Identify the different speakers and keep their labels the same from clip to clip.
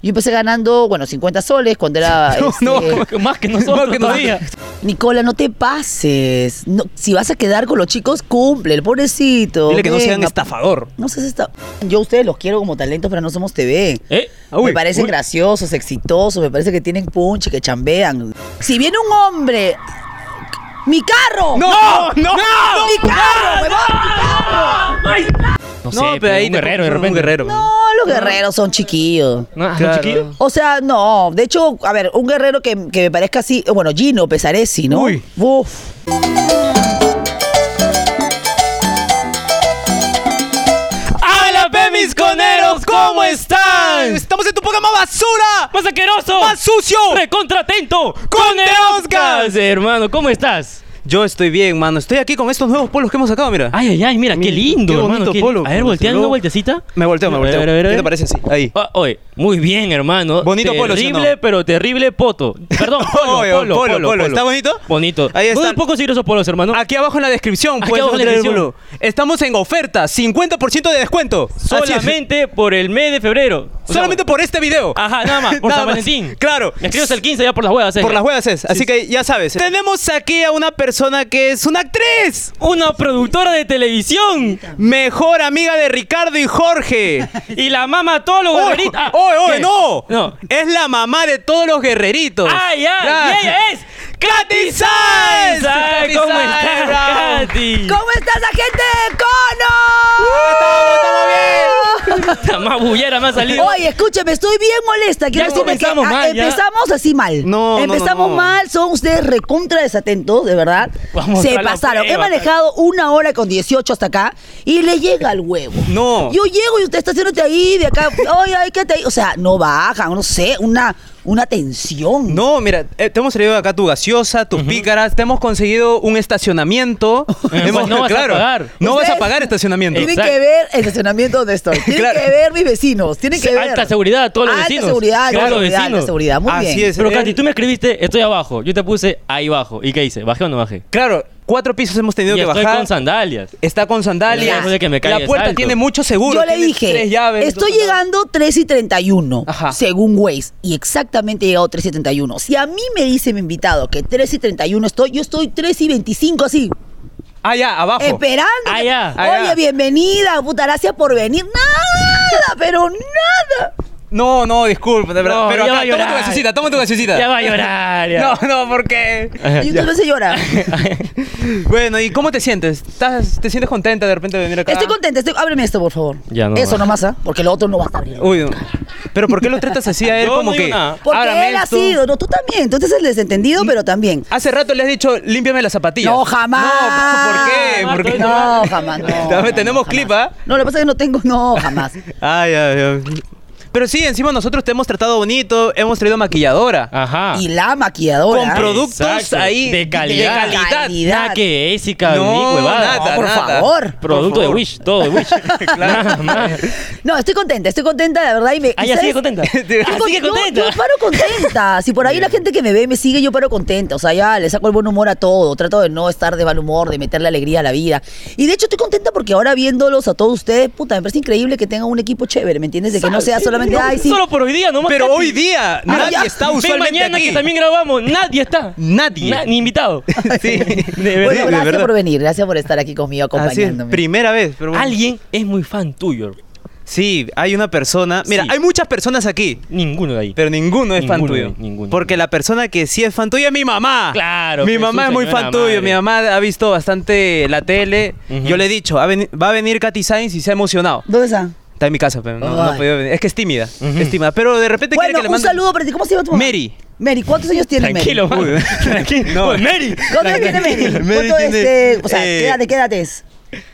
Speaker 1: Yo empecé ganando, bueno, 50 soles cuando era...
Speaker 2: No,
Speaker 1: este,
Speaker 2: más que nosotros
Speaker 3: Más que nosotros.
Speaker 2: todavía.
Speaker 1: Nicola, no te pases. No, si vas a quedar con los chicos, cumple, el pobrecito.
Speaker 3: Dile que no sean
Speaker 1: Venga.
Speaker 3: estafador.
Speaker 1: No seas esta. Yo a ustedes los quiero como talentos, pero no somos TV.
Speaker 2: ¿Eh?
Speaker 3: Ah,
Speaker 1: me parecen graciosos, exitosos, me parece que tienen punch, que chambean. Si viene un hombre. ¡Mi carro!
Speaker 3: ¡No! ¡No!
Speaker 1: ¡Mi carro! huevón!
Speaker 3: pues.
Speaker 2: No, sé, pero un
Speaker 3: te
Speaker 2: guerrero de
Speaker 3: confunden,
Speaker 2: repente.
Speaker 3: Un guerrero.
Speaker 1: No, los guerreros son chiquillos.
Speaker 2: No, ¿no,
Speaker 3: Claro.
Speaker 2: chiquillo?
Speaker 1: O sea, no. De hecho, a ver, un guerrero que, que me parezca así. eh, Bueno, Gino Pesaresi, ¿no?
Speaker 3: Uy.
Speaker 1: Uf.
Speaker 3: ¡Hala, pe, mis coneros! ¿Cómo están? ¡Estamos en tu programa basura!
Speaker 2: ¡Más asqueroso!
Speaker 3: ¡Más sucio!
Speaker 2: ¡Recontratento!
Speaker 3: ¡Con el Oscar!
Speaker 2: Hermano, ¿cómo estás?
Speaker 3: Yo estoy bien, mano. Estoy aquí con estos nuevos polos que hemos sacado, mira.
Speaker 2: Ay, ay, ay, mira, qué
Speaker 3: Qué
Speaker 2: lindo,
Speaker 3: bonito
Speaker 2: hermano. qué-
Speaker 3: polo,
Speaker 2: A ver,
Speaker 3: pero
Speaker 2: volteando
Speaker 3: luego-
Speaker 2: una vueltecita.
Speaker 3: Me volteo, me
Speaker 2: A ver,
Speaker 3: volteo.
Speaker 2: a ver, a ver, a
Speaker 3: ¿Qué te
Speaker 2: ver.
Speaker 3: parece así? Ahí.
Speaker 2: Ah, oye, muy bien, hermano.
Speaker 3: Bonito
Speaker 2: Terrible,
Speaker 3: polo, ¿sí o no?
Speaker 2: pero terrible poto. Perdón, polo,
Speaker 3: Oye,
Speaker 2: polo,
Speaker 3: polo,
Speaker 2: polo,
Speaker 3: polo. ¿Está bonito?
Speaker 2: Bonito.
Speaker 3: Ahí está. Ah,
Speaker 2: Muy pocos esos polos, hermano.
Speaker 3: Aquí abajo en la descripción
Speaker 2: Aquí
Speaker 3: puedes
Speaker 2: abajo en la
Speaker 3: encontrar el
Speaker 2: descripción.
Speaker 3: polo. Estamos en oferta, 50% de descuento. Así es.
Speaker 2: solamente por el mes de febrero. O sea,
Speaker 3: solamente por este video.
Speaker 2: Ajá, nada más, por
Speaker 3: Nada
Speaker 2: San
Speaker 3: más.
Speaker 2: Valentín.
Speaker 3: Claro.
Speaker 2: Me escribes el 15 ya por las huevas. eh.
Speaker 3: Por las huevas es. Así
Speaker 2: Sí,
Speaker 3: que ya sabes. Tenemos aquí a una persona que es una actriz.
Speaker 2: Una productora de televisión.
Speaker 3: Mejor amiga de Ricardo y Jorge.
Speaker 2: Y la mamá todos los
Speaker 3: ¡Oye,
Speaker 2: guerreritos. Ah,
Speaker 3: oye,
Speaker 2: ¿qué?
Speaker 3: oye! ¡No!
Speaker 2: No.
Speaker 3: Es la mamá de todos los guerreritos.
Speaker 2: ¡Ay,
Speaker 3: Claro.
Speaker 2: ay! Y ella es.
Speaker 3: ¡Katy Sainz!
Speaker 2: Ay, ¿Cómo estás, Katy?
Speaker 1: ¿Cómo estás, agente de Cono?
Speaker 2: Puta, Más bullera me ha salido.
Speaker 1: Oye, escúchame, estoy bien molesta. Quiero
Speaker 2: Ya
Speaker 1: decirles que,
Speaker 2: comenzamos
Speaker 1: ah,
Speaker 2: mal, ya.
Speaker 1: empezamos así mal.
Speaker 3: No, no,
Speaker 1: Empezamos
Speaker 3: no, no.
Speaker 1: mal, son ustedes recontra desatentos, de verdad.
Speaker 2: Vamos
Speaker 1: Se
Speaker 2: a la
Speaker 1: pasaron. He
Speaker 2: prueba.
Speaker 1: manejado una hora con 18 hasta acá y le llega al huevo.
Speaker 3: No.
Speaker 1: Yo llego y usted está haciéndote ahí, de acá. Oye, ay, quédate ahí. O sea, no bajan, no sé, una, una tensión.
Speaker 3: No, mira, eh, te hemos traído acá tu gaseosa, tus pícaras, te hemos conseguido un estacionamiento.
Speaker 2: Pues
Speaker 3: Hemos-
Speaker 2: no vas a pagar.
Speaker 3: No vas a
Speaker 1: Ustedes
Speaker 3: pagar estacionamiento.
Speaker 1: Tienen
Speaker 2: Exacto.
Speaker 1: que ver el estacionamiento donde estoy. Tienen
Speaker 3: Claro.
Speaker 1: que ver mis vecinos. Tienen que ver.
Speaker 2: Alta seguridad a todos los
Speaker 1: alta
Speaker 2: vecinos.
Speaker 1: Seguridad, alta
Speaker 2: Todos los
Speaker 1: seguridad,
Speaker 2: vecinos.
Speaker 1: alta seguridad. Muy
Speaker 3: Así
Speaker 1: bien.
Speaker 3: es.
Speaker 2: Pero
Speaker 3: Eh,
Speaker 2: Katy, tú me escribiste, estoy abajo. Yo te puse ahí abajo. ¿Y qué hice? ¿Bajé o no bajé?
Speaker 3: Claro, cuatro pisos hemos tenido
Speaker 2: Y
Speaker 3: que
Speaker 2: estoy
Speaker 3: bajar.
Speaker 2: con sandalias.
Speaker 3: Está con sandalias.
Speaker 2: Ya. Deja que me
Speaker 3: la
Speaker 2: caigas
Speaker 3: puerta
Speaker 2: alto.
Speaker 3: tiene mucho
Speaker 1: Yo
Speaker 3: seguro.
Speaker 1: le
Speaker 3: tiene
Speaker 1: dije,
Speaker 3: tres llaves,
Speaker 1: estoy
Speaker 3: dos-
Speaker 1: llegando 3 y 31,
Speaker 3: Ajá.
Speaker 1: según Waze, y exactamente he llegado 3 y 31. Si a mí me dice mi invitado que 3 y 31 estoy, yo estoy 3 y 25 así,
Speaker 3: Ah, ya, abajo.
Speaker 1: esperando.
Speaker 2: Ah,
Speaker 1: que-
Speaker 2: ya.
Speaker 3: Ah,
Speaker 1: Oye,
Speaker 3: ya.
Speaker 1: bienvenida, puta, gracias por venir. Nada, pero nada.
Speaker 3: No, no, disculpa, de verdad.
Speaker 2: No,
Speaker 3: Pero
Speaker 2: ya va a
Speaker 3: acá, toma tu
Speaker 2: llorar.
Speaker 3: gasecita, toma tu gasecita.
Speaker 2: Ya va a llorar. Ya.
Speaker 3: No, no, porque.
Speaker 1: Y usted no se llora.
Speaker 3: bueno, ¿y cómo te sientes? ¿Estás- ¿Te sientes contenta de repente de venir acá?
Speaker 1: Estoy contenta, estoy... ábreme esto, por favor.
Speaker 2: Ya, no
Speaker 1: Eso
Speaker 2: va.
Speaker 1: nomás, ¿ah? porque lo otro no va a estar bien.
Speaker 3: Uy, no. pero ¿por qué lo tratas así a él
Speaker 2: Yo
Speaker 3: como
Speaker 2: no digo
Speaker 3: que?
Speaker 2: nada.
Speaker 1: Porque
Speaker 3: "Ábrame
Speaker 1: él ha
Speaker 3: esto"?
Speaker 1: sido, no, tú también, entonces es el desentendido, pero también.
Speaker 3: Hace rato le has dicho, límpiame las zapatillas.
Speaker 1: No, jamás.
Speaker 3: Ah, No, ¿por qué? ¿Por qué?
Speaker 1: No, jamás, no.
Speaker 3: Dame, tenemos
Speaker 1: jamás.
Speaker 3: clip, ¿ah?
Speaker 1: No, lo que pasa es que no tengo, no, jamás.
Speaker 3: Ay, ay, ay. Pero sí, encima nosotros te hemos tratado bonito, hemos traído maquilladora.
Speaker 2: Ajá.
Speaker 1: Y la maquilladora.
Speaker 3: Con producto. productos
Speaker 2: Exacto.
Speaker 3: ahí
Speaker 2: De calidad.
Speaker 1: de calidad.
Speaker 2: Nada que es y cabrón,
Speaker 3: No,
Speaker 2: huevada. Ah,
Speaker 3: nada,
Speaker 1: por
Speaker 3: nada.
Speaker 1: favor.
Speaker 2: Producto
Speaker 3: Por
Speaker 2: de
Speaker 3: favor.
Speaker 2: Wish, todo de Wish. Nada más.
Speaker 1: No, estoy contenta, estoy contenta, de verdad. Y me,
Speaker 2: Ah,
Speaker 1: ¿y
Speaker 2: ya
Speaker 1: sabes?
Speaker 2: sigue contenta.
Speaker 3: Te-
Speaker 2: Ah,
Speaker 1: Yo-
Speaker 2: sigue
Speaker 1: yo-
Speaker 2: contenta.
Speaker 1: Yo, paro contenta. Si por ahí la gente que me ve me sigue, yo paro contenta. O sea, ya le saco el buen humor a todo. Trato de no estar de mal humor, de meterle alegría a la vida. Y de hecho estoy contenta porque ahora viéndolos a todos ustedes, puta, me parece increíble que tengan un equipo chévere, ¿me entiendes? De que no sea solamente, ay, sí.
Speaker 2: Solo por hoy día, nomás.
Speaker 3: Pero
Speaker 2: Katy.
Speaker 3: hoy día nadie
Speaker 1: ya.
Speaker 3: está
Speaker 2: Ah, Ven
Speaker 3: usualmente
Speaker 2: mañana
Speaker 3: aquí.
Speaker 2: que también grabamos. Nadie está.
Speaker 3: Nadie.
Speaker 2: Na- ni invitado.
Speaker 3: Sí.
Speaker 2: De verdad.
Speaker 1: Bueno,
Speaker 3: Sí, de
Speaker 1: gracias
Speaker 3: verdad.
Speaker 1: por venir, gracias por estar aquí conmigo
Speaker 3: Así es,
Speaker 1: acompañándome.
Speaker 3: primera vez. Pero bueno.
Speaker 2: Alguien es muy fan tuyo.
Speaker 3: Sí, hay una persona. Mira,
Speaker 2: Sí.
Speaker 3: hay muchas personas aquí,
Speaker 2: Ninguno de ahí.
Speaker 3: pero ninguno es fan
Speaker 2: Ninguno,
Speaker 3: tuyo.
Speaker 2: ninguno.
Speaker 3: Porque la persona que sí es fan tuyo es mi mamá.
Speaker 2: Claro,
Speaker 3: Mi
Speaker 2: pues,
Speaker 3: mamá
Speaker 2: su
Speaker 3: es muy
Speaker 2: señora
Speaker 3: fan tuyo.
Speaker 2: madre.
Speaker 3: Mi mamá ha visto bastante la tele.
Speaker 2: eh. Ujú.
Speaker 3: Yo le he dicho, "Ha veni- va a venir Katy Sainz y se ha emocionado.
Speaker 1: ¿Dónde está?
Speaker 3: Está en mi casa, pero no, no
Speaker 1: Ay.
Speaker 3: ha podido venir. Es que es tímida. Es tímida. Pero de repente quiere
Speaker 1: Bueno,
Speaker 3: que le
Speaker 1: un
Speaker 3: mande.
Speaker 1: saludo para ti. ¿Cómo se llama tu mamá?
Speaker 3: Mary.
Speaker 1: Mary, ¿cuántos años tiene Mary?
Speaker 2: Tranquilo, man.
Speaker 3: Uy.
Speaker 2: Tranquilo.
Speaker 3: No.
Speaker 2: Oye, Mary.
Speaker 1: ¿Cuántos años tiene Mary?
Speaker 3: Mary
Speaker 1: ¿Cuánto,
Speaker 3: tiene,
Speaker 1: este, o sea,
Speaker 3: eh,
Speaker 1: ¿qué edad, de qué edad es?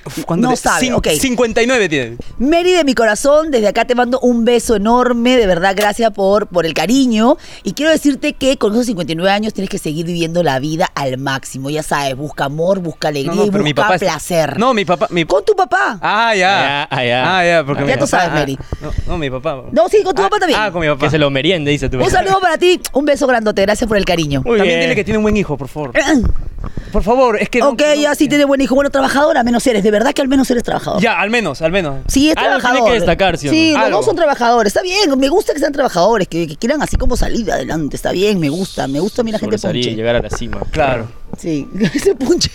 Speaker 3: Uf, ¿cuándo
Speaker 1: No
Speaker 3: te-
Speaker 1: sabe,
Speaker 3: Cin-
Speaker 1: ok.
Speaker 3: 59 tiene.
Speaker 1: Mary de mi corazón, desde acá te mando un beso enorme, de verdad, gracias por, por el cariño. Y quiero decirte que con esos 59 años tienes que seguir viviendo la vida al máximo, ya sabes, busca amor, busca alegría y busca
Speaker 3: es-
Speaker 1: placer.
Speaker 3: No, mi papá. Mi...
Speaker 1: Con tu papá.
Speaker 3: Ah, ya.
Speaker 2: Ah, ya, ah, ya.
Speaker 3: Ah, ya, porque
Speaker 1: Ya
Speaker 3: mi
Speaker 1: tú
Speaker 3: papá-
Speaker 1: sabes,
Speaker 3: ah,
Speaker 1: Mary.
Speaker 3: No, no, mi papá.
Speaker 1: No, sí, con tu
Speaker 3: Ah,
Speaker 1: papá también.
Speaker 3: Ah, con mi papá.
Speaker 2: Que se lo meriende, dice tú.
Speaker 1: Un saludo para ti, un beso grandote, gracias por el cariño.
Speaker 2: Muy
Speaker 3: También
Speaker 2: bien.
Speaker 3: dile que tiene un buen hijo, por favor. Por favor, es que. no-
Speaker 1: ok,
Speaker 3: no-
Speaker 1: ya sí tiene buen hijo, bueno trabajadora, menos eres. De verdad que al menos eres trabajador.
Speaker 3: Ya, al menos, al menos.
Speaker 1: Sí, es
Speaker 2: Algo tiene
Speaker 1: trabajador.
Speaker 2: que destacar, ¿sí o no?
Speaker 1: Sí, los
Speaker 3: Algo.
Speaker 1: dos son trabajadores. Está bien, me gusta que sean trabajadores, que, que quieran así como salir adelante. Está bien, me gusta, me gusta a mí la gente
Speaker 2: Sobresalir,
Speaker 1: ponche.
Speaker 2: llegar a la cima.
Speaker 3: Claro.
Speaker 1: Sí, ese punche.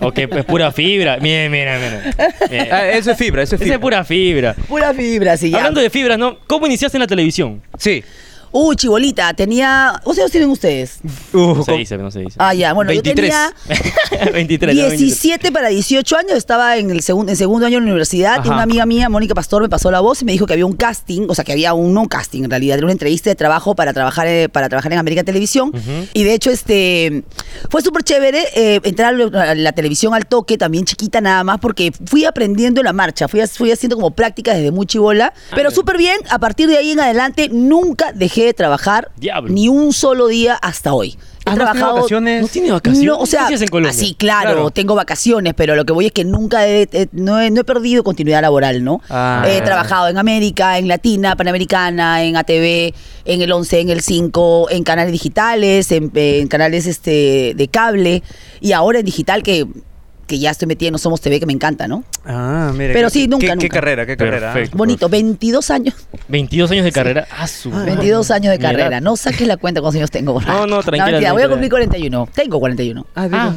Speaker 2: O que es pura fibra. Mira, mira, mira. Mira.
Speaker 3: Ah, eso es fibra, eso es
Speaker 2: Esa
Speaker 3: fibra.
Speaker 2: es pura fibra.
Speaker 1: Pura fibra, sí. ya.
Speaker 2: Hablando de fibras, ¿no? ¿Cómo iniciaste en la televisión?
Speaker 3: Sí.
Speaker 1: Uy, chibolita, tenía. ¿Cuántos años tienen ustedes?
Speaker 2: No
Speaker 3: Uh,
Speaker 2: se dice, no se dice.
Speaker 1: Ah, ya, bueno, yo
Speaker 2: 23.
Speaker 1: tenía
Speaker 2: ¿no? 23.
Speaker 1: 17 para 18 años, estaba en el segun- en segundo año de la universidad y
Speaker 3: Ajá.
Speaker 1: una amiga mía, Mónica Pastor, me pasó la voz y me dijo que había un casting, o sea, que había un no casting en realidad, era una entrevista de trabajo para trabajar, eh, para trabajar en América Televisión. Y de hecho, este fue súper chévere eh, entrar a lo- a la televisión al toque, también chiquita nada más, porque fui aprendiendo la marcha, fui, fui haciendo como prácticas desde muy chibola,
Speaker 3: Ah,
Speaker 1: pero súper bien, a partir de ahí en adelante nunca dejé de trabajar
Speaker 2: Diablo.
Speaker 1: ni un solo día hasta hoy. He
Speaker 3: Ah, ¿no has tenido vacaciones?
Speaker 2: ¿No tiene vacaciones?
Speaker 1: No, o sea,
Speaker 2: ¿Qué hacías en Colombia?
Speaker 1: sí, claro,
Speaker 3: Claro.
Speaker 1: tengo vacaciones, pero lo que voy es que nunca he, he- no, he, no he perdido continuidad laboral, ¿no?
Speaker 3: Ah.
Speaker 1: He trabajado en América, en Latina, Panamericana, en ATV, en el 11, en el 5, en canales digitales, en, en canales este de cable y ahora en digital que, que ya estoy metida en No Somos TV, que me encanta, ¿no?
Speaker 3: Ah, mira.
Speaker 1: Pero
Speaker 3: qué-
Speaker 1: sí,
Speaker 3: qué-
Speaker 1: nunca,
Speaker 3: qué,
Speaker 1: nunca.
Speaker 3: Qué carrera, qué carrera.
Speaker 2: Perfecto.
Speaker 1: Bonito, 22 años,
Speaker 2: 22 años de carrera. Ah, su madre.
Speaker 1: 22 años de
Speaker 2: Mi edad.
Speaker 1: carrera. No saques la cuenta cuántos años tengo, por
Speaker 2: No, no, tranquila,
Speaker 1: mentira, voy a
Speaker 2: tranquila.
Speaker 1: cumplir 41. Tengo 41.
Speaker 3: Ah,
Speaker 2: Ah,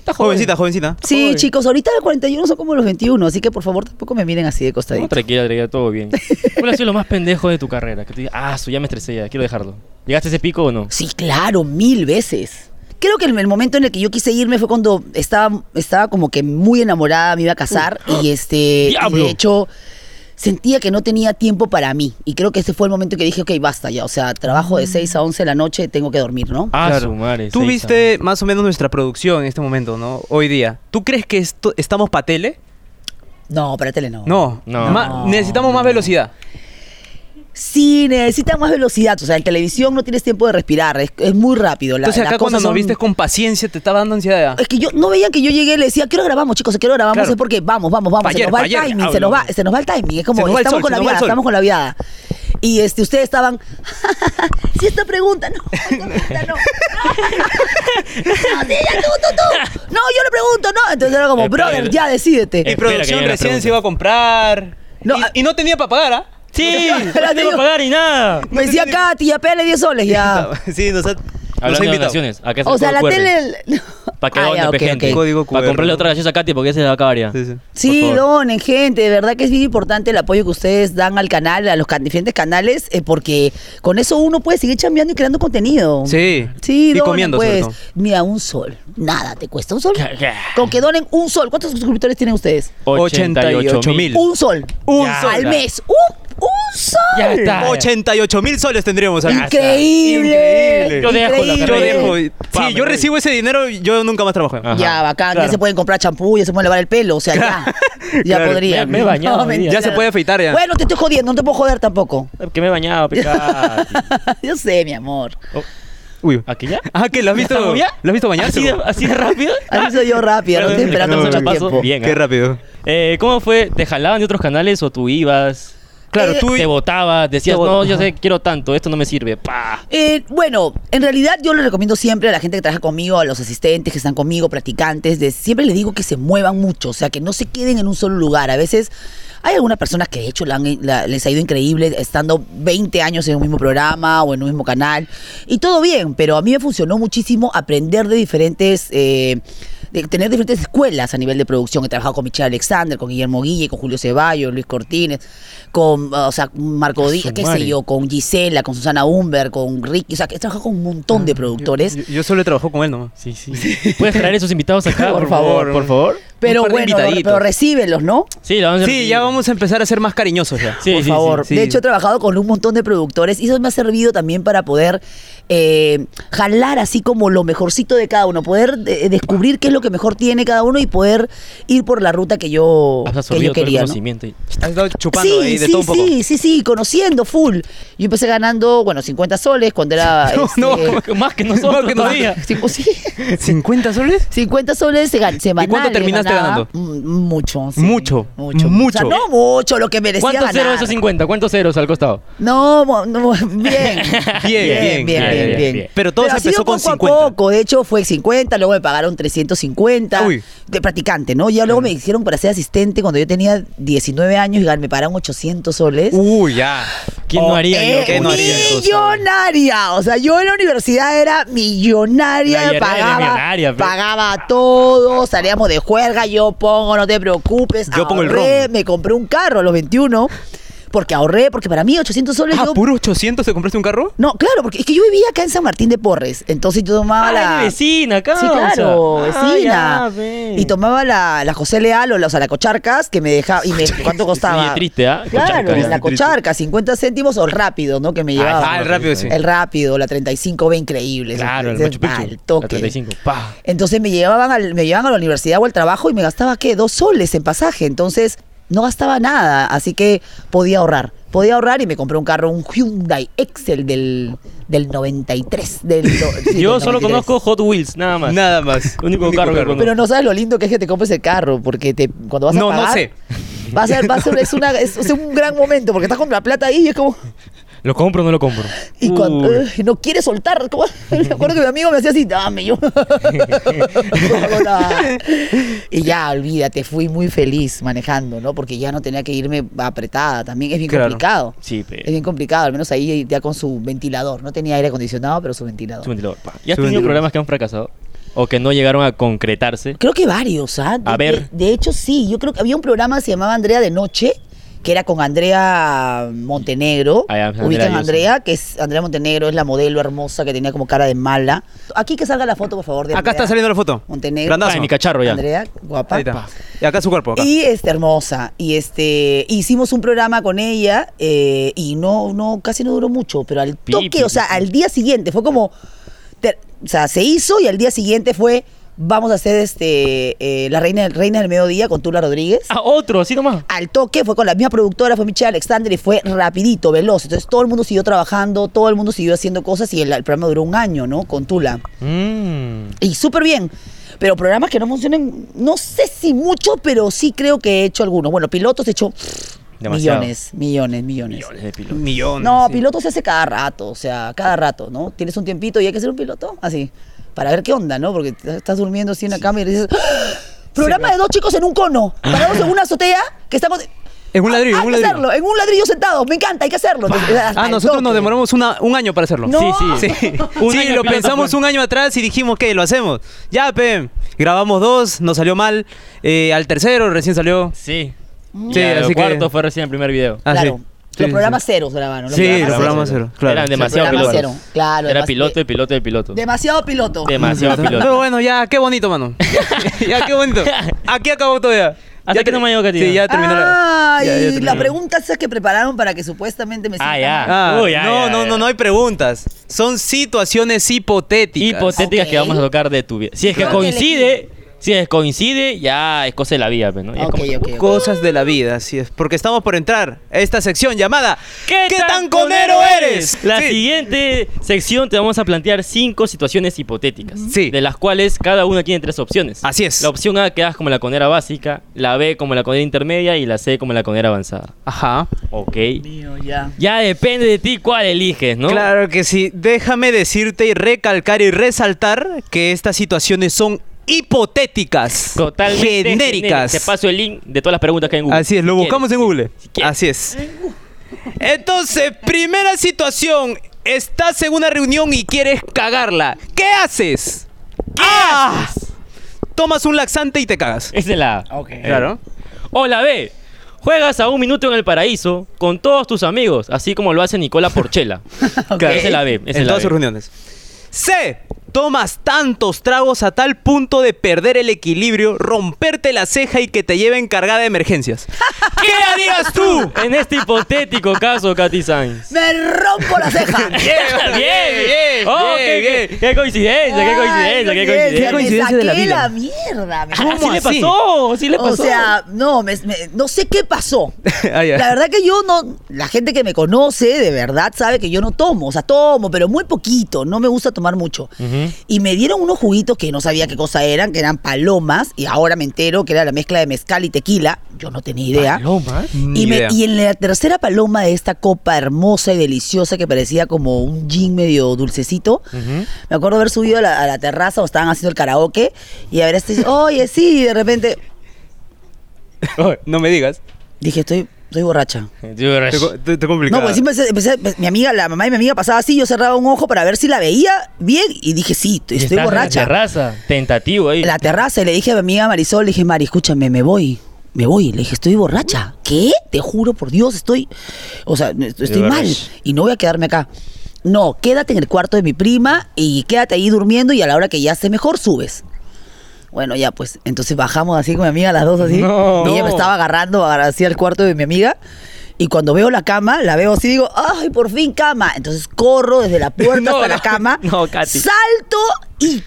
Speaker 3: está jovencita, jovencita.
Speaker 1: Sí,
Speaker 2: Ay.
Speaker 1: chicos, ahorita los 41 son como los 21, así que por favor tampoco me miren así de
Speaker 2: no,
Speaker 1: costadito.
Speaker 2: tranquila, tranquila, todo bien. ¿Cuál ha sido lo más pendejo de tu carrera? Que tú digas, ah, su, ya me estresé, ya quiero dejarlo. ¿Llegaste a ese pico o no?
Speaker 1: Sí, claro, mil veces. Creo que el, el momento en el que yo quise irme fue cuando estaba, estaba como que muy enamorada, me iba a casar y este, y
Speaker 2: ¡Diablo!
Speaker 1: de hecho sentía que no tenía tiempo para mí y creo que ese fue el momento en que dije, ok, basta ya, o sea, trabajo
Speaker 3: Mm.
Speaker 1: de 6 a 11 de la noche, tengo que dormir, ¿no?
Speaker 2: Ah,
Speaker 3: Claro.
Speaker 2: su madre.
Speaker 3: Tú
Speaker 2: seis
Speaker 3: viste más o menos nuestra producción en este momento, ¿no? Hoy día. ¿Tú crees que esto, estamos para tele?
Speaker 1: No, para tele no.
Speaker 3: No.
Speaker 2: No.
Speaker 3: Ma- necesitamos más velocidad.
Speaker 1: Sí, necesita más velocidad, o sea, en televisión no tienes tiempo de respirar, es, es muy rápido. La,
Speaker 3: Entonces
Speaker 1: las
Speaker 3: acá cuando
Speaker 1: cosas
Speaker 3: nos
Speaker 1: son-
Speaker 3: viste con paciencia te estaba dando ansiedad.
Speaker 1: Es que yo no veían que yo llegué y le decía, quiero grabamos, chicos, quiero grabamos,
Speaker 3: Claro.
Speaker 1: es porque vamos, vamos, vamos,
Speaker 3: Pa'
Speaker 1: se
Speaker 3: ayer,
Speaker 1: nos va
Speaker 3: pa'
Speaker 1: el
Speaker 3: ayer,
Speaker 1: timing, se
Speaker 3: hablo.
Speaker 1: nos va, se nos va el timing, es
Speaker 3: Se
Speaker 1: como
Speaker 3: nos va el
Speaker 1: estamos
Speaker 3: sol,
Speaker 1: con
Speaker 3: se
Speaker 1: la
Speaker 3: nos va el
Speaker 1: viada,
Speaker 3: sol.
Speaker 1: estamos con la viada. Y este, ustedes estaban, si esta pregunta, no, esta pregunta no. No, sí, ya tú, tú, tú. No, yo le pregunto, no. Entonces era como,
Speaker 2: Espera,
Speaker 1: brother,
Speaker 2: el-
Speaker 1: ya
Speaker 3: Y
Speaker 1: decídete.
Speaker 2: espera que
Speaker 3: producción
Speaker 2: llegue la
Speaker 3: recién
Speaker 2: pregunta.
Speaker 3: se iba a comprar.
Speaker 1: No,
Speaker 3: y,
Speaker 1: ah-
Speaker 3: y no tenía para pagar, ¿ah?
Speaker 2: Sí,
Speaker 1: Ya,
Speaker 2: no
Speaker 1: ya
Speaker 2: te
Speaker 1: digo.
Speaker 2: iba a pagar ni nada.
Speaker 1: Me decía
Speaker 3: tenía
Speaker 1: Katy, ya pele 10 soles, ya.
Speaker 3: sí, nos ha, nos ha
Speaker 2: Hablando de
Speaker 3: invitado.
Speaker 2: donaciones, acá se
Speaker 1: O sea, la tele.
Speaker 2: Para que
Speaker 1: Ah,
Speaker 2: donen,
Speaker 1: ya,
Speaker 2: pe,
Speaker 1: ok,
Speaker 2: gente.
Speaker 1: ok.
Speaker 3: Código QR,
Speaker 2: Para comprarle
Speaker 3: ¿no?
Speaker 2: otra gaseosa a Katy porque ya se la va a acabar ya.
Speaker 3: Sí, sí.
Speaker 1: Sí,
Speaker 2: favor.
Speaker 1: donen, gente. De verdad que es bien importante el apoyo que ustedes dan al canal, a los can- diferentes canales, eh, porque con eso uno puede seguir chambeando y creando contenido.
Speaker 3: Sí.
Speaker 1: Sí,
Speaker 3: Y
Speaker 1: donen,
Speaker 3: comiendo, sobre
Speaker 1: pues.
Speaker 3: todo.
Speaker 1: Mira, un sol. Nada te cuesta. ¿Un sol?
Speaker 2: ¿Qué, qué?
Speaker 1: Con que donen un sol. ¿Cuántos suscriptores tienen ustedes?
Speaker 2: 88
Speaker 3: mil.
Speaker 2: mil.
Speaker 1: Un sol.
Speaker 3: Un
Speaker 2: Ya.
Speaker 3: sol.
Speaker 1: Al mes. ¡Un, un sol!
Speaker 2: Ya está.
Speaker 3: 88 mil soles tendríamos acá.
Speaker 1: Increíble.
Speaker 3: Increíble.
Speaker 2: Yo dejo la
Speaker 1: Increíble.
Speaker 3: Yo dejo.
Speaker 2: Sí. Pa,
Speaker 3: Sí,
Speaker 2: me
Speaker 3: yo
Speaker 2: voy.
Speaker 3: recibo ese dinero, yo nunca más trabajé.
Speaker 2: Ah. Ajá.
Speaker 1: Ya, bacán. Ya
Speaker 3: Claro.
Speaker 1: se pueden comprar champú, ya se pueden lavar el pelo. O sea, ya. Ya
Speaker 3: Claro.
Speaker 1: podría.
Speaker 2: Me- me he bañado hoy día.
Speaker 1: mentira.
Speaker 3: Ya se puede afeitar ya.
Speaker 1: Bueno, te estoy jodiendo. No te puedo joder tampoco.
Speaker 2: Que me he bañado, pe, Katy.
Speaker 1: Yo sé, mi amor.
Speaker 2: Oh,
Speaker 3: Uy.
Speaker 2: ¿Aquí ya?
Speaker 3: Ah, que lo has visto.
Speaker 2: ¿Estamos
Speaker 3: ¿Lo
Speaker 2: ya?
Speaker 3: has visto bañarse?
Speaker 2: ¿Así de, así de rápido?
Speaker 1: Así soy yo rápido, no estoy
Speaker 2: Perdón,
Speaker 1: esperando
Speaker 2: no,
Speaker 1: mucho
Speaker 2: no, no,
Speaker 1: tiempo.
Speaker 2: Bien,
Speaker 3: Qué
Speaker 2: ah.
Speaker 3: rápido.
Speaker 2: Eh, ¿Cómo fue? ¿Te jalaban de otros canales o tú ibas?
Speaker 3: Claro,
Speaker 1: Eh,
Speaker 3: tú
Speaker 2: ¿Te votabas? Decías,
Speaker 3: Te vot-
Speaker 2: no, yo
Speaker 3: Ajá.
Speaker 2: sé, quiero tanto, esto no me sirve. Pa.
Speaker 1: Eh, bueno, en realidad yo le recomiendo siempre a la gente que trabaja conmigo, a los asistentes que están conmigo, practicantes, de, siempre les digo que se muevan mucho, o sea, que no se queden en un solo lugar. A veces hay algunas personas que de hecho la han- la- les ha ido increíble estando 20 años en un mismo programa o en un mismo canal y todo bien, pero a mí me funcionó muchísimo aprender de diferentes... eh, de tener diferentes escuelas a nivel de producción. He trabajado con Michelle Alexander, con Guillermo Guille, con Julio Ceballos, Luis Cortines, con, o sea, Marco Díaz, qué sé
Speaker 2: madre.
Speaker 1: yo, con Gisela, con Susana Humber, con Ricky, o sea, que he trabajado con un montón de productores.
Speaker 3: Yo, yo solo he trabajado con él nomás.
Speaker 2: Sí, sí. ¿Puedes traer esos invitados acá?
Speaker 1: Por favor.
Speaker 2: Por favor.
Speaker 1: pero
Speaker 3: par de
Speaker 1: bueno,
Speaker 3: invitaditos.
Speaker 1: pero recíbelos, ¿no?
Speaker 2: Sí, la vamos a
Speaker 3: Sí, ya vamos a empezar a ser más cariñosos ya.
Speaker 2: Sí,
Speaker 1: por
Speaker 2: sí,
Speaker 1: favor.
Speaker 3: sí, sí.
Speaker 1: De hecho, he trabajado con un montón de productores y eso me ha servido también para poder eh, jalar así como lo mejorcito de cada uno, poder eh, descubrir qué es lo que mejor tiene cada uno y poder ir por la ruta que yo,
Speaker 2: Has
Speaker 1: que yo
Speaker 2: absorbido todo el
Speaker 1: quería. ¿no?
Speaker 2: conocimiento. y-
Speaker 3: Has estado chupando
Speaker 1: sí,
Speaker 3: ahí de
Speaker 1: sí,
Speaker 3: todo un poco.
Speaker 1: sí, sí, sí, conociendo full. Yo empecé ganando, bueno, 50 soles cuando era... este,
Speaker 3: No,
Speaker 2: Más que nosotros
Speaker 3: Más que nosotros.
Speaker 2: todavía.
Speaker 1: sí, pues sí.
Speaker 3: 50 soles?
Speaker 1: 50 soles se gan- semanales.
Speaker 3: ¿Y cuánto terminaste esté ganando?
Speaker 1: Mm, Mucho, sí.
Speaker 3: Mucho,
Speaker 1: Mucho.
Speaker 3: mucho.
Speaker 1: O sea, no mucho lo que merecía
Speaker 2: ¿Cuántos
Speaker 1: ganar.
Speaker 2: ceros de esos 50? ¿Cuántos ceros al costado?
Speaker 1: No, mo- no, bien.
Speaker 3: bien,
Speaker 1: bien, bien,
Speaker 2: ya, ya, ya,
Speaker 1: bien,
Speaker 2: bien.
Speaker 1: bien.
Speaker 3: Pero todo
Speaker 1: ha
Speaker 3: se empezó
Speaker 1: sido
Speaker 3: con
Speaker 1: poco
Speaker 3: 50.
Speaker 1: a poco. De hecho, fue 50, luego me pagaron 350
Speaker 3: Uy.
Speaker 1: de practicante, ¿no? Ya luego me hicieron para ser asistente cuando yo tenía 19 años y gan- me pagaron 800 soles.
Speaker 3: Uy, ya.
Speaker 2: ¿Quién no haría?
Speaker 1: Eh,
Speaker 2: yo?
Speaker 3: ¿qué no haría?
Speaker 1: millonaria. O sea, yo en la universidad era
Speaker 2: La
Speaker 1: millonaria,
Speaker 2: Yarela era
Speaker 1: pagaba,
Speaker 2: millonaria, pe.
Speaker 1: pagaba todo, salíamos de juerga, yo pongo, no te preocupes.
Speaker 3: Yo pongo el
Speaker 1: ahorré,
Speaker 3: ron.
Speaker 1: Me compré un carro a los 21 porque ahorré, porque para mí 800 soles
Speaker 3: Ah,
Speaker 1: yo...
Speaker 3: ¿puro 800 te compraste un carro?
Speaker 1: No, claro, porque es que yo vivía acá en San Martín de Porres, entonces yo tomaba
Speaker 2: Ah,
Speaker 1: la...
Speaker 2: de vecina, acá.
Speaker 1: Sí,
Speaker 2: Ah,
Speaker 1: claro, vecina. y
Speaker 2: y
Speaker 1: tomaba la, la José Leal o la, o sea, la Cocharcas, que me dejaba. Y me, ¿Cuánto costaba?
Speaker 2: Oye, triste, ¿ah?
Speaker 1: Claro,
Speaker 2: Cocharcas.
Speaker 1: la Cocharca, 50 céntimos o el rápido, ¿no? Que me llevaba.
Speaker 3: Ah, el rápido, sí.
Speaker 1: El rápido, la 35B increíble.
Speaker 2: Claro, el
Speaker 1: Entonces,
Speaker 2: Machu Picchu.
Speaker 1: al toque.
Speaker 2: La 35. Pa.
Speaker 1: Entonces me llevaban, al- me llevaban a la universidad o al trabajo y me gastaba, ¿qué? Dos soles en pasaje. Entonces no gastaba nada, así que podía ahorrar. Podía ahorrar y me compré un carro, un Hyundai Excel del, del 93. Del, no- sí, del
Speaker 2: Yo solo
Speaker 1: 93.
Speaker 2: conozco Hot Wheels, nada más.
Speaker 3: Nada más.
Speaker 2: Único carro que conozco.
Speaker 1: Pero no sabes lo lindo que es que te compres el carro, porque te, cuando vas a
Speaker 3: No, no
Speaker 1: pagar...
Speaker 3: sé.
Speaker 1: Va a ser, va a ser, es, una, es, es un gran momento, porque estás con la plata ahí y es como...
Speaker 2: ¿Lo compro o no lo compro?
Speaker 1: Y cuando,
Speaker 2: Uy.
Speaker 1: eh, no quiere soltar. ¿cómo? Me acuerdo que mi amigo me hacía así, dame yo. No hago nada. y ya, olvídate, fui muy feliz manejando, ¿no? Porque ya no tenía que irme apretada. También es bien
Speaker 3: Claro.
Speaker 1: complicado.
Speaker 2: Sí, pe.
Speaker 1: Es bien complicado, al menos ahí ya con su ventilador. No tenía aire acondicionado, pero su ventilador.
Speaker 2: Su ventilador, pa. ¿Y has tenido
Speaker 3: Su ventilador.
Speaker 2: programas que han fracasado? ¿O que no llegaron a concretarse?
Speaker 1: Creo que varios, ¿ah? De-
Speaker 2: A ver.
Speaker 1: De, de hecho, sí. Yo creo que había un programa que se llamaba Andrea de Noche, que era con Andrea Montenegro.
Speaker 2: Ah, ya, Andrea,
Speaker 1: Ubican
Speaker 2: yo
Speaker 1: a Andrea, que es Andrea Montenegro, es la modelo hermosa que tenía como cara de mala. Aquí que salga la foto, por favor, de
Speaker 3: Acá
Speaker 1: Andrea
Speaker 3: está saliendo la foto.
Speaker 1: Montenegro.
Speaker 3: Grandazo.
Speaker 2: Ah, en mi cacharro ya.
Speaker 1: Andrea, guapa.
Speaker 3: Ahí está. Y acá su cuerpo. acá.
Speaker 1: Y este, hermosa. Y este, hicimos un programa con ella eh, y no, no, casi no duró mucho, pero al
Speaker 2: Pi,
Speaker 1: toque,
Speaker 2: pi,
Speaker 1: o sea,
Speaker 2: pi, pi.
Speaker 1: al día siguiente fue como, te- o sea, se hizo y al día siguiente fue, vamos a hacer este, eh, la reina, reina del mediodía con Tula Rodríguez.
Speaker 2: Ah, otro, así nomás.
Speaker 1: Al toque fue con la misma productora, fue Michelle Alexander y fue rapidito, veloz. Entonces todo el mundo siguió trabajando, todo el mundo siguió haciendo cosas y el, el programa duró un año, ¿no? Con Tula.
Speaker 2: Mm.
Speaker 1: Y súper bien. Pero programas que no funcionen, no sé si mucho, pero sí creo que he hecho algunos. Bueno, pilotos he hecho
Speaker 2: Demasiado.
Speaker 1: millones, millones, millones.
Speaker 2: Millones de pilotos.
Speaker 3: Millones.
Speaker 1: No,
Speaker 3: sí.
Speaker 1: piloto se hace cada rato, o sea, cada rato, ¿no? Tienes un tiempito y hay que hacer un piloto, así, para ver qué onda, ¿no? Porque t- estás durmiendo así en la cama y dices, ¡Ah! programa de dos chicos en un cono, parados en una azotea, que estamos...
Speaker 3: En un ladrillo,
Speaker 1: Ah,
Speaker 3: en un
Speaker 1: hay que
Speaker 3: ladrillo.
Speaker 1: hacerlo, en un ladrillo sentados, me encanta, hay que hacerlo.
Speaker 3: Ah, nosotros nos demoramos una- un año para hacerlo.
Speaker 1: No.
Speaker 2: Sí, sí.
Speaker 3: Sí,
Speaker 2: Un
Speaker 3: Sí,
Speaker 2: año
Speaker 3: lo
Speaker 2: piloto
Speaker 1: pues.
Speaker 3: pensamos
Speaker 2: fue.
Speaker 3: un año atrás y dijimos que lo hacemos. Ya, pe. Grabamos dos, nos salió mal. Eh, al tercero recién salió.
Speaker 2: Sí.
Speaker 3: Sí,
Speaker 2: Sí,
Speaker 3: así
Speaker 2: así
Speaker 3: que-
Speaker 2: cuarto fue recién el primer video.
Speaker 3: Ah,
Speaker 1: claro,
Speaker 3: sí. Sí,
Speaker 1: los
Speaker 3: sí,
Speaker 1: programas ceros grabaron. los
Speaker 3: Sí,
Speaker 1: programas
Speaker 3: los
Speaker 1: ceros.
Speaker 3: programas cero, claro.
Speaker 2: Eran
Speaker 3: Sí,
Speaker 2: demasiado
Speaker 1: programa
Speaker 2: pilotos.
Speaker 1: cero, claro,
Speaker 2: Era
Speaker 1: además
Speaker 2: piloto
Speaker 1: de-
Speaker 2: de piloto de piloto.
Speaker 1: Demasiado piloto.
Speaker 2: Demasiado
Speaker 3: Pero
Speaker 2: piloto.
Speaker 3: bueno, ya, qué bonito, mano. ya, qué bonito. Aquí acabó todo ya.
Speaker 2: Hasta
Speaker 3: Ya
Speaker 2: que no me llegó, Katy.
Speaker 3: Sí, ya terminó. la-
Speaker 1: Ay,
Speaker 3: ya- ya terminó.
Speaker 1: Ah, la pregunta es que prepararon para que supuestamente me
Speaker 2: Ah,
Speaker 1: sientan
Speaker 2: ya.
Speaker 1: mal.
Speaker 3: Ah,
Speaker 2: Uy, ya,
Speaker 3: no,
Speaker 2: ya,
Speaker 3: no,
Speaker 2: ya.
Speaker 3: no, no hay preguntas. Son situaciones hipotéticas.
Speaker 2: Hipotéticas que
Speaker 1: Ok.
Speaker 2: vamos a tocar de tu vida. Si es que
Speaker 1: Creo que
Speaker 2: coincide, si es que coincide, ya es cosa de la vida, pues, ¿no? Ya es
Speaker 1: Ok,
Speaker 2: como-
Speaker 1: ok, ok.
Speaker 3: Cosas de la vida, así es. Porque estamos por entrar a esta sección llamada ¿Qué, tan conero eres?
Speaker 2: La
Speaker 3: Sí.
Speaker 2: siguiente sección te vamos a plantear cinco situaciones hipotéticas.
Speaker 3: Sí.
Speaker 2: De las cuales cada una tiene tres opciones.
Speaker 3: Así es.
Speaker 2: La opción A quedas como la conera básica, la B como la conera intermedia y la C como la conera avanzada.
Speaker 3: Ajá.
Speaker 2: Ok.
Speaker 1: Mío, ya.
Speaker 2: Ya depende de ti cuál eliges, ¿no?
Speaker 3: Claro que sí. Déjame decirte y recalcar y resaltar que estas situaciones son hipotéticas.
Speaker 2: Totalmente
Speaker 3: Genéricas.
Speaker 2: genérica. Te paso el link de todas las preguntas que hay en Google.
Speaker 3: Así es,
Speaker 2: Si
Speaker 3: lo
Speaker 2: quieres,
Speaker 3: buscamos en
Speaker 2: si-
Speaker 3: Google.
Speaker 2: si quieres.
Speaker 3: Así es. Entonces, primera situación. Estás en una reunión y quieres cagarla. ¿Qué haces? Ah, Tomas un laxante y te cagas.
Speaker 2: Esa es la A.
Speaker 1: Ok.
Speaker 3: Claro.
Speaker 2: O la B. Juegas a un minuto en el paraíso con todos tus amigos, así como lo hace Nicola Porchela.
Speaker 1: Claro.
Speaker 2: Esa es la B. Esa
Speaker 3: en
Speaker 2: es la
Speaker 3: todas
Speaker 2: B.
Speaker 3: sus reuniones. C. Tomas tantos tragos a tal punto de perder el equilibrio, romperte la ceja y que te lleven cargada de emergencias. ¿Qué harías tú?
Speaker 2: En este hipotético caso, Katy Sainz.
Speaker 1: Me rompo la ceja.
Speaker 2: bien, bien. Oh, qué,
Speaker 3: bien,
Speaker 2: qué- qué coincidencia, qué coincidencia,
Speaker 1: Ay,
Speaker 2: qué
Speaker 1: coincidencia, Me
Speaker 2: coincidencia.
Speaker 3: coincidencia
Speaker 1: saqué
Speaker 3: de la
Speaker 1: la,
Speaker 3: vida.
Speaker 1: mierda. me-
Speaker 2: Así
Speaker 3: ¿Cómo
Speaker 2: le
Speaker 3: así?
Speaker 2: pasó, así le pasó.
Speaker 1: O sea, no, me- me- no sé qué pasó.
Speaker 3: Ah, ya.
Speaker 1: La verdad que yo no, la gente que me conoce de verdad sabe que yo no tomo, o sea, tomo, pero muy poquito, no me gusta tomar mucho. y me dieron unos juguitos que no sabía qué cosa eran, que eran palomas, y ahora me entero que era la mezcla de mezcal y tequila, yo no tenía idea.
Speaker 2: Palomas.
Speaker 3: Ni
Speaker 1: Y, me-
Speaker 3: idea.
Speaker 1: y en la tercera paloma de esta copa hermosa y deliciosa que parecía como un gin medio dulcecito, me acuerdo haber subido a la, a la terraza donde estaban haciendo el karaoke y haber estado, oye, sí, y de repente
Speaker 3: Oye, no me digas.
Speaker 1: dije, estoy, estoy borracha.
Speaker 3: Te, co- te- te complicada.
Speaker 1: No, pues siempre empecé, empecé- pues, mi amiga, la mamá de mi amiga pasaba así, yo cerraba un ojo para ver si la veía bien y dije, sí, estoy, estoy borracha.
Speaker 2: La terraza. Tentativo ahí.
Speaker 1: En la terraza y le dije a mi amiga Marisol, le dije, Mari, escúchame, me voy. Me voy, le dije, estoy borracha. ¿Qué? Te juro por Dios, estoy. O sea, estoy mal.
Speaker 2: borracha.
Speaker 1: Y no voy a quedarme acá. No, quédate en el cuarto de mi prima y quédate ahí durmiendo y a la hora que ya esté mejor subes. Bueno, ya pues. Entonces bajamos así con mi amiga, las dos así.
Speaker 2: No.
Speaker 1: y ella me estaba agarrando agar- así al cuarto de mi amiga. Y cuando veo la cama, la veo así, digo, ¡ay, por fin cama! Entonces corro desde la puerta
Speaker 2: No,
Speaker 1: hasta
Speaker 2: no,
Speaker 1: la cama.
Speaker 2: no, Katy.
Speaker 1: Salto y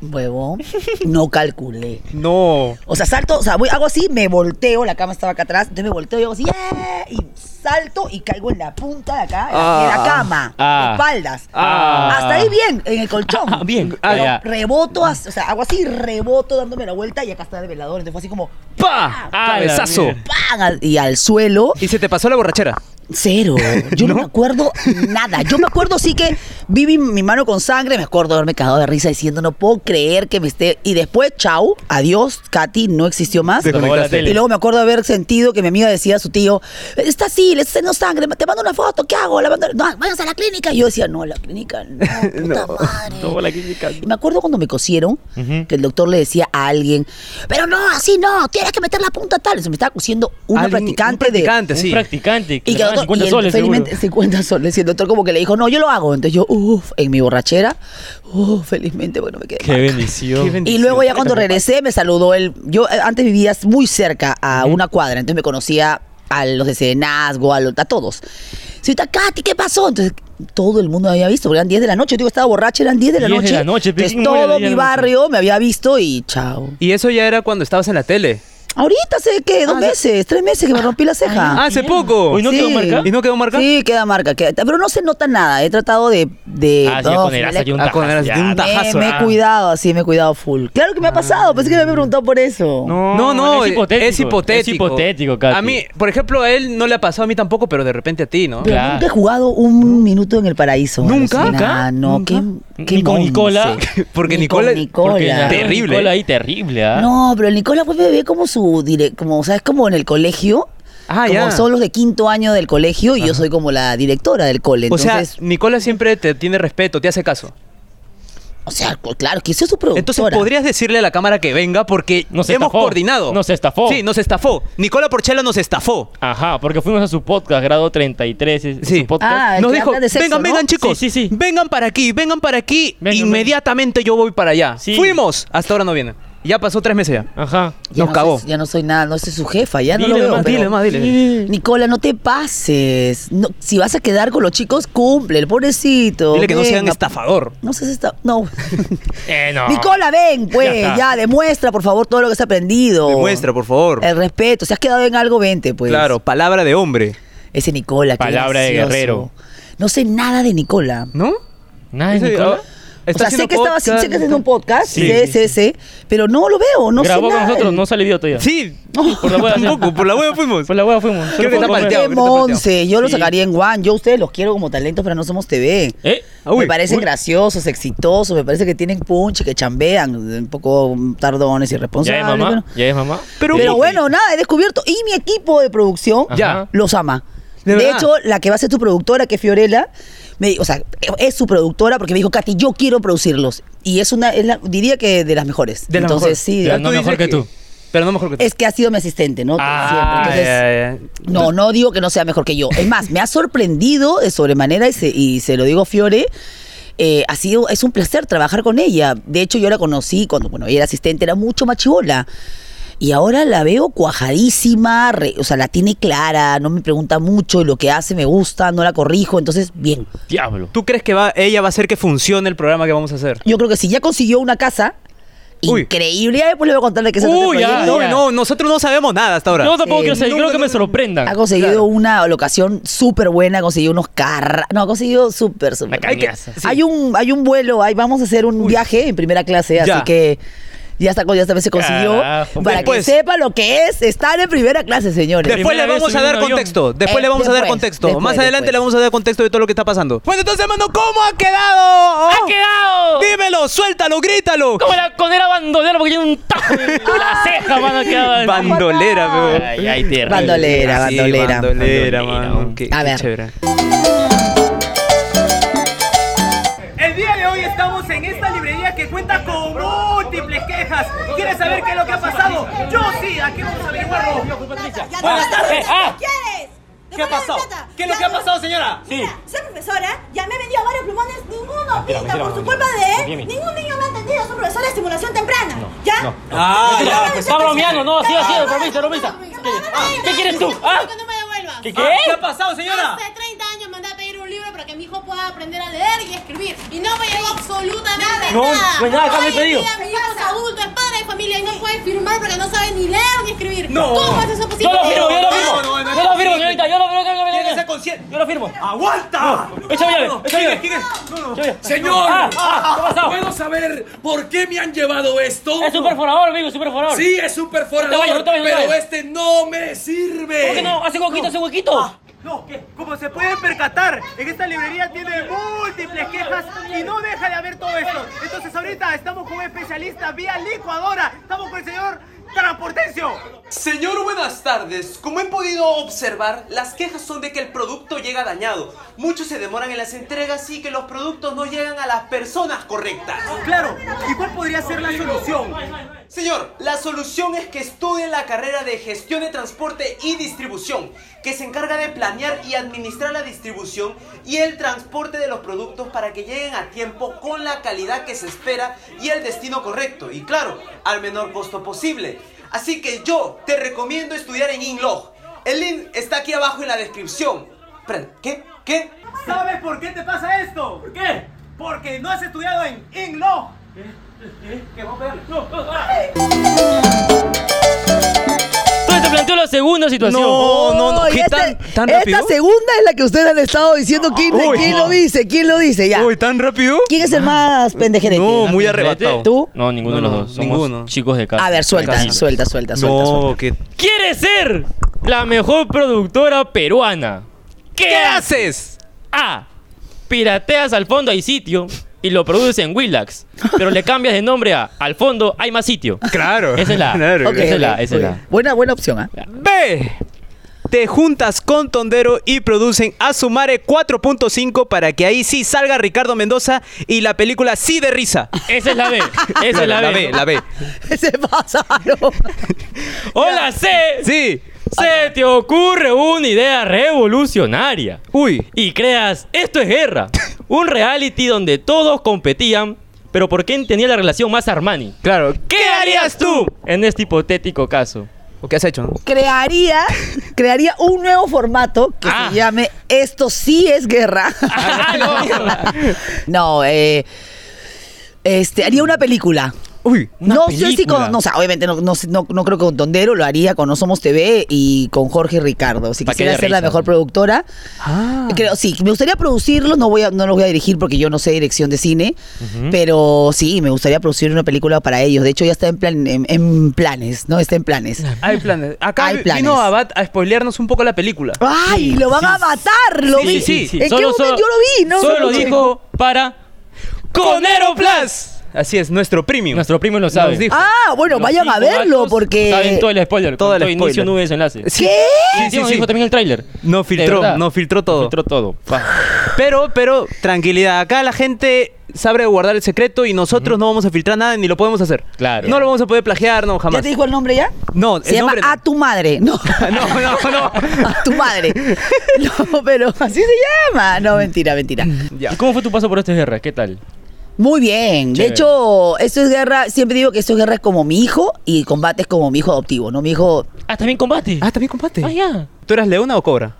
Speaker 1: Huevón, no calculé.
Speaker 3: No.
Speaker 1: O sea, salto, o sea, voy, hago así, me volteo, la cama estaba acá atrás, entonces me volteo y hago así, ¡eh! y salto y caigo en la punta de acá, en la- en la
Speaker 3: Ah,
Speaker 1: cama,
Speaker 2: ah,
Speaker 1: espaldas.
Speaker 2: ah.
Speaker 1: Hasta ahí bien, en el colchón.
Speaker 2: Ah, bien.
Speaker 1: Pero
Speaker 2: Ah, ya.
Speaker 1: reboto, as- o sea, hago así, reboto dándome la vuelta y acá está el velador. Entonces fue así como,
Speaker 3: ¡Pa!
Speaker 2: Ah, la
Speaker 3: ¡Cabezazo!
Speaker 2: mierda.
Speaker 1: ¡pam! Al- Y al suelo.
Speaker 3: Y se te pasó la borrachera.
Speaker 1: Cero. Yo no, me acuerdo nada. Yo me acuerdo sí que vi mi, mi mano con sangre, me acuerdo haberme cagado de risa diciendo, no puedo creer que me esté. Y después, chau, adiós, Katy, no existió más.
Speaker 3: Te
Speaker 2: Como la
Speaker 3: conectaste.
Speaker 2: tele.
Speaker 1: Y luego me acuerdo haber sentido que mi amiga decía a su tío, está así, le está haciendo sangre, te mando una foto, ¿qué hago? La mando- no, váyanse a la clínica. Y yo decía, no, la clínica, no, puta madre.
Speaker 2: Como la clínica.
Speaker 1: Y me acuerdo cuando me cosieron, que el doctor le decía a alguien, pero no, así no, tienes que meter la punta tal. Entonces me estaba cosiendo una
Speaker 3: Alguien- un
Speaker 1: practicante, de
Speaker 3: practicante,
Speaker 2: Un
Speaker 3: sí.
Speaker 2: practicante. Que
Speaker 1: y
Speaker 2: le
Speaker 1: que el
Speaker 2: daban
Speaker 1: doctor,
Speaker 2: 50
Speaker 1: y el-
Speaker 2: soles. seguro.
Speaker 1: felizmente 50 soles. Y el doctor como que le dijo, no, yo lo hago. Entonces yo, uff, en mi borrachera, uff, felizmente, bueno, me quedé.
Speaker 2: Qué
Speaker 1: mal.
Speaker 2: bendición.
Speaker 3: Qué bendición.
Speaker 1: Y luego ya cuando regresé me saludó él. Yo eh, antes vivía muy cerca a una cuadra, entonces me conocía a los de Sedenazgo, a, los- a todos. Señorita Katy, ¿qué pasó? Entonces todo el mundo me había visto, porque eran 10 de la noche. Yo digo, estaba borracha, eran 10 de la
Speaker 2: 10 de
Speaker 1: noche.
Speaker 2: la noche,
Speaker 1: entonces
Speaker 2: ¿quién muere a
Speaker 1: todo
Speaker 2: 10 de
Speaker 1: mi
Speaker 2: la noche?
Speaker 1: barrio me había visto y chao.
Speaker 3: Y eso ya era cuando estabas en la tele.
Speaker 1: Ahorita sé que dos
Speaker 3: Ah, ya.
Speaker 1: meses, tres meses que me rompí la ceja.
Speaker 3: Ah, hace poco.
Speaker 2: Uy, ¿no quedó marca?
Speaker 3: ¿Y no quedó marca?
Speaker 1: Sí, queda marca. queda- pero no se nota nada. He tratado de. de
Speaker 2: Ah, sí,
Speaker 1: no,
Speaker 2: con el asa
Speaker 1: me,
Speaker 2: y un
Speaker 3: Ah, con el
Speaker 2: tajazo,
Speaker 3: asa
Speaker 2: ya.
Speaker 3: y un tajazo. tajazo, Ah.
Speaker 1: me he
Speaker 2: ah.
Speaker 1: cuidado, sí, me he cuidado full. Claro que me ha pasado, pensé que me había preguntado por eso.
Speaker 3: No, no,
Speaker 2: es hipotético.
Speaker 3: Es hipotético.
Speaker 2: Es hipotético, Katy.
Speaker 3: A mí, por ejemplo, a él no le ha pasado a mí tampoco, pero de repente a ti, ¿no?
Speaker 1: Pero
Speaker 2: Claro.
Speaker 1: nunca he jugado un minuto en el paraíso.
Speaker 3: ¿Nunca?
Speaker 1: Alucina, no,
Speaker 2: ¿Nunca?
Speaker 1: qué- qué
Speaker 2: Ni con Nicola.
Speaker 1: monse.
Speaker 3: Porque
Speaker 1: Ni
Speaker 3: Nicola-
Speaker 1: con Nicola.
Speaker 2: Porque narró
Speaker 3: Terrible.
Speaker 2: Nicola ahí, terrible, ¿ah?
Speaker 1: No, pero el Nicola pues me ve como su dire- como sabes como en el colegio.
Speaker 3: Ah,
Speaker 1: como
Speaker 3: ya.
Speaker 1: son los de quinto año del colegio y yo soy como la directora del cole.
Speaker 3: O sea,
Speaker 1: Entonces,
Speaker 3: Nicola siempre te tiene respeto, te hace caso.
Speaker 1: o sea, pues, claro, que eso es su productora.
Speaker 3: Entonces, podrías decirle a la cámara que venga porque
Speaker 2: Nos
Speaker 3: hemos
Speaker 2: estafó.
Speaker 3: coordinado.
Speaker 2: Nos estafó.
Speaker 3: Sí, nos estafó. Nicola Porchela nos estafó.
Speaker 2: Ajá, porque fuimos a su podcast, grado 33, es-
Speaker 3: Sí.
Speaker 2: su podcast.
Speaker 1: Ah, el
Speaker 3: nos
Speaker 1: que
Speaker 3: dijo,
Speaker 1: habla de sexo, ¿no?
Speaker 3: vengan, vengan chicos,
Speaker 2: Sí, sí, sí.
Speaker 3: vengan para aquí, vengan para aquí,
Speaker 2: Vengan,
Speaker 3: inmediatamente yo voy para allá.
Speaker 2: Sí.
Speaker 3: Fuimos, hasta ahora no vienen. Ya pasó tres meses ya.
Speaker 2: Ajá.
Speaker 1: Pues Ya
Speaker 3: nos
Speaker 1: no
Speaker 3: cagó.
Speaker 1: soy- ya no soy nada, no soy su jefa, ya no
Speaker 2: Dile
Speaker 1: lo veo.
Speaker 2: nomás,
Speaker 1: pero-
Speaker 3: dile más, dile.
Speaker 1: Nicola, no te pases. No, si vas a quedar con los chicos, cumple, el pobrecito.
Speaker 3: Dile que no sean
Speaker 1: venga.
Speaker 3: estafador.
Speaker 1: No seas esta. No.
Speaker 2: Eh, no.
Speaker 1: Nicola, ven, pues,
Speaker 2: Ya
Speaker 1: ya,
Speaker 2: está.
Speaker 1: demuestra, por favor, todo lo que has aprendido.
Speaker 3: Demuestra, por favor.
Speaker 1: El respeto. Si has quedado en algo, vente, pues.
Speaker 3: Claro, palabra de hombre.
Speaker 1: Ese Nicola, qué
Speaker 2: Palabra de
Speaker 1: gracioso.
Speaker 2: guerrero.
Speaker 1: No sé nada de Nicola.
Speaker 3: ¿No?
Speaker 2: Nada de
Speaker 3: Ese-
Speaker 2: Nicola.
Speaker 3: ah, está
Speaker 1: o sea, sé
Speaker 3: haciendo
Speaker 1: que estaba sé
Speaker 3: podcast,
Speaker 1: que está haciendo un podcast,
Speaker 2: Sí,
Speaker 1: sí, sí,
Speaker 2: sí,
Speaker 1: sí, pero no lo veo, no sé
Speaker 2: Grabó con
Speaker 1: nada.
Speaker 2: nosotros, no sale video todavía.
Speaker 3: Sí,
Speaker 2: Por la hueva, sí.
Speaker 3: tampoco, por la hueva fuimos.
Speaker 2: Pues la hueá fuimos.
Speaker 3: Creo que está
Speaker 2: Fuimos.
Speaker 3: palteado.
Speaker 1: Qué
Speaker 3: ahorita planteado.
Speaker 1: monse, yo lo
Speaker 2: Sí.
Speaker 1: sacaría en One. Yo a ustedes los quiero como talentos, pero no somos TV.
Speaker 2: ¿Eh?
Speaker 3: Ah, Uy,
Speaker 1: me parecen
Speaker 3: uy.
Speaker 1: graciosos, exitosos, me parece que tienen punch, que chambean, eh, un poco tardones,
Speaker 2: ¿Ya
Speaker 1: irresponsables.
Speaker 2: es mamá?
Speaker 1: bueno.
Speaker 2: ¿Ya es mamá?
Speaker 1: Pero, bueno, nada, he descubierto. Y mi equipo de producción
Speaker 2: Ajá.
Speaker 3: Ya.
Speaker 1: los ama.
Speaker 3: ¿De
Speaker 1: De,
Speaker 3: verdad?
Speaker 1: hecho, la que va a ser tu productora, que es Fiorella, me, di- o sea, es su productora porque me dijo, Katy, yo quiero producirlos. Y es una, es la- diría que de las mejores.
Speaker 3: De las
Speaker 1: Entonces,
Speaker 3: mejores.
Speaker 1: sí.
Speaker 2: Ya,
Speaker 3: Tú
Speaker 2: no
Speaker 3: dices
Speaker 2: mejor que tú.
Speaker 3: Pero no mejor que tú.
Speaker 1: Es que ha sido mi asistente, ¿no? Como
Speaker 2: Ah,
Speaker 1: siempre. Entonces,
Speaker 3: Ay, ay, ay.
Speaker 1: no, no digo que no sea mejor que yo. Es más, me ha sorprendido de sobremanera y se, y se lo digo a Fiore. eh, ha sido, es un placer trabajar con ella. De hecho, yo la conocí cuando, bueno, ella era asistente, era mucho más chibola. Y ahora la veo cuajadísima, re- o sea, la tiene clara, no me pregunta mucho, y lo que hace me gusta, no la corrijo, entonces, bien.
Speaker 2: Diablo.
Speaker 3: ¿Tú crees que va, ella va a hacer que funcione el programa que vamos a hacer?
Speaker 1: Yo creo que si ya consiguió una casa,
Speaker 3: Uy.
Speaker 1: increíble. Ya después le voy a contar de qué se trata el
Speaker 2: Uy, ya,
Speaker 1: proyecto.
Speaker 3: Uy, no, nosotros no sabemos nada hasta ahora.
Speaker 2: Yo tampoco
Speaker 1: Sí.
Speaker 2: quiero saber,
Speaker 3: No,
Speaker 2: quiero que
Speaker 3: no,
Speaker 2: me
Speaker 3: no.
Speaker 1: Ha
Speaker 2: sorprendan.
Speaker 1: conseguido
Speaker 3: Claro.
Speaker 1: una locación súper buena, ha conseguido unos carros. No, ha conseguido súper, súper.
Speaker 2: Hay que- sí.
Speaker 1: Hay, un, hay un vuelo, ahí vamos a hacer un viaje en primera clase, así
Speaker 3: Ya.
Speaker 1: que ya está, ya esta se consiguió.
Speaker 2: Carajo.
Speaker 1: para
Speaker 3: Después.
Speaker 1: que sepa lo que es estar en primera clase, señores.
Speaker 3: Después le
Speaker 2: Primera vez
Speaker 3: vamos a
Speaker 2: subí
Speaker 3: dar
Speaker 2: un avión.
Speaker 3: contexto. Después
Speaker 1: Eh,
Speaker 3: le vamos a dar
Speaker 1: después,
Speaker 3: contexto.
Speaker 1: después,
Speaker 3: Más adelante
Speaker 1: después.
Speaker 3: le vamos a dar contexto de todo lo que está pasando.
Speaker 4: Pues
Speaker 3: Bueno, entonces, hermano, ¿cómo ha quedado?
Speaker 4: Oh,
Speaker 2: ¡Ha quedado!
Speaker 3: Dímelo, suéltalo, grítalo.
Speaker 2: Como la conera bandolera porque tiene un tajo en la ceja, mano, que ha-
Speaker 3: Bandolera, weón.
Speaker 2: Ay, ay, tierra.
Speaker 1: Bandolera,
Speaker 3: Sí,
Speaker 1: bandolera.
Speaker 2: Bandolera,
Speaker 3: bandolera, mano. Qué-
Speaker 1: A
Speaker 3: qué
Speaker 1: ver.
Speaker 3: chévere.
Speaker 5: El día de hoy estamos en esta librería que cuenta con múltiples quejas. ¿Quieres saber qué es lo que ha pasado? Yo sí, aquí vamos a averiguarlo.
Speaker 6: Buenas tardes.
Speaker 5: Ah.
Speaker 6: ¿Qué quieres?
Speaker 5: ¿Qué ha pasado? ¿Qué es lo que ha pasado, señora?
Speaker 6: Sí. Esa profesora ya me vendió varios plumones, ninguno pinta por su culpa de él. Ningún niño me ha entendido su profesora de estimulación temprana. ¿Ya?
Speaker 5: Ah, ya,
Speaker 6: ah, Ahora
Speaker 5: pues,
Speaker 6: yo
Speaker 2: está
Speaker 6: te-
Speaker 2: bromeando, no, sí, así, bromista, bromista.
Speaker 6: ¿Qué,
Speaker 2: Ah, ¿qué quieres tú? Ah.
Speaker 6: Que no me devuelvas.
Speaker 2: ¿Qué,
Speaker 5: Ah, ¿Qué
Speaker 2: qué?
Speaker 5: ha pasado, señora?
Speaker 6: Hace 30 años mandé a pedir un libro para que mi hijo pueda aprender a leer y escribir. Y no me llegó absolutamente
Speaker 2: No,
Speaker 6: nada.
Speaker 2: pues nada, acá me he
Speaker 6: Hoy en
Speaker 2: pedido.
Speaker 6: día Mi hijo es adulto, es padre de familia y no puede firmar porque no sabe ni leer ni escribir.
Speaker 5: No.
Speaker 6: ¿Cómo es eso
Speaker 2: Yo
Speaker 6: posible? Ah,
Speaker 2: lo firmo, yo lo firmo.
Speaker 5: No, no, no,
Speaker 2: Yo lo firmo,
Speaker 5: no.
Speaker 2: señorita, yo lo firmo. yo lo
Speaker 5: ¿Quién es el
Speaker 2: firmo.
Speaker 5: consciente?
Speaker 2: Yo lo firmo.
Speaker 5: ¡Aguanta!
Speaker 2: Échame llave, échame
Speaker 5: ¿Quién es?
Speaker 2: llave.
Speaker 5: ¿Quién es? No, no.
Speaker 2: Yo ya.
Speaker 7: Señor,
Speaker 2: Ah, ah, ¿qué ha pasado?
Speaker 7: ¿puedo saber por qué me han llevado esto?
Speaker 2: Es un perforador, amigo, es un perforador.
Speaker 7: Sí, es un perforador,
Speaker 2: No te vayas, no te vayas, no te
Speaker 7: pero
Speaker 2: vayas.
Speaker 7: este no me sirve.
Speaker 2: ¿Por qué no? Hace huequito, hace huequito.
Speaker 5: No, ¿qué? como se pueden percatar, en esta librería tiene múltiples quejas y no deja de haber todo esto. Entonces ahorita estamos con un especialista vía licuadora. Estamos con el señor Transportencio.
Speaker 4: Señor, buenas tardes. Como he podido observar, las quejas son de que el producto llega dañado. Muchos se demoran en las entregas y que los productos no llegan a las personas correctas.
Speaker 5: Claro, ¿y cuál podría ser la solución?
Speaker 4: Señor, la solución es que estudien la carrera de gestión de transporte y distribución, que se encarga de planear y administrar la distribución y el transporte de los productos para que lleguen a tiempo con la calidad que se espera y el destino correcto, y claro, al menor costo posible. Así que yo te recomiendo estudiar en InLog. El link está aquí abajo en la descripción. Espera, ¿Qué? ¿Qué?
Speaker 5: ¿Sabes por qué te pasa esto? ¿Por qué? Porque no has estudiado en INLO. ¿Qué? ¿Qué? ¿Qué? ¿Vamos a pegar? No, no, ah.
Speaker 2: Entonces te planteo la segunda situación.
Speaker 3: No, no, no.
Speaker 1: Uy,
Speaker 3: ¿Qué
Speaker 1: esta-
Speaker 3: tan, tan
Speaker 1: Oh, este, esta
Speaker 3: rápido?
Speaker 1: segunda es la que ustedes han estado diciendo. ¿Quién,
Speaker 3: Uy,
Speaker 1: ¿quién
Speaker 3: no.
Speaker 1: lo dice? ¿Quién lo dice? Ya.
Speaker 3: Uy, ¿tan rápido?
Speaker 1: ¿Quién es el más pendejerete?
Speaker 3: No, muy
Speaker 2: ¿Vete?
Speaker 3: arrebatado.
Speaker 1: ¿Tú?
Speaker 2: No, ninguno de los
Speaker 3: No,
Speaker 2: dos. Somos
Speaker 3: ninguno.
Speaker 2: chicos de casa.
Speaker 1: A ver, suelta,
Speaker 3: Casi.
Speaker 1: suelta, suelta, suelta.
Speaker 3: No,
Speaker 1: suelta.
Speaker 3: que...
Speaker 2: ¿Quieres ser la mejor productora peruana?
Speaker 3: ¿Qué haces?
Speaker 2: A. Pirateas al fondo hay sitio y lo produces en Willax, pero le cambias de nombre a al fondo hay más sitio.
Speaker 3: Claro.
Speaker 2: Esa es la A.
Speaker 3: Claro.
Speaker 1: Ok,
Speaker 2: Esa es la,
Speaker 1: ok,
Speaker 2: esa es
Speaker 1: muy
Speaker 2: la.
Speaker 1: bien. Buena, buena opción, ¿ah?
Speaker 3: B. Te juntas con Tondero y producen a Sumare 4.5 para que ahí sí salga Ricardo Mendoza y la película sí de risa.
Speaker 2: Esa es la B. Esa
Speaker 3: Claro,
Speaker 2: es la B.
Speaker 3: la B, la B.
Speaker 1: Se pasaron.
Speaker 2: Hola C.
Speaker 3: Sí.
Speaker 2: Se te ocurre una idea revolucionaria
Speaker 3: Uy.
Speaker 2: y creas esto es guerra, un reality donde todos competían, pero por quién tenía la relación más Armani.
Speaker 3: Claro.
Speaker 2: ¿Qué harías tú en este hipotético caso?
Speaker 3: ¿Qué has hecho?
Speaker 1: crearía, crearía un nuevo formato que
Speaker 2: Ah.
Speaker 1: se llame Esto sí es guerra.
Speaker 2: Ah, no.
Speaker 1: no, eh, este, haría una película.
Speaker 3: Uy.
Speaker 2: Una
Speaker 1: no sé si
Speaker 2: película.
Speaker 1: con, no, o sea, obviamente no, no, no- no creo que con Tondero lo haría con No Somos TV y con Jorge Ricardo. Si
Speaker 2: Pa' que
Speaker 1: quisiera
Speaker 2: haya
Speaker 1: ser la
Speaker 2: risa. Ah.
Speaker 1: mejor productora, creo sí, me gustaría producirlos, no voy a, no los voy a dirigir porque yo no sé dirección de cine, pero sí, me gustaría producir una película para ellos. De hecho, ya está en plan, en, en planes, ¿no? Está en planes.
Speaker 3: Hay planes. Ah. Acá
Speaker 1: Hay
Speaker 3: vi-
Speaker 1: planes.
Speaker 3: vino Abad a spoilearnos un poco la película.
Speaker 1: ¡Ay! ¡Lo van a matar! ¡Lo
Speaker 3: sí,
Speaker 1: vi!
Speaker 3: sí, sí.
Speaker 1: ¿En qué momento yo lo vi? No,
Speaker 2: solo
Speaker 1: no, no.
Speaker 2: dijo para Conero Plus.
Speaker 3: Así es, nuestro premium.
Speaker 2: Nuestro primo lo sabe.
Speaker 3: Nos dijo.
Speaker 1: Ah, bueno,
Speaker 2: Los
Speaker 1: vayan a
Speaker 2: cinco
Speaker 1: verlo
Speaker 2: gatos
Speaker 1: porque.
Speaker 2: Saben todo el spoiler.
Speaker 3: Todo
Speaker 2: Todo
Speaker 3: el
Speaker 2: el inicio,
Speaker 3: spoiler.
Speaker 2: nube, desenlace.
Speaker 3: Sí.
Speaker 1: ¿Qué?
Speaker 2: Sí, sí,
Speaker 3: sí,
Speaker 2: nos
Speaker 3: sí.
Speaker 2: dijo también el tráiler.
Speaker 3: No
Speaker 2: De
Speaker 3: filtró,
Speaker 2: verdad.
Speaker 3: no filtró todo.
Speaker 2: Filtró todo.
Speaker 3: Pero, pero, tranquilidad. Acá la gente sabe guardar el secreto y nosotros no vamos a filtrar nada ni lo podemos hacer.
Speaker 2: Claro.
Speaker 3: No lo vamos a poder plagiar, no,
Speaker 1: ¿Ya
Speaker 3: jamás.
Speaker 1: te dijo el nombre ya?
Speaker 3: No,
Speaker 1: Se
Speaker 3: el
Speaker 1: llama
Speaker 3: nombre no.
Speaker 1: A tu madre. No.
Speaker 3: No, no, no.
Speaker 1: A tu madre. No, pero así se llama. No, mentira, mentira.
Speaker 3: Ya.
Speaker 2: ¿Y cómo fue tu paso por esta guerra? ¿Qué tal?
Speaker 1: Muy bien. De
Speaker 2: Chévere.
Speaker 1: hecho, esto es guerra. Siempre digo que esto es guerra es como mi hijo y combate es como mi hijo adoptivo, ¿no? Mi hijo.
Speaker 2: Ah, también combate.
Speaker 3: Ah, también combate.
Speaker 2: Ah, ya.
Speaker 3: ¿Tú eras leona o cobra?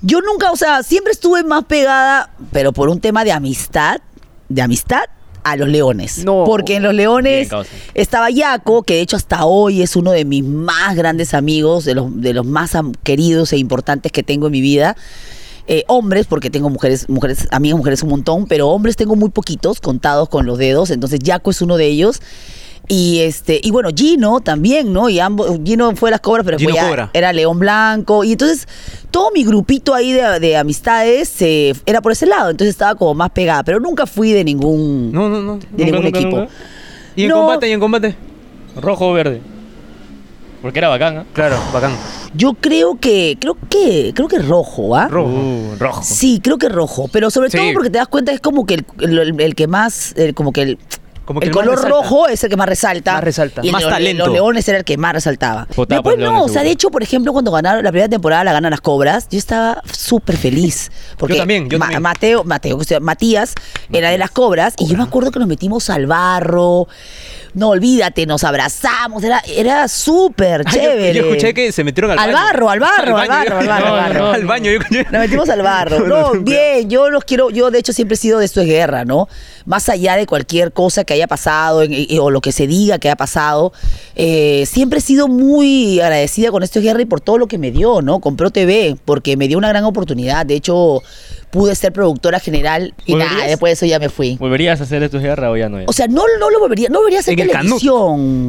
Speaker 1: Yo nunca, o sea, siempre estuve más pegada, pero por un tema de amistad, de amistad a los leones.
Speaker 3: No.
Speaker 1: Porque en los leones
Speaker 2: Bien, causa.
Speaker 1: estaba Yaco, que de hecho hasta hoy es uno de mis más grandes amigos, de los, de los más am- queridos e importantes que tengo en mi vida. Eh, hombres, porque tengo mujeres, mujeres, amigas, mujeres un montón, pero hombres tengo muy poquitos, contados con los dedos, entonces Yaco es uno de ellos. Y este, y bueno, Gino también, ¿no? Y ambos, Gino fue a las cobras, pero
Speaker 3: Gino
Speaker 1: fue a-
Speaker 3: Cobra.
Speaker 1: era León Blanco. Y entonces todo mi grupito ahí de, de amistades eh, era por ese lado, entonces estaba como más pegada, pero nunca fui de ningún,
Speaker 3: No, no, no.
Speaker 1: de
Speaker 2: nunca,
Speaker 1: ningún
Speaker 2: nunca,
Speaker 1: equipo.
Speaker 2: nunca.
Speaker 3: ¿Y en
Speaker 1: No.
Speaker 3: combate? ¿Y en combate?
Speaker 2: Rojo o verde. Porque era bacán, ¿ah?
Speaker 3: Claro, bacán.
Speaker 1: Yo creo que, creo que, creo que rojo, ¿ah?
Speaker 3: Rojo.
Speaker 2: Uh, rojo.
Speaker 1: Sí, creo que rojo, pero sobre
Speaker 3: Sí.
Speaker 1: todo porque te das cuenta es como que el, el- el que más, el- como que el,
Speaker 3: Como que
Speaker 1: el
Speaker 3: el más
Speaker 1: color
Speaker 3: resalta.
Speaker 1: rojo es el que más resalta.
Speaker 3: Más resalta.
Speaker 1: Y el
Speaker 3: Más
Speaker 1: de los-
Speaker 3: talento.
Speaker 1: Los leones era el que más resaltaba.
Speaker 2: Votaba
Speaker 1: Después
Speaker 2: por los
Speaker 1: no,
Speaker 2: leones,
Speaker 1: o sea, de
Speaker 2: seguro.
Speaker 1: hecho, por ejemplo, cuando ganaron la primera temporada, la ganan las cobras, yo estaba súper feliz. Porque
Speaker 3: también, yo también.
Speaker 1: Mateo, Mateo, o sea, Matías, era de las cobras, y yo me acuerdo que nos metimos al barro. No olvídate, nos abrazamos, era, era súper
Speaker 3: Ah, yo-
Speaker 1: chévere.
Speaker 3: Yo, escuché que se metieron al
Speaker 1: Al
Speaker 3: baño.
Speaker 1: barro, al barro, al barro, al barro,
Speaker 2: al barro.
Speaker 3: Al baño, yo escuché.
Speaker 1: Nos metimos al barro. No, bien, yo los quiero, yo de hecho siempre he sido de esto es guerra, ¿no? Más allá de cualquier cosa que haya pasado en- eh, o lo que se diga que haya pasado, eh, siempre he sido muy agradecida con esto es guerra y por todo lo que me dio, ¿no? Con Pro TV, porque me dio una gran oportunidad. De hecho, pude ser productora general y nada,
Speaker 2: ¿Volverías?
Speaker 1: después de eso ya me fui.
Speaker 2: ¿Volverías a hacer esto guerra o ya no? Ya?
Speaker 1: O sea, no, no lo volvería, no volvería a hacer
Speaker 3: En el Canut.
Speaker 1: televisión.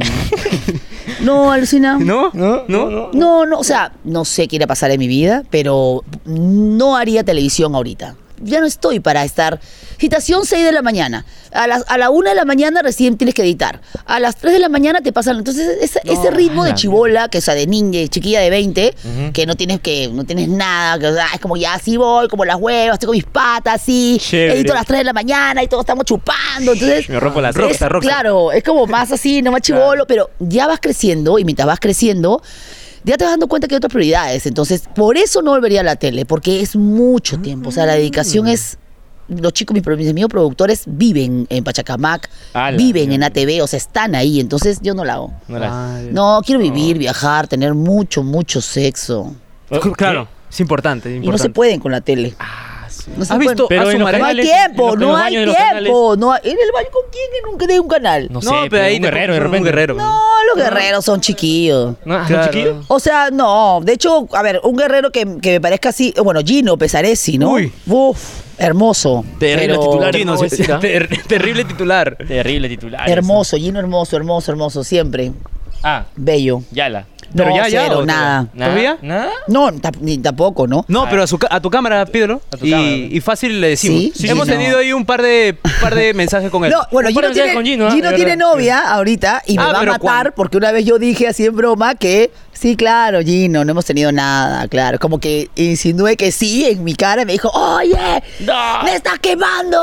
Speaker 1: no, alucina.
Speaker 3: ¿No?
Speaker 2: No, no, no.
Speaker 1: No, no, o sea, no sé qué irá a pasar en mi vida, pero no haría televisión ahorita. Ya no estoy para estar. Citación 6 de la mañana. A las a la 1 de la mañana recién tienes que editar. A las 3 de la mañana te pasan. Entonces, ese, ese ritmo de chibola, que o sea, de niña, de chiquilla de 20, que no tienes que no tienes nada, que ah, es como ya así voy, como las huevas, tengo mis patas así,
Speaker 2: Chévere.
Speaker 1: edito a las 3 de la mañana y todos estamos chupando. Entonces,
Speaker 3: Me rompo las
Speaker 1: es-
Speaker 3: rockstar, rockstar.
Speaker 1: Claro, es como más así, no más chivolo, pero ya vas creciendo y mientras vas creciendo, ya te vas dando cuenta que hay otras prioridades. Entonces, por eso no volvería a la tele, porque es mucho tiempo. O sea, la
Speaker 2: Mm.
Speaker 1: dedicación es. Los chicos, mis, pro- mis amigos productores viven en Pachacamac,
Speaker 2: Ala,
Speaker 1: viven en
Speaker 2: mierda.
Speaker 1: ATV, o sea, están ahí. Entonces, yo no la hago.
Speaker 2: No la-
Speaker 1: No, quiero vivir, viajar, tener mucho, mucho sexo.
Speaker 2: Oh,
Speaker 3: Claro,
Speaker 2: ¿qué?
Speaker 3: es importante, es
Speaker 1: Y no se
Speaker 3: importante.
Speaker 1: pueden con la tele.
Speaker 2: Ah,
Speaker 1: No se
Speaker 3: ¿Has
Speaker 1: pueden.
Speaker 3: visto?
Speaker 2: Pero
Speaker 3: a su
Speaker 2: en los
Speaker 3: madre-
Speaker 1: Ah, No hay
Speaker 2: canales-
Speaker 1: tiempo,
Speaker 2: en los
Speaker 1: no hay
Speaker 2: baños de los
Speaker 1: tiempo. No hay- ¿En el baño con quién? En un, de un canal.
Speaker 2: No, sé, pero ahí un
Speaker 3: te
Speaker 2: guerrero de
Speaker 3: compras
Speaker 2: repente.
Speaker 3: Un guerrero.
Speaker 1: No, los guerreros son chiquillos.
Speaker 2: No, ¿un
Speaker 3: Claro.
Speaker 2: chiquillo?
Speaker 1: O sea, no. De hecho, a ver, un guerrero que, que me parezca así. Bueno, Gino Pesaresi, ¿no?
Speaker 3: Uy.
Speaker 1: Uf, hermoso.
Speaker 2: Terrible
Speaker 1: Pero-
Speaker 2: titular.
Speaker 3: Gino,
Speaker 2: no
Speaker 3: sí,
Speaker 2: voy a decir, ¿ah?
Speaker 3: ter- terrible titular.
Speaker 2: Terrible titular.
Speaker 1: Hermoso, Gino hermoso, hermoso, hermoso. Siempre.
Speaker 2: Ah,
Speaker 1: Bello.
Speaker 2: Yala.
Speaker 1: No, Ah.
Speaker 3: Pero ya, ya,
Speaker 1: cero,
Speaker 3: ¿o
Speaker 1: nada.
Speaker 2: ¿Nada?
Speaker 3: ¿Todavía?
Speaker 2: ¿Nada?
Speaker 1: No, tap- ni tampoco, ¿no?
Speaker 3: No, pero a, su ca- a tu cámara pídelo.
Speaker 2: A tu
Speaker 3: y,
Speaker 2: cámara.
Speaker 3: y fácil le decimos.
Speaker 1: Sí, sí,
Speaker 3: Hemos
Speaker 1: sí, no.
Speaker 3: tenido ahí un par de, par de mensajes con él.
Speaker 1: No, bueno, Gino
Speaker 2: Compárense
Speaker 1: tiene,
Speaker 2: con Gino, ¿ah?
Speaker 1: Gino
Speaker 2: De
Speaker 1: tiene
Speaker 2: verdad.
Speaker 1: novia ahorita y me
Speaker 3: Ah,
Speaker 1: va a
Speaker 3: pero
Speaker 1: matar
Speaker 3: cuando-
Speaker 1: porque una vez yo dije así en broma que sí, claro, Gino, no hemos tenido nada, claro. Como que insinué que sí en mi cara y me dijo, oye,
Speaker 2: No.
Speaker 3: Ah,
Speaker 1: me estás quemando.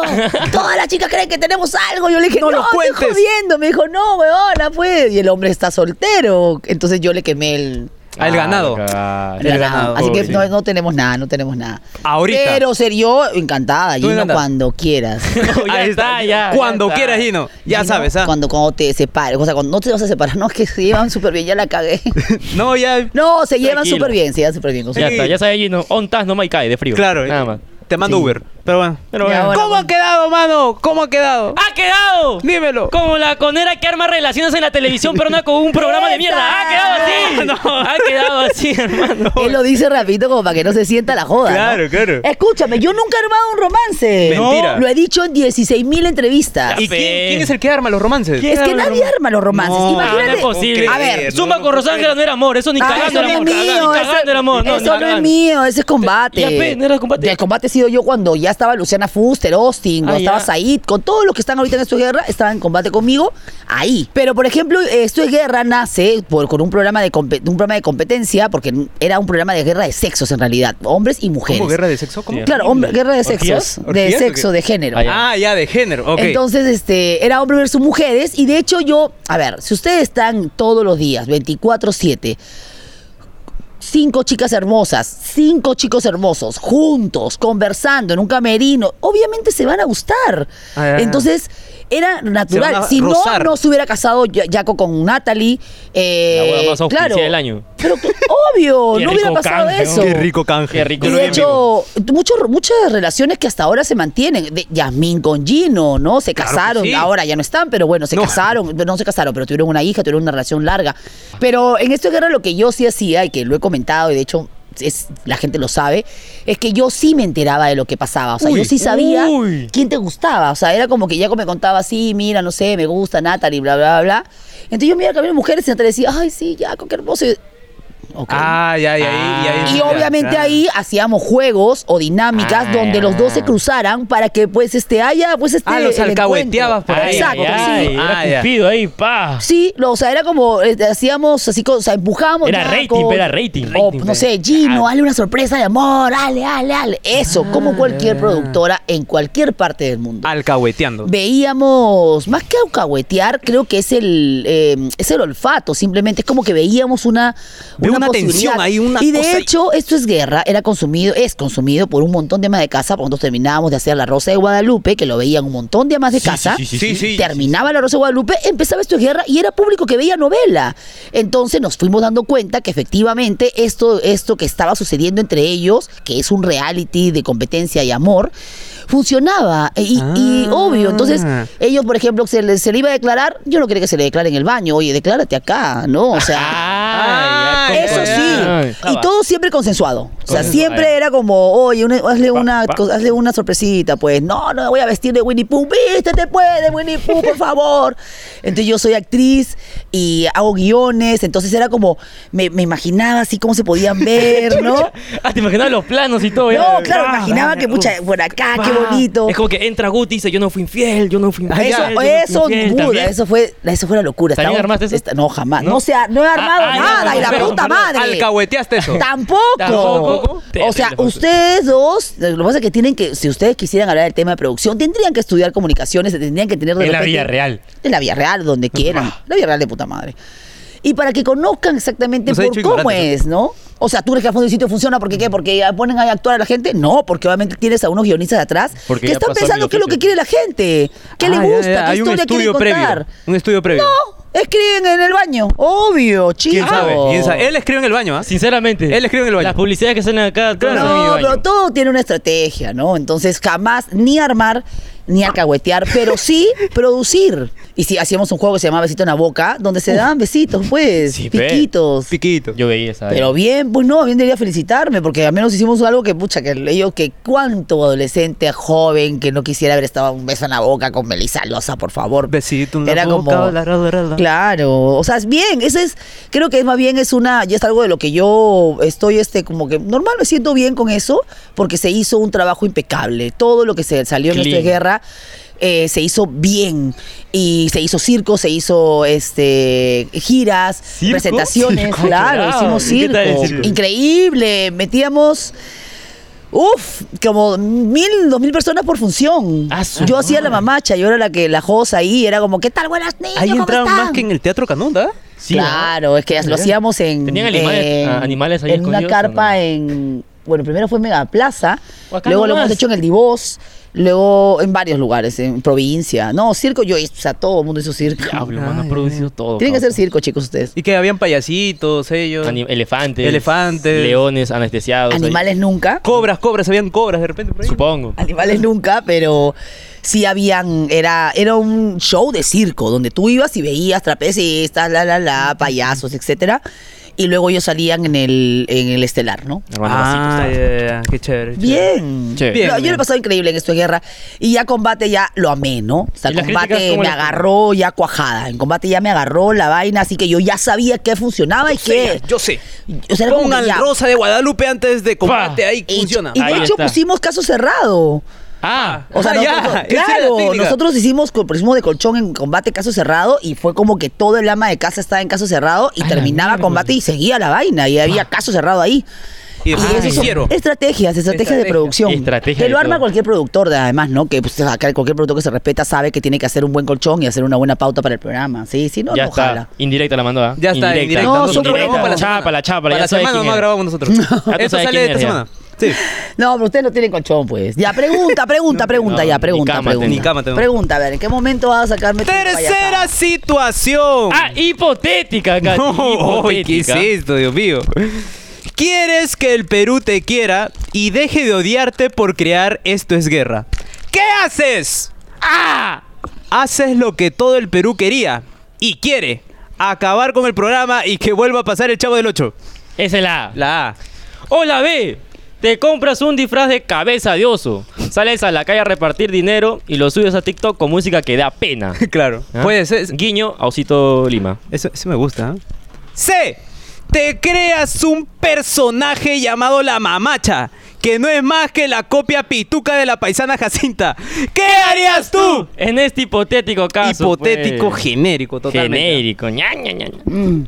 Speaker 1: Todas las chicas creen que tenemos algo. Yo le dije, no,
Speaker 3: No lo
Speaker 1: no estoy
Speaker 3: cuentes".
Speaker 1: jodiendo. Me dijo, no, weona, pues. Y el hombre está soltero. Entonces yo le quemé el...
Speaker 3: Al ganado.
Speaker 2: Ah,
Speaker 1: el ganado. Así que
Speaker 2: Sí.
Speaker 1: no, no tenemos nada, no tenemos nada.
Speaker 3: Ahorita.
Speaker 1: Pero ser yo encantada,
Speaker 3: Tú
Speaker 1: Gino,
Speaker 3: encantada.
Speaker 1: cuando quieras.
Speaker 2: No, ya
Speaker 3: Ahí
Speaker 2: está, ya.
Speaker 3: Cuando
Speaker 2: ya está.
Speaker 3: quieras, Gino. Ya
Speaker 1: Gino,
Speaker 3: sabes, ¿ah?
Speaker 1: Cuando, cuando te separes, o sea, cuando no te vas a separar, no, es que se llevan súper bien, ya la cagué.
Speaker 3: No, ya.
Speaker 1: No, se llevan
Speaker 2: Tranquilo.
Speaker 1: súper bien, se llevan súper bien. con su-
Speaker 2: Ya está, ya sabes, Gino. Ontas no me cae de frío.
Speaker 3: Claro, eh.
Speaker 2: Nada más.
Speaker 3: te mando
Speaker 1: Sí.
Speaker 3: Uber. Pero bueno.
Speaker 2: Pero
Speaker 1: Ya,
Speaker 2: bueno.
Speaker 1: bueno.
Speaker 3: ¿Cómo ha quedado, mano? ¿Cómo ha quedado?
Speaker 2: ¡Ha quedado!
Speaker 3: Ah, Dímelo.
Speaker 2: Como la conera que arma relaciones en la televisión, pero no con un programa de mierda. ¡Ha quedado así! ¡Ha quedado así, hermano!
Speaker 1: Él lo dice rapidito como para que no se sienta la joda. ¿no?
Speaker 3: Claro, claro.
Speaker 1: Escúchame, yo nunca he armado un romance.
Speaker 3: Mentira.
Speaker 1: Lo he dicho en 16 mil entrevistas.
Speaker 3: ¿Y
Speaker 2: Fe.
Speaker 3: quién, quién es el que arma los romances?
Speaker 1: Es que nadie arma los romances.
Speaker 3: No,
Speaker 2: Ah, no es
Speaker 1: Imagínate.
Speaker 2: posible.
Speaker 1: A ver.
Speaker 2: Zumba con Rosángela no era amor, eso ni
Speaker 1: Ah,
Speaker 2: cagando
Speaker 1: eso
Speaker 2: era
Speaker 1: no es mío,
Speaker 2: amor. ni
Speaker 1: eso,
Speaker 2: cagando era amor. No, ni
Speaker 1: eso no es
Speaker 2: cagando.
Speaker 1: mío, ese es combate.
Speaker 2: Ya, pe, no era combate.
Speaker 1: El combate he sido yo cuando ya estaba Luciana Fuster, Austin, cuando
Speaker 2: Ah,
Speaker 1: estaba
Speaker 2: ya.
Speaker 1: Said, con todos los que están ahorita en Esto es Guerra, estaban en combate conmigo ahí. Pero por ejemplo, Esto es Guerra nace por, con un programa, de compe- un programa de competencia, porque era un programa de guerra de sexos en realidad, hombres y mujeres.
Speaker 3: ¿Cómo guerra de sexo? ¿Cómo?
Speaker 2: Sí.
Speaker 1: Claro, hombre, guerra de
Speaker 2: ¿Orgías?
Speaker 1: sexos, de
Speaker 3: ¿Orgías o
Speaker 1: sexo,
Speaker 3: qué?
Speaker 1: de género.
Speaker 2: Ah, ya.
Speaker 3: Ah, ya, de género. Ok.
Speaker 1: Entonces, este, era hombre versus mujeres. Y de hecho, yo, a ver, si ustedes están todos los días, 24-7, cinco chicas hermosas, cinco chicos hermosos, juntos, conversando en un camerino, obviamente se van a gustar.
Speaker 3: Ah, ya, ya.
Speaker 1: Entonces, era
Speaker 3: Se van
Speaker 1: natural.
Speaker 3: a
Speaker 1: Si no,
Speaker 3: rozar.
Speaker 1: no se hubiera casado Ya- Jaco con Natalie. eh,
Speaker 2: La hueá más auspiciada
Speaker 1: claro.
Speaker 2: del año.
Speaker 1: Pero que- obvio,
Speaker 2: Qué
Speaker 1: no hubiera
Speaker 2: rico
Speaker 1: pasado
Speaker 2: canje, ¿no?
Speaker 1: eso.
Speaker 3: Qué rico canje.
Speaker 2: Qué rico.
Speaker 1: Y
Speaker 2: Yo lo
Speaker 1: de
Speaker 2: vi en vivo.
Speaker 1: hecho, mucho- muchas relaciones que hasta ahora se mantienen. De Yasmín con Gino, ¿no? Se
Speaker 3: Claro que
Speaker 1: casaron,
Speaker 3: sí.
Speaker 1: ahora ya no están, pero bueno, se
Speaker 3: No.
Speaker 1: casaron. No se casaron, pero tuvieron una hija, tuvieron una relación larga. Pero en esto de guerra lo que yo sí hacía, y que lo he comentado, y de hecho es, la gente lo sabe, es que yo sí me enteraba de lo que pasaba. O sea, yo sí sabía
Speaker 2: uy.
Speaker 1: quién te gustaba. O sea, era como que Jaco me contaba, sí, mira, no sé, me gusta Natalie, bla, bla, bla. Entonces yo miraba que había mujeres y Natalie decía, ay, sí, Jaco, qué hermoso. Y- Ok.
Speaker 3: Ah, ya, ya,
Speaker 2: Ah.
Speaker 3: ya, ya,
Speaker 1: Y
Speaker 3: ya,
Speaker 1: obviamente
Speaker 3: ya.
Speaker 1: ahí hacíamos juegos o dinámicas
Speaker 2: Ah,
Speaker 1: donde
Speaker 2: ya.
Speaker 1: los dos se cruzaran para que pues este haya pues este
Speaker 3: Ah, los
Speaker 1: el encuentro.
Speaker 3: alcahueteabas por ahí.
Speaker 1: Exacto,
Speaker 2: ay,
Speaker 1: sí.
Speaker 2: ay, era
Speaker 3: Ah, ya.
Speaker 2: Cupido ahí, pa.
Speaker 1: Sí, lo- o sea, era como eh, hacíamos así, co- o sea, empujamos.
Speaker 2: Era
Speaker 1: ya,
Speaker 2: rating,
Speaker 1: con-
Speaker 2: era rating.
Speaker 1: O,
Speaker 2: Rating,
Speaker 1: Oh, no
Speaker 2: pe.
Speaker 1: sé, Gino,
Speaker 2: Ah.
Speaker 1: dale una sorpresa de amor, dale, dale, dale. Eso, como cualquier productora en cualquier parte del
Speaker 2: Ah,
Speaker 1: mundo.
Speaker 3: Alcahueteando.
Speaker 1: Veíamos, más que alcahuetear, creo que es el, eh, es el olfato, simplemente es como que veíamos una,
Speaker 3: Veo una tensión
Speaker 1: posibilidad.
Speaker 3: ahí, una
Speaker 1: Y de
Speaker 3: cosa ahí.
Speaker 1: hecho, esto es guerra, era consumido, es consumido por un montón de amas de casa, cuando terminábamos de hacer la Rosa de Guadalupe, que lo veían un montón de amas de casa,
Speaker 2: sí, sí,
Speaker 3: sí, sí.
Speaker 1: terminaba la Rosa de Guadalupe, empezaba esto es guerra y era público que veía novela. Entonces nos fuimos dando cuenta que efectivamente esto, esto que estaba sucediendo entre ellos, que es un reality de competencia y amor, funcionaba. E- Y, y
Speaker 3: Ah.
Speaker 1: obvio, entonces ellos, por ejemplo, se le, se le iba a declarar, yo no quería que se le declare en el baño, oye, declárate acá, ¿no? O sea...
Speaker 2: Ah, ya,
Speaker 1: Eso
Speaker 2: como- Ay.
Speaker 1: sí, y todo siempre consensuado. O sea,
Speaker 2: Consensuado.
Speaker 1: siempre era como, oye, una- hazle,
Speaker 2: Pa,
Speaker 1: una,
Speaker 2: pa.
Speaker 1: co- hazle una sorpresita, pues, no, no me voy a vestir de Winnie Pooh, vístete pues de Winnie Pooh, por favor. Entonces yo soy actriz y hago guiones, entonces era como, me, me imaginaba así cómo se podían ver, ¿no?
Speaker 2: Ah, te imaginabas los planos y todo.
Speaker 1: No,
Speaker 2: ya.
Speaker 1: claro,
Speaker 2: Ah,
Speaker 1: imaginaba que,
Speaker 2: uf,
Speaker 1: pucha, por acá, Ah, qué
Speaker 2: pa.
Speaker 1: bonito. Ah,
Speaker 2: Es como que entra Guti y dice, yo no fui infiel, yo no fui infiel.
Speaker 1: Eso,
Speaker 2: yo no fui
Speaker 1: eso,
Speaker 2: infiel",
Speaker 1: Buda,
Speaker 2: también.
Speaker 1: eso fue, eso fue la locura.
Speaker 2: ¿También
Speaker 1: Estaba-
Speaker 2: armaste eso?
Speaker 1: esta- no, jamás. No,
Speaker 2: ¿No?
Speaker 1: se ha- no he armado
Speaker 2: Ah, ah, ya,
Speaker 1: nada, y la
Speaker 2: pero-
Speaker 1: puta
Speaker 2: pero-
Speaker 1: madre.
Speaker 3: Alcahueteaste eso.
Speaker 1: Tampoco.
Speaker 2: Tampoco.
Speaker 1: O sea,
Speaker 2: Terrible, José.
Speaker 1: ustedes dos, lo que pasa es que tienen que, si ustedes quisieran hablar del tema de producción, tendrían que estudiar comunicaciones, tendrían que tener de
Speaker 2: En la
Speaker 1: repente-
Speaker 2: vida real.
Speaker 1: En la vía real,
Speaker 3: Ah.
Speaker 1: donde quieran. La vía real de puta madre. Y para que conozcan exactamente
Speaker 3: Nos ha
Speaker 1: por
Speaker 3: dicho
Speaker 1: cómo
Speaker 3: ignorantes,
Speaker 1: es, ¿no? O sea, ¿tú crees que al fondo del sitio funciona? ¿Por qué? ¿Porque ponen a actuar a la gente? No, porque obviamente tienes a unos guionistas de atrás
Speaker 2: Porque
Speaker 1: que
Speaker 2: ya
Speaker 1: están
Speaker 2: pasó el
Speaker 1: pensando qué es lo que
Speaker 2: videofiche.
Speaker 1: quiere la gente, qué
Speaker 3: Ah,
Speaker 1: le
Speaker 3: ya,
Speaker 1: gusta,
Speaker 3: ya,
Speaker 1: qué
Speaker 3: Hay un
Speaker 1: historia
Speaker 3: estudio
Speaker 1: quiere contar.
Speaker 3: previo. Un estudio previo.
Speaker 1: No, escriben en el baño. Obvio, chicos.
Speaker 3: ¿Quién sabe? ¿Quién sabe? Él escribe en el baño, ¿ah?
Speaker 2: Sinceramente.
Speaker 3: Él escribe en el baño.
Speaker 2: Las publicidades que salen acá atrás son en mi
Speaker 1: No,
Speaker 2: baño.
Speaker 1: pero todo tiene una estrategia, ¿no? Entonces jamás ni armar ni alcahuetear, pero sí producir. Y sí, hacíamos un juego que se llamaba Besito en la Boca, donde se daban besitos, pues,
Speaker 2: Sí, ve.
Speaker 1: piquitos.
Speaker 3: Piquito.
Speaker 2: Yo veía esa.
Speaker 1: Pero bien, pues no, bien debería felicitarme, porque al menos hicimos algo que, pucha, que ellos, que cuánto adolescente, joven, que no quisiera haber estado un beso en la boca con Melissa Loza, por favor.
Speaker 3: Besito en la
Speaker 1: Era
Speaker 3: boca,
Speaker 1: como-
Speaker 3: la, la, la, la.
Speaker 1: Claro, o sea, es bien, ese es, creo que es más bien es una, ya es algo de lo que yo estoy, este, como que normal me siento bien con eso, porque se hizo un trabajo impecable, todo lo que se salió en esta
Speaker 2: Clean.
Speaker 1: guerra eh, se hizo bien y se hizo circo, se hizo, este, giras,
Speaker 2: ¿Circo?
Speaker 1: presentaciones,
Speaker 2: Circo,
Speaker 1: Eh, claro,
Speaker 2: claro.
Speaker 1: hicimos
Speaker 2: ¿Y qué
Speaker 1: circo,
Speaker 2: tal el circo?
Speaker 1: increíble, metíamos. Uf, como mil, dos mil personas por función.
Speaker 2: Ah, su
Speaker 1: Yo hacía la mamacha, yo era la que la josa ahí, era como, ¿qué tal? Buenas niñas.
Speaker 3: Ahí
Speaker 1: ¿cómo
Speaker 3: entraban
Speaker 1: están?"
Speaker 3: más que en el Teatro Canunda. ¿ah?
Speaker 2: Sí,
Speaker 1: claro, es que lo hacíamos en.
Speaker 2: ¿Tenían animales-
Speaker 1: en-
Speaker 2: ah, animales ahí
Speaker 1: En una
Speaker 2: escondidos o
Speaker 1: carpa
Speaker 2: no?
Speaker 1: en. Bueno, primero fue en Megaplaza,
Speaker 2: O acá
Speaker 1: luego lo
Speaker 2: nomás.
Speaker 1: hemos hecho en el Divos, luego en varios lugares, en provincia. No, circo yo, o sea, todo el mundo hizo circo.
Speaker 2: Diablo, mano, ha producido todo.
Speaker 1: Tienen que
Speaker 2: causa.
Speaker 1: hacer circo, chicos, ustedes.
Speaker 3: Y que habían payasitos, ellos.
Speaker 2: Ani- elefantes.
Speaker 3: Elefantes.
Speaker 2: Leones anestesiados. ahí.
Speaker 1: Animales Ah. nunca.
Speaker 3: Cobras, cobras, habían cobras de repente por ahí.
Speaker 2: Supongo.
Speaker 1: Animales nunca, pero sí habían, era, era un show de circo, donde tú ibas y veías trapecistas, la, la, la, payasos, etcétera, y luego ellos salían en el, en el estelar, ¿no?
Speaker 2: Hermano,
Speaker 3: Ah,
Speaker 2: así,
Speaker 3: ya,
Speaker 2: tú sabes.
Speaker 3: ya, ya, qué chévere. chévere.
Speaker 1: Bien.
Speaker 2: Che.
Speaker 1: Lo-
Speaker 3: Bien,
Speaker 1: yo lo
Speaker 3: bien.
Speaker 1: he pasado increíble en esto de guerra. Y ya combate ya lo amé, ¿no? O sea,
Speaker 2: ¿Y las críticas
Speaker 1: combate
Speaker 2: cómo
Speaker 1: me
Speaker 2: las-
Speaker 1: agarró ya cuajada. En combate ya me agarró la vaina, así que yo ya sabía qué funcionaba y qué.
Speaker 3: Yo sé.
Speaker 1: O sea, era como
Speaker 3: Pongan
Speaker 1: que ya-
Speaker 3: Rosa de Guadalupe antes de combate,
Speaker 2: Pa.
Speaker 3: ahí
Speaker 1: Y,
Speaker 3: funciona.
Speaker 1: y de
Speaker 2: Ahí
Speaker 1: hecho
Speaker 2: está.
Speaker 1: pusimos caso cerrado.
Speaker 2: Ah,
Speaker 1: O sea,
Speaker 3: Ah, ya,
Speaker 1: nosotros-
Speaker 3: esa era la
Speaker 1: claro,
Speaker 3: técnica.
Speaker 1: nosotros hicimos con- pusimos de colchón en combate caso cerrado y fue como que todo el ama de casa estaba en caso cerrado y
Speaker 2: Ay, la
Speaker 1: terminaba
Speaker 2: mierda.
Speaker 1: combate y seguía la vaina y había caso cerrado ahí.
Speaker 3: Y después
Speaker 1: eso
Speaker 3: se
Speaker 1: son
Speaker 3: hicieron.
Speaker 1: Estrategias, estrategias de
Speaker 3: Estrategia.
Speaker 1: producción.
Speaker 2: Estrategia
Speaker 1: que lo
Speaker 2: de
Speaker 1: arma
Speaker 2: todo.
Speaker 1: cualquier productor, de- además, ¿no? Que pues, acá cualquier productor que se respeta sabe que tiene que hacer un buen colchón y hacer una buena pauta para el programa. Sí, sí, no,
Speaker 2: ya
Speaker 1: no
Speaker 2: está.
Speaker 1: jala.
Speaker 2: Indirecta la mandó, ¿ah?
Speaker 3: Ya está, indirecta.
Speaker 1: No, son
Speaker 2: indirecta.
Speaker 1: programas para la
Speaker 2: Chapa,
Speaker 3: semana.
Speaker 2: la chapa,
Speaker 3: Para
Speaker 2: ya
Speaker 3: la
Speaker 2: sabes
Speaker 3: semana
Speaker 2: quién
Speaker 3: no
Speaker 2: eres.
Speaker 3: grabamos nosotros.
Speaker 2: Ya tú
Speaker 3: Esto
Speaker 2: sabes
Speaker 3: sale
Speaker 2: quién
Speaker 3: esta
Speaker 2: eres, ya.
Speaker 3: semana. Sí.
Speaker 1: No, pero ustedes no tienen colchón, pues. Ya, pregunta, pregunta, pregunta,
Speaker 2: no,
Speaker 1: ya,
Speaker 2: ni
Speaker 1: pregunta,
Speaker 2: cama
Speaker 1: pregunta.
Speaker 2: tengo.
Speaker 3: Ni cama tengo.
Speaker 1: Pregunta, a ver, ¿en qué momento vas a sacarme tu
Speaker 3: Tercera
Speaker 1: payasada?
Speaker 3: situación.
Speaker 2: Ah, hipotética, Katy.
Speaker 3: No, uy, ¿qué es
Speaker 2: hipotética.
Speaker 3: esto, Dios mío? ¿Quieres que el Perú te quiera y deje de odiarte por crear Esto es guerra? ¿Qué haces? ¡Ah! Haces lo que todo el Perú quería y quiere. Acabar con el programa y que vuelva a pasar el Chavo del 8.
Speaker 2: Esa es la A.
Speaker 3: La A.
Speaker 2: O la B. Te compras un disfraz de cabeza de oso, sales a la calle a repartir dinero y lo subes a TikTok con música que da pena.
Speaker 3: Claro.
Speaker 2: ¿Ah?
Speaker 3: Puede ser.
Speaker 2: Guiño a Osito Lima.
Speaker 3: Eso, eso me gusta. ¿eh? C. Te creas un personaje llamado la mamacha, que no es más que la copia pituca de la paisana Jacinta. ¿Qué harías tú?
Speaker 2: En este hipotético caso.
Speaker 3: Hipotético,
Speaker 2: pues,
Speaker 3: genérico, totalmente.
Speaker 2: genérico. Ña, ña, ña, ña.
Speaker 1: Mm.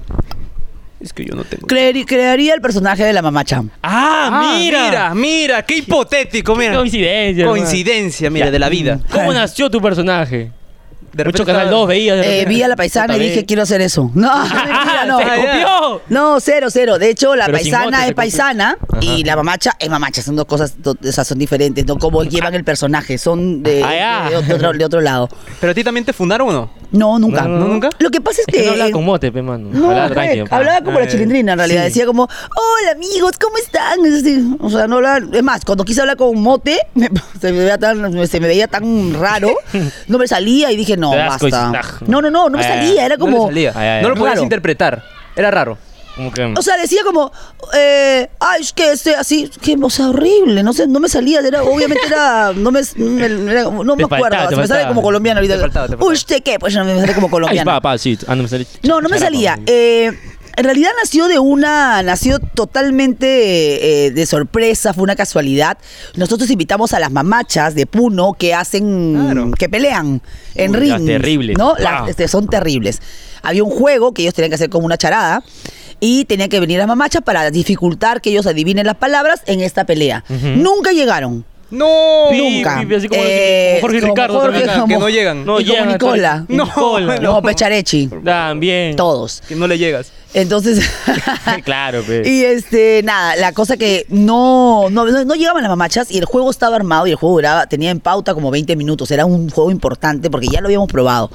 Speaker 3: Es que yo no tengo.
Speaker 1: Creer- crearía el personaje de la mamá Cham.
Speaker 2: Ah,
Speaker 3: Ah,
Speaker 2: mira.
Speaker 3: mira, mira, qué hipotético, mira.
Speaker 2: Coincidencia. hermano.
Speaker 3: Coincidencia, mira, de la vida.
Speaker 2: ¿Cómo nació tu personaje?
Speaker 3: De repente
Speaker 2: Mucho canal
Speaker 3: estaba-
Speaker 2: 2 veías. de
Speaker 1: Eh,
Speaker 2: repente.
Speaker 1: vi a la paisana y
Speaker 2: Puta,
Speaker 1: dije,
Speaker 2: ve.
Speaker 1: quiero hacer eso. No, mentira,
Speaker 2: Ah,
Speaker 1: no.
Speaker 2: se copió.
Speaker 1: No, cero, cero. De hecho, la
Speaker 2: Pero sin
Speaker 1: paisana
Speaker 2: mote se
Speaker 1: es
Speaker 2: cumple.
Speaker 1: paisana y la mamacha es mamacha. Son dos cosas, do- o sea, son diferentes. No como llevan el personaje, son de,
Speaker 2: Ah, ya.
Speaker 1: de otro, de otro lado.
Speaker 3: Pero a ti también te fundaron o no?
Speaker 1: No, nunca.
Speaker 2: No, no,
Speaker 3: nunca.
Speaker 1: Lo que pasa es
Speaker 2: Es que
Speaker 1: que.
Speaker 2: no hablaba con mote, pe, mano.
Speaker 1: No,
Speaker 2: hablaba
Speaker 1: Rec,
Speaker 2: tranquilo, pa.
Speaker 1: hablaba como la
Speaker 3: Eh,
Speaker 1: chilindrina en realidad.
Speaker 3: sí.
Speaker 1: Decía como, hola amigos, ¿cómo están? Es así, o sea, no hablaba. Es más, cuando quise hablar con Mote, me- se, me veía tan, se me veía tan raro. No me salía y dije, no,
Speaker 2: Te das
Speaker 1: basta.
Speaker 2: coincitaj.
Speaker 1: No, no, no, no me
Speaker 2: Ah, ya,
Speaker 1: salía. Era como.
Speaker 3: No le salía.
Speaker 2: Ay, ay,
Speaker 3: no
Speaker 2: ay.
Speaker 3: lo podías
Speaker 1: Raro.
Speaker 3: interpretar. Era raro.
Speaker 2: Como que-
Speaker 1: O sea, decía como, eh, ay, es que estoy así, que, o sea, horrible, no sé, no me salía, era, obviamente era, no me, me- era- no me
Speaker 2: Te faltaba,
Speaker 1: acuerdo,
Speaker 2: te
Speaker 1: se me sale
Speaker 2: faltaba.
Speaker 1: como colombiano ahorita.
Speaker 3: Te faltaba, te faltaba.
Speaker 1: Uy, ¿usted qué? Pues no, me sale como
Speaker 2: Ay,
Speaker 1: colombiano.
Speaker 2: pa, pa, sí. Ah, no me salía.
Speaker 1: No, no me
Speaker 2: Charapa,
Speaker 1: salía.
Speaker 2: güey.
Speaker 1: Eh, en realidad nació de una, nació totalmente eh, de sorpresa, fue una casualidad. Nosotros invitamos a las mamachas de Puno que hacen,
Speaker 3: Claro.
Speaker 1: que pelean en
Speaker 2: Uy, las
Speaker 1: ring.
Speaker 2: terribles. Ah.
Speaker 1: ¿no?
Speaker 2: Wow.
Speaker 1: Las, este, son terribles. Había un juego que ellos tenían que hacer como una charada y tenían que venir las mamachas para dificultar que ellos adivinen las palabras en esta pelea. Nunca llegaron.
Speaker 3: No.
Speaker 2: Pi,
Speaker 1: nunca.
Speaker 2: pi, pi, así como-
Speaker 1: Eh,
Speaker 2: como Jorge
Speaker 1: como
Speaker 2: Ricardo
Speaker 1: Jorge,
Speaker 2: también.
Speaker 1: como-
Speaker 3: Que no llegan.
Speaker 2: No,
Speaker 1: y como
Speaker 2: llegan a
Speaker 1: Nicola.
Speaker 2: todo- Nicola.
Speaker 1: Como Pecharechi.
Speaker 2: También.
Speaker 1: Todos.
Speaker 3: Que no le llegas.
Speaker 1: Entonces.
Speaker 2: Claro, pe.
Speaker 1: Y este, nada, la cosa que no, no, no- no llegaban las mamachas y el juego estaba armado y el juego duraba, tenía en pauta como 20 minutos. Era un juego importante porque ya lo habíamos probado.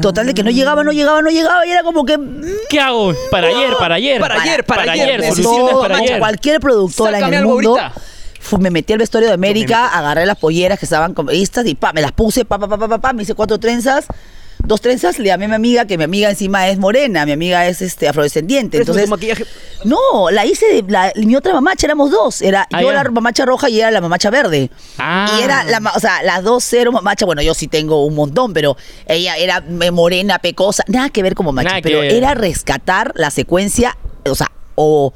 Speaker 1: Total, de que no llegaba, no llegaba, no llegaba y era como que. mm,
Speaker 2: ¿Qué hago? Para ayer, para ayer.
Speaker 3: Para ayer, para ayer,
Speaker 1: de
Speaker 2: Soluciones
Speaker 1: todo,
Speaker 2: para
Speaker 1: macho,
Speaker 2: ayer.
Speaker 1: Cualquier productora en
Speaker 3: Sácame
Speaker 1: el
Speaker 3: algo
Speaker 1: mundo.
Speaker 3: ahorita.
Speaker 1: fu- Me metí al vestuario de América, agarré las polleras que estaban con estas y pa, me las puse, pa, pa, pa, pa, pa, pa, me hice cuatro trenzas, dos trenzas, le llamé a mi amiga, que mi amiga encima es morena, mi amiga es este afrodescendiente.
Speaker 3: Préstame
Speaker 1: Entonces,
Speaker 3: tu maquillaje.
Speaker 1: no, la hice de la- mi otra mamacha, éramos dos. Era
Speaker 2: Ah,
Speaker 1: yo
Speaker 2: ya.
Speaker 1: la mamacha roja y era la mamacha verde.
Speaker 2: Ah.
Speaker 1: Y era la ma- o sea, las dos cero mamacha. Bueno, yo sí tengo un montón, pero ella era me- morena, pecosa. Nada que ver con mamacha.
Speaker 2: Nada que
Speaker 1: pero
Speaker 2: ver.
Speaker 1: era rescatar la secuencia, o sea, o,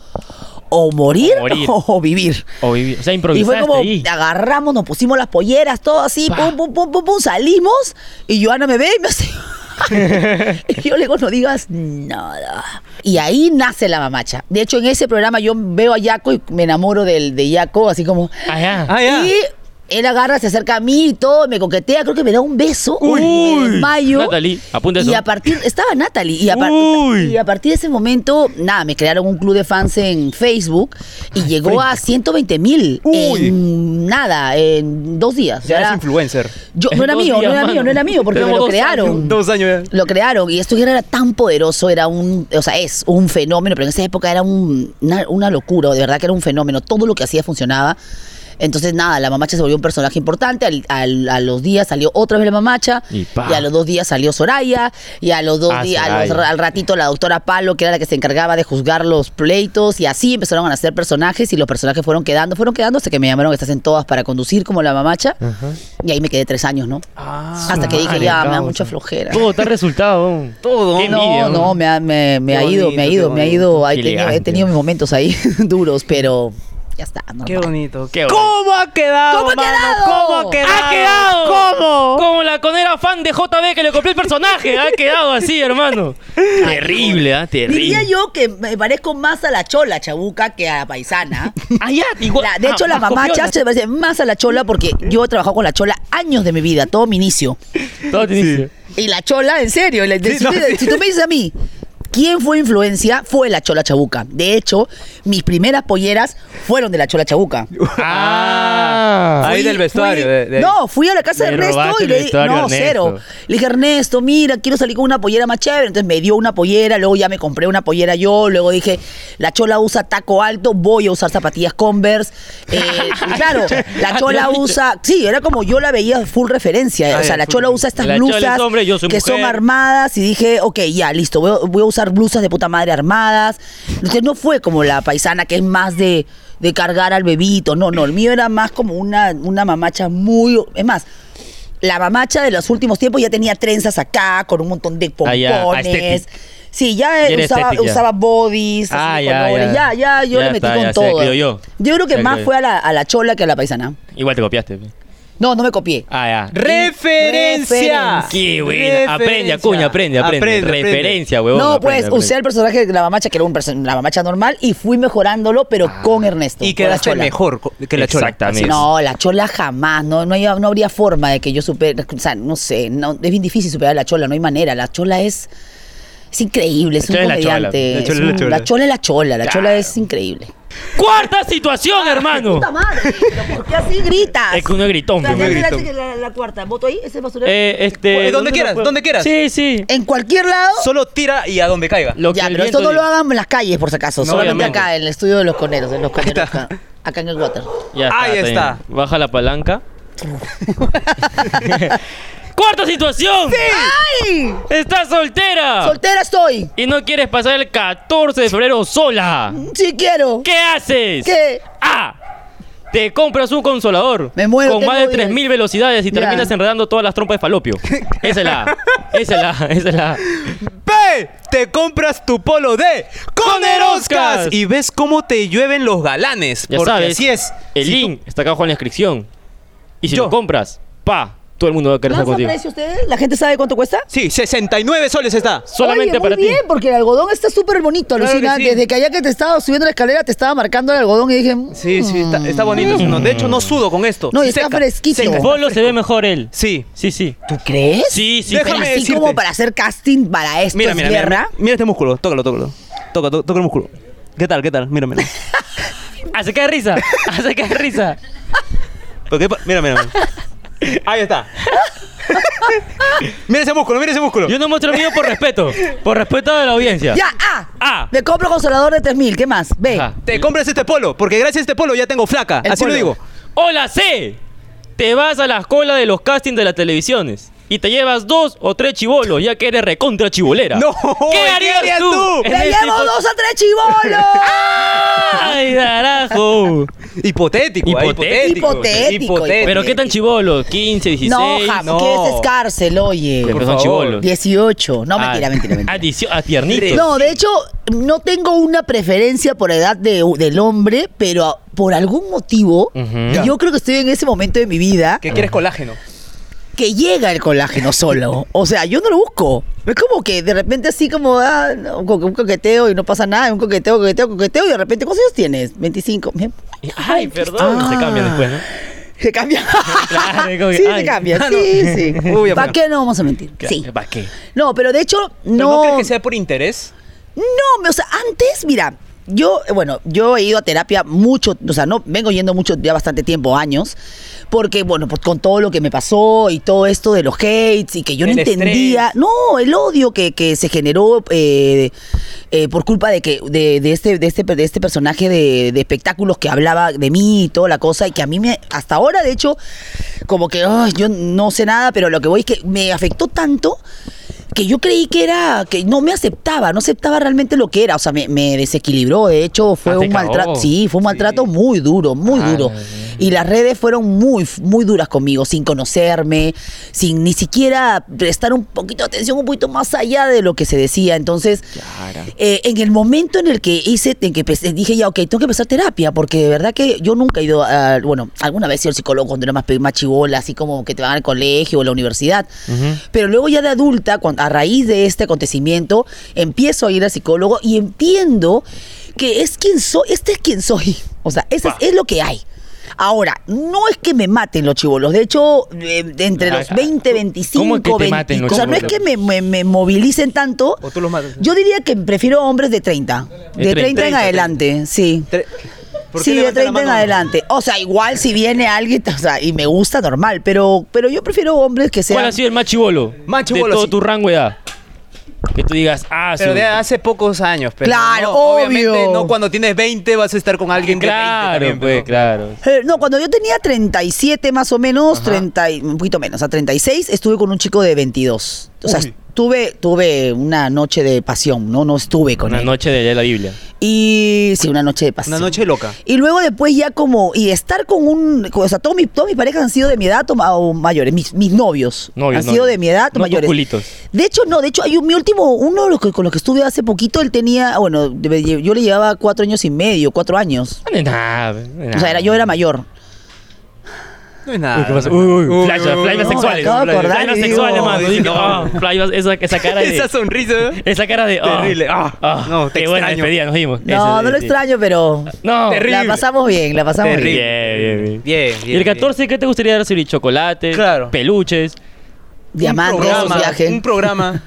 Speaker 1: o morir
Speaker 2: O
Speaker 1: o,
Speaker 2: morir.
Speaker 1: o vivir.
Speaker 2: O vivi- o sea,
Speaker 1: Y
Speaker 2: improvisaste
Speaker 1: fue como,
Speaker 2: ahí.
Speaker 1: agarramos, nos pusimos las polleras, todo así,
Speaker 2: Pa.
Speaker 1: pum, pum, pum, pum, pum, salimos. Y Joana me ve y me hace. y yo le digo, no digas nada. Y ahí nace la mamacha. De hecho, en ese programa yo veo a Yaco y me enamoro del, de Yaco, así como.
Speaker 2: Allá.
Speaker 3: Ah, ya.
Speaker 1: Y él agarra, se acerca a mí y todo, me coquetea, creo que me da un beso.
Speaker 2: Uy.
Speaker 1: me desmayo.
Speaker 2: Natalie, apunta
Speaker 1: Y
Speaker 2: eso.
Speaker 1: a partir, estaba Natalie, y a, par-
Speaker 2: Uy.
Speaker 1: y a partir de ese momento, nada, me crearon un club de fans en Facebook y llegó a 120 mil
Speaker 3: Uy.
Speaker 1: en nada, en dos días.
Speaker 3: Ya
Speaker 1: Era-
Speaker 3: eres influencer.
Speaker 1: yo,
Speaker 2: En
Speaker 1: no era
Speaker 2: dos
Speaker 1: mío,
Speaker 2: días,
Speaker 1: no era
Speaker 2: mano.
Speaker 1: mío, no era mío, porque me
Speaker 2: Tenemos
Speaker 1: lo
Speaker 2: dos años,
Speaker 1: crearon.
Speaker 3: Dos años ya.
Speaker 1: Lo crearon y esto ya era tan poderoso, era un, o sea, es un fenómeno, pero en esa época era un- una, una locura, de verdad que era un fenómeno, todo lo que hacía funcionaba. Entonces, nada, la mamacha se volvió un personaje importante, al- al- a los días salió otra vez la mamacha,
Speaker 2: Y
Speaker 1: y,
Speaker 2: pa.
Speaker 1: a los dos días salió Soraya, y a los dos
Speaker 2: Ah,
Speaker 1: días, a los-
Speaker 2: Soraya.
Speaker 1: al ratito la doctora Palo, que era la que se encargaba de juzgar los pleitos, y así empezaron a nacer personajes, y los personajes fueron quedando, fueron quedando, hasta que me llamaron, estás en todas para conducir como la mamacha, y ahí me quedé tres años, ¿no? hasta que dije,
Speaker 2: Ah, madre,
Speaker 1: ya, me da
Speaker 2: causa.
Speaker 1: mucha flojera.
Speaker 2: Todo está resultado.
Speaker 3: Todo.
Speaker 2: Qué envidia,
Speaker 1: No, no, me ha, me, me
Speaker 3: Qué
Speaker 1: ha ido, me ha
Speaker 3: bonito,
Speaker 1: ido,
Speaker 3: qué
Speaker 1: me ha ido. Ahí
Speaker 2: Qué
Speaker 1: tenía- he
Speaker 2: elegante.
Speaker 1: tenido mis momentos ahí duros, pero ya está. normal.
Speaker 3: Qué bonito.
Speaker 2: Qué bonito.
Speaker 3: ¿Cómo ha quedado?
Speaker 1: ¿Cómo ha
Speaker 3: mano?
Speaker 1: quedado?
Speaker 3: ¿Cómo ha quedado?
Speaker 2: ¡Ha quedado!
Speaker 3: ¿Cómo?
Speaker 2: Como la conera fan de JB que le copió el personaje. Ha quedado así, hermano. Terrible, ¿ah?
Speaker 1: Diría
Speaker 2: Terrible.
Speaker 1: yo que me parezco más a la chola chabuca que a la paisana.
Speaker 2: Allá, igual.
Speaker 1: La- de hecho,
Speaker 2: ah,
Speaker 1: la
Speaker 2: más
Speaker 1: mamacha
Speaker 2: copiona.
Speaker 1: se parece más a la chola porque yo he trabajado con la chola años de mi vida, todo mi inicio.
Speaker 2: Todo te dice.
Speaker 1: Y la chola, en serio, la- si,
Speaker 3: no,
Speaker 1: tú-
Speaker 3: sí.
Speaker 1: si tú me dices a mí, ¿Quién fue influencia? Fue la Chola Chabuca. De hecho, mis primeras polleras fueron de la Chola Chabuca.
Speaker 2: Ah,
Speaker 3: ahí
Speaker 1: Fui-
Speaker 3: del vestuario.
Speaker 1: fui-
Speaker 3: de- de-
Speaker 1: no, fui a la casa de
Speaker 2: Le
Speaker 1: Ernesto
Speaker 2: robaste
Speaker 1: y
Speaker 2: el
Speaker 1: le dije,
Speaker 2: vestuario a
Speaker 1: no,
Speaker 2: Ernesto.
Speaker 1: cero. Le dije, Ernesto, mira, quiero salir con una pollera más chévere. Entonces me dio una pollera, luego ya me compré una pollera yo, luego dije, la chola usa taco alto, voy a usar zapatillas Converse. Eh, y claro, la chola usa, sí, era como yo la veía full referencia.
Speaker 3: Ah,
Speaker 1: o sea,
Speaker 3: ya,
Speaker 1: la
Speaker 3: full
Speaker 1: chola
Speaker 3: referencia.
Speaker 1: usa estas
Speaker 2: La Chola es
Speaker 1: blusas
Speaker 2: hombre, yo soy
Speaker 1: que
Speaker 2: mujer.
Speaker 1: son armadas y dije, ok, ya, listo, voy, a- voy a usar blusas de puta madre armadas. Entonces no fue como la paisana que es más de, de cargar al bebito, no, no, el mío era más como una, una mamacha muy... Es más, la mamacha de los últimos tiempos ya tenía trenzas acá, con un montón de
Speaker 2: Ah, ya,
Speaker 1: pompones.
Speaker 2: aesthetic.
Speaker 1: Sí, ya
Speaker 2: Ya era
Speaker 1: usaba,
Speaker 2: aesthetic, ya.
Speaker 1: usaba bodies, así
Speaker 2: Ah,
Speaker 1: de
Speaker 2: ya,
Speaker 1: colores.
Speaker 2: ya.
Speaker 1: ya, ya, yo
Speaker 2: Ya
Speaker 1: le metí
Speaker 2: está,
Speaker 1: con
Speaker 2: ya se
Speaker 1: todo.
Speaker 2: crió yo.
Speaker 1: Yo creo que
Speaker 2: Ya
Speaker 1: más
Speaker 2: crió.
Speaker 1: fue a la, a la chola que a la paisana.
Speaker 2: Igual te copiaste. pe.
Speaker 1: No, no me copié.
Speaker 2: Ah, ya.
Speaker 3: ¡Referencia!
Speaker 2: Qué buena. Aprende, Acuña, aprende, aprende. Referencia, huevón.
Speaker 1: no,
Speaker 2: aprende,
Speaker 1: pues
Speaker 2: aprende.
Speaker 1: usé el personaje de la mamacha, que era un person- la mamacha normal, y fui mejorándolo, pero con Ernesto.
Speaker 3: Y
Speaker 1: con la
Speaker 3: quedaste
Speaker 1: chola.
Speaker 3: mejor co- que la chola.
Speaker 2: Exactamente.
Speaker 3: Así es.
Speaker 1: No, la chola jamás, no, no, hay- no habría forma de que yo supere, o sea, no sé, no, es bien difícil superar a la chola, no hay manera, la chola es, es increíble, es
Speaker 2: La
Speaker 1: un
Speaker 2: Chola es la Chola.
Speaker 1: comediante,
Speaker 3: La
Speaker 1: es
Speaker 3: Chola es la
Speaker 1: un-
Speaker 3: Chola.
Speaker 1: la chola es la chola, la chola es increíble.
Speaker 2: Cuarta situación, hermano.
Speaker 1: Ah, ¡Puta madre! ¿pero ¿Por qué así gritas?
Speaker 2: Es que uno es gritón.
Speaker 1: O sea,
Speaker 2: pe,
Speaker 1: ya
Speaker 2: pe.
Speaker 1: te la,
Speaker 3: gritón.
Speaker 1: que la- la cuarta, ¿voto ahí? ¿Ese basurero?
Speaker 2: Eh, este,
Speaker 3: Donde
Speaker 2: ¿dónde
Speaker 3: quieras,
Speaker 2: lo puedo?
Speaker 3: donde quieras.
Speaker 2: Sí, sí.
Speaker 1: ¿En cualquier lado?
Speaker 3: Solo tira y a donde caiga.
Speaker 2: Lo
Speaker 1: ya,
Speaker 2: que el
Speaker 1: pero esto
Speaker 2: viento
Speaker 1: no lo
Speaker 2: diga.
Speaker 1: hagan en las calles, por si acaso,
Speaker 2: No,
Speaker 1: solamente
Speaker 2: obviamente.
Speaker 1: acá, en el estudio de los coneros, en los coneros, acá, acá en el water.
Speaker 2: Ya está,
Speaker 3: Ahí está.
Speaker 2: bien. Baja la palanca. Cuarta situación.
Speaker 1: ¡Ay!
Speaker 2: Estás soltera.
Speaker 1: ¡Soltera estoy!
Speaker 2: y no quieres pasar el 14 de febrero sola.
Speaker 1: ¡Sí quiero!
Speaker 2: ¿Qué haces?
Speaker 1: ¿Qué?
Speaker 2: A. Te compras un consolador.
Speaker 1: Me muero,
Speaker 2: Con
Speaker 1: tengo
Speaker 2: más de
Speaker 1: vida.
Speaker 2: 3000 velocidades y
Speaker 1: Ya.
Speaker 2: terminas enredando todas las trompas de falopio. Esa es la A. Esa es la A. Esa es la A.
Speaker 3: P, te compras tu polo de Coneroscas y ves cómo te llueven los galanes.
Speaker 2: Ya
Speaker 3: porque
Speaker 2: sabes.
Speaker 3: así es.
Speaker 2: El
Speaker 3: Si tú-
Speaker 2: link está acá abajo en la descripción. Y si
Speaker 3: Yo.
Speaker 2: lo compras, pa, todo el mundo va a querer estar
Speaker 1: ¿Lanza
Speaker 2: contigo.
Speaker 1: precio usted? ¿La gente sabe cuánto cuesta?
Speaker 3: Sí, 69 soles está.
Speaker 2: Solamente
Speaker 1: Oye, muy
Speaker 2: para ti.
Speaker 1: bien, porque el algodón está súper bonito,
Speaker 3: Claro
Speaker 1: Lucina.
Speaker 3: que sí.
Speaker 1: Desde que allá que te estaba subiendo la escalera, te estaba marcando el algodón y dije... mm,
Speaker 3: Sí, sí, está, está bonito.
Speaker 2: Mm.
Speaker 3: No, de hecho, no sudo con esto.
Speaker 1: No, y
Speaker 3: Sí
Speaker 1: está
Speaker 3: seca,
Speaker 1: fresquito.
Speaker 3: seca.
Speaker 2: Bolo se ve mejor él.
Speaker 3: Sí.
Speaker 2: Sí, sí.
Speaker 1: ¿Tú crees?
Speaker 2: Sí, sí.
Speaker 1: Pero
Speaker 3: Déjame
Speaker 1: así
Speaker 3: decirte.
Speaker 1: como para hacer casting para esto
Speaker 3: Mira,
Speaker 1: es
Speaker 3: mira, mira,
Speaker 1: guerra.
Speaker 3: mira. Mira este músculo. Tócalo, tócalo. Toca, to- toca el músculo. ¿Qué tal, qué tal? Míramelo.
Speaker 2: Hace que risa. Hace que risa.
Speaker 3: Porque pa- Mira, mira, mira. Ahí está. mira ese músculo, mira ese músculo.
Speaker 2: Yo no muestro el mío por respeto. Por respeto de la audiencia.
Speaker 1: Ya, A.
Speaker 2: A.
Speaker 1: Me compro consolador de 3000. ¿Qué más? B.
Speaker 2: Ah. Ajá.
Speaker 3: Te compras este polo, porque gracias a este polo ya tengo flaca.
Speaker 1: El
Speaker 3: así lo
Speaker 1: polo.
Speaker 3: digo.
Speaker 2: Hola C. Te vas a las colas de los castings de las televisiones y te llevas dos o tres chivolos, ya que eres recontra chivolera.
Speaker 3: No,
Speaker 2: ¿Qué harías, tú? en
Speaker 1: ¡Me
Speaker 2: esta
Speaker 1: llevo
Speaker 2: hipo-
Speaker 1: dos a tres chivolos!
Speaker 2: ¡Ay, carajo!
Speaker 3: Oh. Hipotético, ah, hipotético.
Speaker 1: Hipotético.
Speaker 2: Pero qué tan chivolos, 15, 16.
Speaker 1: no, Jam,
Speaker 3: no.
Speaker 1: ¿qué es, es cárcel, oye?
Speaker 2: Pero
Speaker 3: por
Speaker 2: son
Speaker 3: favor.
Speaker 2: chivolos.
Speaker 1: 18. No,
Speaker 2: Ah,
Speaker 1: mentira, mentira, mentira.
Speaker 2: A, diecio- a tiernitos.
Speaker 1: No, de hecho, no tengo una preferencia por edad de- del hombre, pero por algún motivo,
Speaker 2: Ujú.
Speaker 1: yo creo que estoy en ese momento de mi vida
Speaker 3: Que quieres colágeno.
Speaker 1: que llega el colágeno solo. O sea, yo no lo busco. Es como que de repente así como ah, no, un co- un coqueteo y no pasa nada, un coqueteo, coqueteo, coqueteo y de repente, ¿cuántos años tienes? 25. Me-
Speaker 2: Ay, perdón.
Speaker 1: Ah.
Speaker 2: Se cambian después, ¿no?
Speaker 1: Se cambia.
Speaker 2: Claro, es como que,
Speaker 1: sí,
Speaker 2: ay.
Speaker 1: se cambia.
Speaker 3: Ah, no.
Speaker 1: Sí, sí.
Speaker 3: Uy, ya
Speaker 1: ¿Para
Speaker 3: fue.
Speaker 1: qué no vamos a mentir? Sí.
Speaker 2: ¿Para qué?
Speaker 1: No, pero de hecho,
Speaker 3: ¿Pero no.
Speaker 1: no.
Speaker 3: crees que sea por interés?
Speaker 1: No, me- o sea, antes, mira, yo, eh, bueno, yo he ido a terapia mucho, o sea, no vengo yendo mucho, ya bastante tiempo, años, porque, bueno, pues con todo lo que me pasó y todo esto de los hates y que yo
Speaker 3: El
Speaker 1: no entendía,
Speaker 3: estrés.
Speaker 1: no, el odio que, que se generó eh, eh, por culpa de que de, de este, de, este, de este personaje de, de espectáculos que hablaba de mí y toda la cosa, y que a mí me, hasta ahora, de hecho, como que ay, yo no sé nada, pero lo que voy es que me afectó tanto que yo creí que era, que no me aceptaba, no aceptaba realmente lo que era, o sea, me, me desequilibró, de hecho fue
Speaker 2: Ah, te
Speaker 1: un maltrato,
Speaker 2: cagó.
Speaker 1: sí, fue un maltrato muy duro, muy
Speaker 2: Ah,
Speaker 1: duro.
Speaker 2: la mierda.
Speaker 1: Y las redes fueron muy, muy duras conmigo, sin conocerme, sin ni siquiera prestar un poquito de atención, un poquito más allá de lo que se decía. Entonces, eh, en el momento en el que hice, en que empecé, dije ya, ok, tengo que empezar terapia, porque de verdad que yo nunca he ido a, bueno, alguna vez he ido al psicólogo cuando era más, pe- más chivola, así como que te van al colegio o a la universidad. Pero luego ya de adulta, cuan- a raíz de este acontecimiento, empiezo a ir al psicólogo y entiendo que es quien soy, este es quien soy. O sea, ese es, es lo que hay. Ahora, no es que me maten los chivolos. De hecho, eh, de entre
Speaker 2: Ah,
Speaker 1: los
Speaker 2: ah,
Speaker 1: 20, 25,
Speaker 2: ¿cómo es que te
Speaker 1: 20,
Speaker 2: maten los
Speaker 1: O sea, no es
Speaker 2: chibolos?
Speaker 1: que me, me- me movilicen tanto.
Speaker 3: O tú los matas.
Speaker 1: Yo diría que prefiero hombres de 30.
Speaker 2: De
Speaker 1: De 30,
Speaker 2: 30,
Speaker 1: en
Speaker 3: 30.
Speaker 1: adelante, sí.
Speaker 3: Tre- ¿Por qué
Speaker 1: Sí, de
Speaker 3: levanta la
Speaker 1: 30 en
Speaker 3: mano?
Speaker 1: adelante. O sea, igual si viene alguien, o sea, y me gusta, normal. Pero, pero yo prefiero hombres que sean...
Speaker 2: ¿Cuál ha sido el más chibolo?
Speaker 3: Más chibolo,
Speaker 2: De todo
Speaker 3: sí.
Speaker 2: tu rango de edad. Que tú digas, ah,
Speaker 3: Pero
Speaker 2: sí.
Speaker 3: de hace pocos años, pero
Speaker 1: Claro,
Speaker 3: no, obviamente
Speaker 1: obvio.
Speaker 3: no cuando tienes 20 vas a estar con alguien de 20
Speaker 2: Claro,
Speaker 3: también,
Speaker 2: pues,
Speaker 3: pero-
Speaker 2: claro.
Speaker 1: Eh, no, cuando yo tenía 37 más o menos, 30, y- un poquito menos, a 36, estuve con un chico de 22. O sea, tuve, tuve una noche de pasión, ¿no? No estuve con
Speaker 2: Una
Speaker 1: él.
Speaker 2: noche de leer la Biblia.
Speaker 1: Y sí, una noche de pasión.
Speaker 3: Una noche loca.
Speaker 1: Y luego después ya como, y estar con un, o sea, todos mis, todas mis parejas han sido de mi edad o, ma- o mayores, mis, mis novios,
Speaker 2: Novios,
Speaker 1: han sido
Speaker 2: novios.
Speaker 1: de mi edad o
Speaker 2: No tus
Speaker 1: mayores.
Speaker 2: culitos.
Speaker 1: De hecho, no, de hecho, hay un, mi último, uno de los que- con los que estuve hace poquito, él tenía, ah, bueno, de- yo le llevaba cuatro años y medio, cuatro años.
Speaker 2: No es nada, no es
Speaker 1: O sea,
Speaker 2: nada.
Speaker 1: era, yo era mayor.
Speaker 3: No es nada.
Speaker 2: ¿Qué pasa?
Speaker 3: no es
Speaker 2: Uy,
Speaker 3: nada.
Speaker 2: uy,
Speaker 3: Uy,
Speaker 2: flashbacks,
Speaker 3: uy,
Speaker 2: flashbacks
Speaker 1: no,
Speaker 2: sexuales.
Speaker 1: me acabo de
Speaker 2: flashbacks,
Speaker 1: acordar y
Speaker 2: Flashbacks
Speaker 1: digo,
Speaker 2: sexuales, mano.
Speaker 3: dice,
Speaker 2: Dije,
Speaker 3: no.
Speaker 2: ah, flashbacks, esa, esa cara de...
Speaker 3: Esa sonrisa.
Speaker 2: Esa cara de... ah,
Speaker 3: Terrible, ah, no, te
Speaker 2: qué buena
Speaker 3: extraño.
Speaker 2: despedida, nos dimos.
Speaker 1: No,
Speaker 2: Ese-
Speaker 1: no lo
Speaker 2: sí.
Speaker 1: extraño, pero
Speaker 2: No.
Speaker 1: la
Speaker 3: Terrible.
Speaker 1: pasamos bien, la pasamos
Speaker 3: Terrible.
Speaker 1: bien.
Speaker 2: Bien, bien, bien.
Speaker 3: Bien,
Speaker 2: ¿Y el 14 qué te gustaría recibir? ¿Chocolates?
Speaker 3: Claro.
Speaker 2: ¿Peluches?
Speaker 1: Diamantes,
Speaker 3: programa,
Speaker 1: un viaje.
Speaker 3: Un programa.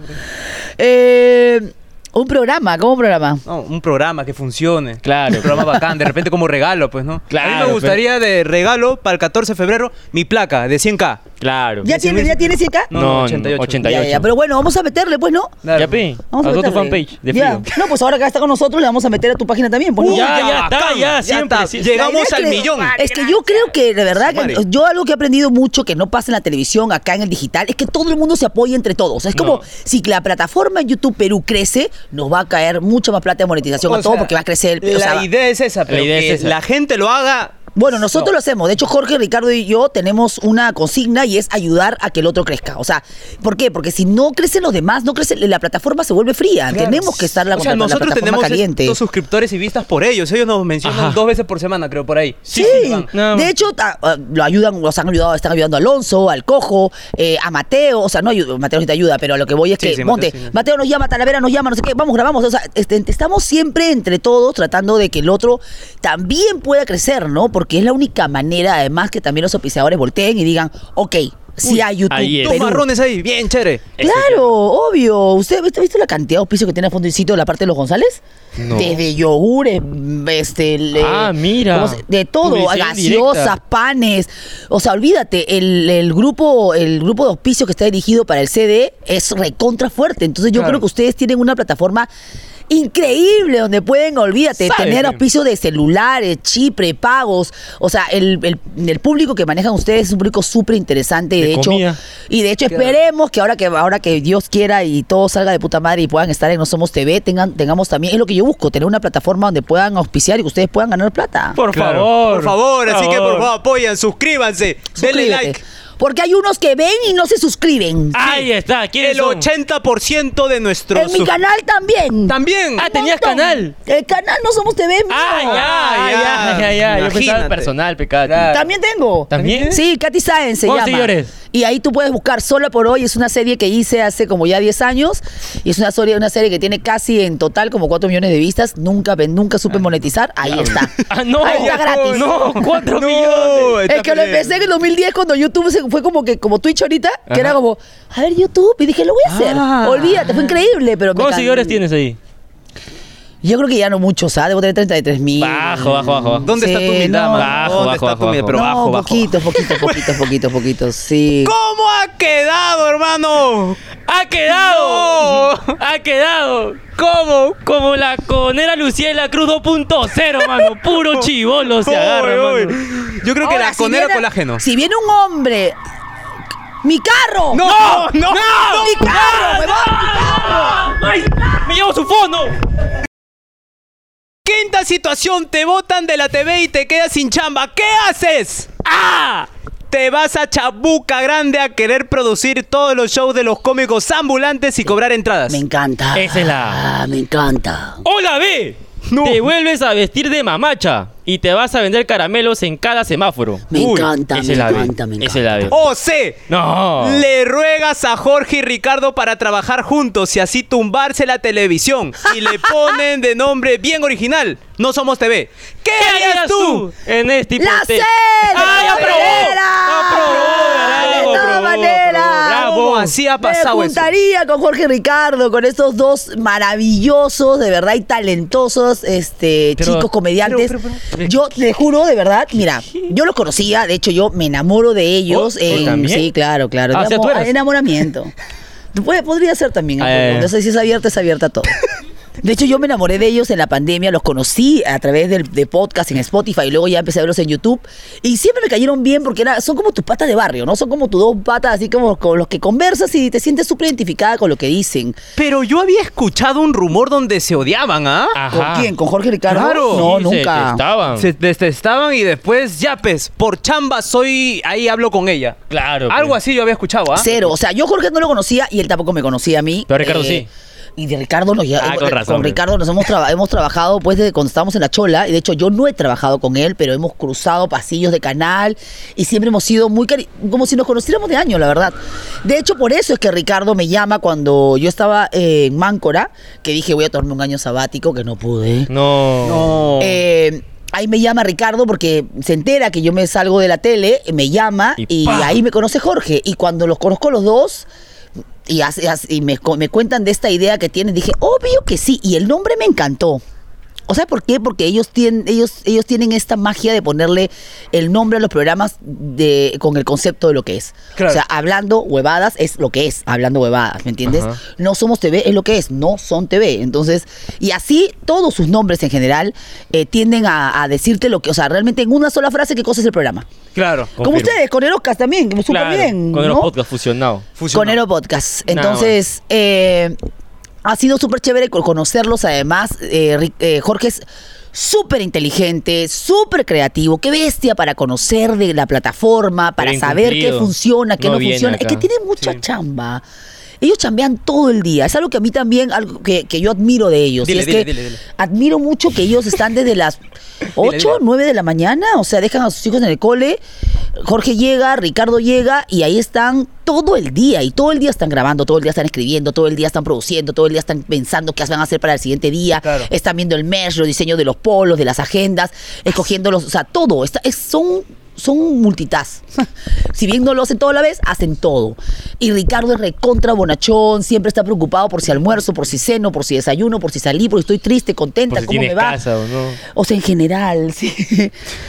Speaker 1: Eh, un programa, ¿cómo un programa?
Speaker 3: No, un programa que funcione.
Speaker 2: Claro.
Speaker 3: Un programa bacán, de repente como regalo, pues, ¿no? A mí
Speaker 2: Claro,
Speaker 3: me gustaría de regalo para el 14 de febrero mi placa de 100K.
Speaker 2: Claro.
Speaker 1: ¿Ya tienes, ya tienes cita?
Speaker 2: No,
Speaker 3: No,
Speaker 2: no, 88.
Speaker 3: 88.
Speaker 1: Ya, ya, ya, pero bueno, vamos a meterle, pues, ¿no?
Speaker 3: Claro.
Speaker 2: Ya, pi.
Speaker 1: Vamos a
Speaker 2: Haz tu
Speaker 1: meterle.
Speaker 2: fanpage de
Speaker 1: Ya.
Speaker 2: Freedom.
Speaker 1: No, pues ahora que está con nosotros le vamos a meter a tu página también. Pues,
Speaker 2: Uy,
Speaker 1: ¿no?
Speaker 2: ya, ya está,
Speaker 3: bacán,
Speaker 2: ya, siempre,
Speaker 3: está.
Speaker 2: siempre.
Speaker 3: Llegamos
Speaker 1: La idea
Speaker 3: al
Speaker 1: es que-
Speaker 3: millón.
Speaker 1: Es que yo creo que de verdad que
Speaker 3: Sumare.
Speaker 1: yo algo que he aprendido mucho que no pasa en la televisión, acá en el digital, es que todo el mundo se apoya entre todos. Es como
Speaker 2: No.
Speaker 1: si la plataforma en YouTube Perú crece, nos va a caer mucha más plata de monetización
Speaker 3: O
Speaker 1: a todos
Speaker 3: sea,
Speaker 1: porque va a crecer el o
Speaker 3: la
Speaker 1: sea,
Speaker 3: idea es esa, pero
Speaker 2: idea es
Speaker 3: que
Speaker 2: esa.
Speaker 3: la gente lo haga.
Speaker 1: Bueno, nosotros
Speaker 3: No.
Speaker 1: lo hacemos. De hecho, Jorge, Ricardo y yo tenemos una consigna y es ayudar a que el otro crezca. O sea, ¿por qué? Porque si no crecen los demás, no crece la plataforma se vuelve fría. Tenemos que estar la,
Speaker 3: O sea,
Speaker 1: la
Speaker 3: nosotros
Speaker 1: plataforma
Speaker 3: tenemos
Speaker 1: caliente.
Speaker 3: estos suscriptores y vistas por ellos. Ellos nos mencionan
Speaker 2: Ajá.
Speaker 3: dos veces por semana, creo, por ahí.
Speaker 1: Sí,
Speaker 3: van.
Speaker 2: No.
Speaker 1: de hecho, ta- ah, lo ayudan, los han ayudado, están ayudando a Alonso, al Cojo, eh, a Mateo, o sea, no ayuda, Mateo no te ayuda, pero a lo que voy es
Speaker 3: Sí,
Speaker 1: que,
Speaker 3: sí, Mateo,
Speaker 1: Monte,
Speaker 3: sí,
Speaker 1: Mateo,
Speaker 3: sí.
Speaker 1: nos llama, Talavera nos llama, no sé qué, vamos, grabamos, o sea, este, estamos siempre entre todos tratando de que el otro también pueda crecer, ¿no? Porque es la única manera, además, que también los auspiciadores volteen y digan, ok, si hay YouTube,
Speaker 2: ahí es.
Speaker 3: Dos
Speaker 1: Perú.
Speaker 3: marrones ahí, bien chévere.
Speaker 1: Claro, obvio. ¿Usted ha visto, visto la cantidad de auspicios que tiene a Fondoncito de la parte de los González?
Speaker 2: No.
Speaker 1: Desde yogures, mm, este, le-
Speaker 2: Ah, mira.
Speaker 1: ¿cómo se- de todo,
Speaker 2: Publicidad
Speaker 1: gaseosas,
Speaker 2: indirecta.
Speaker 1: panes. O sea, olvídate, el, el grupo, el grupo de auspicios que está dirigido para el CD es recontra fuerte. Entonces yo
Speaker 3: Claro.
Speaker 1: creo que ustedes tienen una plataforma increíble donde pueden, olvídate,
Speaker 2: ¿Sabes,
Speaker 1: tener
Speaker 2: men?
Speaker 1: auspicios de celulares, chipre, pagos. O sea, el, el- el público que manejan ustedes es un público súper interesante y de,
Speaker 2: De
Speaker 1: hecho.
Speaker 2: comida.
Speaker 1: Y de hecho esperemos que ahora que ahora que Dios quiera y todo salga de puta madre y puedan estar en No Somos TV, tengan, tengamos también, es lo que yo busco, tener una plataforma donde puedan auspiciar y que ustedes puedan ganar plata.
Speaker 2: Por
Speaker 3: Claro.
Speaker 2: favor.
Speaker 3: Por favor, así que por
Speaker 2: favor.
Speaker 3: favor apoyan, suscríbanse, denle
Speaker 1: Suscríbete.
Speaker 3: like.
Speaker 1: Porque hay unos que ven y no se suscriben.
Speaker 2: Ahí está, ¿quiénes
Speaker 3: El
Speaker 2: son?
Speaker 3: 80% de nuestros
Speaker 1: en mi
Speaker 3: sus-
Speaker 1: canal también.
Speaker 3: También.
Speaker 2: Ah, tenías
Speaker 1: Montón.
Speaker 2: canal.
Speaker 1: El canal No Somos TV. mío.
Speaker 2: Ah, ya, ya,
Speaker 3: Ah,
Speaker 2: ya, ya. Yo pensaba
Speaker 3: imagínate.
Speaker 2: personal, pecado.
Speaker 3: Claro.
Speaker 1: También tengo.
Speaker 2: ¿También? Oh,
Speaker 1: Sí, Katy Sáenz se
Speaker 2: ¿Cuántos
Speaker 1: llama.
Speaker 2: seguidores?
Speaker 1: Y ahí tú puedes buscar Sola por Hoy. Es una serie que hice hace como ya 10 años. Y es una serie, una serie que tiene casi en total como 4 millones de vistas. Nunca, ven- nunca supe monetizar. Ahí está.
Speaker 2: Ah, no.
Speaker 1: Ahí está gratis.
Speaker 2: No, 4
Speaker 3: No,
Speaker 2: millones.
Speaker 3: está
Speaker 1: Es que lo
Speaker 3: bien.
Speaker 1: empecé en el 2010 cuando YouTube se- fue como que como Twitch ahorita, que era como, a ver YouTube, y dije, lo voy a hacer.
Speaker 3: Ah.
Speaker 1: Olvídate, fue increíble, pero me
Speaker 2: ¿Cuántos
Speaker 1: can-
Speaker 2: seguidores tienes ahí?
Speaker 1: Yo creo que ya no muchos, ¿sabes? Debo tener 33 mil.
Speaker 2: Bajo, bajo, bajo. bajo.
Speaker 3: ¿Dónde está tu
Speaker 1: Sí,
Speaker 3: humildad,
Speaker 1: no.
Speaker 3: mano?
Speaker 2: Bajo,
Speaker 3: ¿Dónde
Speaker 2: bajo,
Speaker 3: está tu
Speaker 2: bajo,
Speaker 3: humildad? Pero
Speaker 1: no,
Speaker 3: bajo, bajo.
Speaker 1: poquitos, poquitos, poquitos, poquitos, poquitos, sí.
Speaker 3: ¿Cómo ha quedado, hermano?
Speaker 2: ¡Ha quedado! ¡Ha quedado! ¿Cómo? Como la conera Luciela Cruz 2.0, mano. Puro chivolo se agarra,
Speaker 3: Uy, uy.
Speaker 2: mano.
Speaker 3: Yo creo que
Speaker 1: Ahora,
Speaker 3: la
Speaker 1: si
Speaker 3: conera
Speaker 1: viene-
Speaker 3: colágeno.
Speaker 1: Si viene un hombre. ¡Mi carro!
Speaker 3: No, no, no.
Speaker 1: ¡Mi carro! huevón!
Speaker 2: ¡Ay! ¡Me llevo su fono!
Speaker 3: Quinta situación, te botan de la TV y te quedas sin chamba. ¿Qué haces? ¡Ah! Te vas a Chabuca Grande a querer producir todos los shows de los cómicos ambulantes y cobrar entradas.
Speaker 1: Me encanta.
Speaker 2: Esa es la-
Speaker 1: Ah, me encanta.
Speaker 2: ¡Hola, B! Te vuelves a vestir de mamacha y te vas a vender caramelos en cada semáforo.
Speaker 1: Me encanta,
Speaker 2: ese
Speaker 1: me
Speaker 2: la ve,
Speaker 1: encanta, me
Speaker 2: Ese la ve.
Speaker 3: O C.
Speaker 2: No.
Speaker 3: Le ruegas a Jorge y Ricardo para trabajar juntos y así tumbarse la televisión. Y le ponen de nombre bien original. No somos TV. ¿Qué,
Speaker 2: ¿Qué harías tú en este tipo
Speaker 1: ¡La
Speaker 2: de...
Speaker 1: C!
Speaker 2: ¡Ay,
Speaker 1: ¡De
Speaker 2: aprobó!
Speaker 1: manera!
Speaker 2: ¡Aprobó!
Speaker 1: ¡De
Speaker 2: bravo,
Speaker 1: todas
Speaker 2: aprobó,
Speaker 1: maneras!
Speaker 2: aprobó,
Speaker 3: ¿Cómo
Speaker 2: ¡Bravo!
Speaker 3: así ha pasado
Speaker 1: Me
Speaker 3: eso?
Speaker 1: juntaría con Jorge Ricardo, con estos dos maravillosos, de verdad, y talentosos este,
Speaker 2: Pero-
Speaker 1: chicos comediantes.
Speaker 2: pero, pero, pero-
Speaker 1: yo te juro, de verdad, mira, yo los conocía, de hecho, yo me enamoro de ellos.
Speaker 2: Oh, ¿tú
Speaker 1: en-
Speaker 2: también?
Speaker 1: sí, claro, claro.
Speaker 2: Ah, o sea, tú
Speaker 1: enamo-
Speaker 2: eres.
Speaker 1: enamoramiento. Puede- podría ser también.
Speaker 2: Ah,
Speaker 1: amor.
Speaker 2: ya, ya.
Speaker 1: No sé si es abierta, es abierta a todo. De hecho, yo me enamoré de ellos en la pandemia, los conocí a través del, de podcast en Spotify, y luego ya empecé a verlos en YouTube. Y siempre me cayeron bien porque era, son como tus patas de barrio, ¿no? Son como tus dos patas, así como con los que conversas y te sientes súper identificada con lo que dicen.
Speaker 3: Pero yo había escuchado un rumor donde se odiaban, ¿ah?
Speaker 2: Ajá.
Speaker 1: ¿Con quién? ¿Con Jorge Ricardo?
Speaker 3: Claro.
Speaker 1: No,
Speaker 2: Sí, se
Speaker 1: nunca.
Speaker 2: detestaban.
Speaker 3: Se detestaban y después, ya pues, por chamba soy, ahí hablo con ella.
Speaker 2: Claro.
Speaker 3: Algo
Speaker 2: pues.
Speaker 3: así yo había escuchado, ¿ah?
Speaker 1: Cero. O sea, yo Jorge no lo conocía y él tampoco me conocía a mí. eh,
Speaker 2: Pero Ricardo sí.
Speaker 1: Y de Ricardo nos ya-
Speaker 2: Ah, con razón, pues.
Speaker 1: Ricardo nos hemos, traba- hemos trabajado pues desde cuando estábamos en la chola. Y de hecho, yo no he trabajado con él, pero hemos cruzado pasillos de canal y siempre hemos sido muy cari- como si nos conociéramos de años, la verdad. De hecho, por eso es que Ricardo me llama cuando yo estaba eh, en Máncora, que dije voy a tomarme un año sabático, que no pude.
Speaker 2: No.
Speaker 3: No.
Speaker 1: Eh, ahí me llama Ricardo porque se entera que yo me salgo de la tele, me llama
Speaker 2: Y
Speaker 1: y,
Speaker 2: ¡pam!
Speaker 1: ahí me conoce Jorge. Y cuando los conozco los dos y, hace- hace- y me, co- me cuentan de esta idea que tienen, dije, obvio que sí. Y el nombre me encantó. O sea, ¿por qué? Porque ellos tienen, ellos, ellos tienen esta magia de ponerle el nombre a los programas de, con el concepto de lo que es.
Speaker 3: Claro.
Speaker 1: O sea, hablando huevadas es lo que es, hablando huevadas, ¿me entiendes?
Speaker 2: Ajá.
Speaker 1: No somos TV es lo que es, no son TV. Entonces, y así todos sus nombres en general eh, tienden a, a decirte lo que, o sea, realmente en una sola frase qué cosa es el programa.
Speaker 3: Claro.
Speaker 1: Como
Speaker 2: Confirmo.
Speaker 1: ustedes, con Eroscas también, súper
Speaker 2: Claro,
Speaker 1: bien.
Speaker 2: Con los
Speaker 1: ¿no?
Speaker 2: podcasts fusionados.
Speaker 1: Con Ero Podcast.
Speaker 2: Nada
Speaker 1: Entonces, eh, ha sido súper chévere co- conocerlos. Además, eh, Ri- eh, Jorge es súper inteligente, súper creativo. Qué bestia para conocer de la plataforma, para
Speaker 2: Bien
Speaker 1: saber
Speaker 2: cumplido.
Speaker 1: qué funciona, qué
Speaker 2: No
Speaker 1: no,
Speaker 2: viene
Speaker 1: funciona. Es
Speaker 2: acá.
Speaker 1: que tiene mucha chamba. Ellos chambean todo el día. Es algo que a mí también, algo que, que yo admiro de ellos.
Speaker 3: Dile,
Speaker 1: Y es
Speaker 3: dile,
Speaker 1: que
Speaker 3: dile, dile.
Speaker 1: Admiro mucho que ellos están desde las 8, 9 de la mañana, o sea, dejan a sus hijos en el cole, Jorge llega, Ricardo llega y ahí están todo el día y todo el día están grabando, todo el día están escribiendo, todo el día están produciendo, todo el día están pensando qué van a hacer para el siguiente día, están viendo el merch, los diseños de los polos, de las agendas, escogiendo los, o sea, todo, está, es- son son multitask. si bien no lo hacen todo a la vez, hacen todo. Y Ricardo es recontra bonachón, siempre está preocupado por si almuerzo, por si ceno, por si desayuno, por si salí, por si estoy triste, contenta,
Speaker 2: Por si
Speaker 1: cómo me
Speaker 2: tienes
Speaker 1: va.
Speaker 2: casa o no.
Speaker 1: O sea, en general, sí.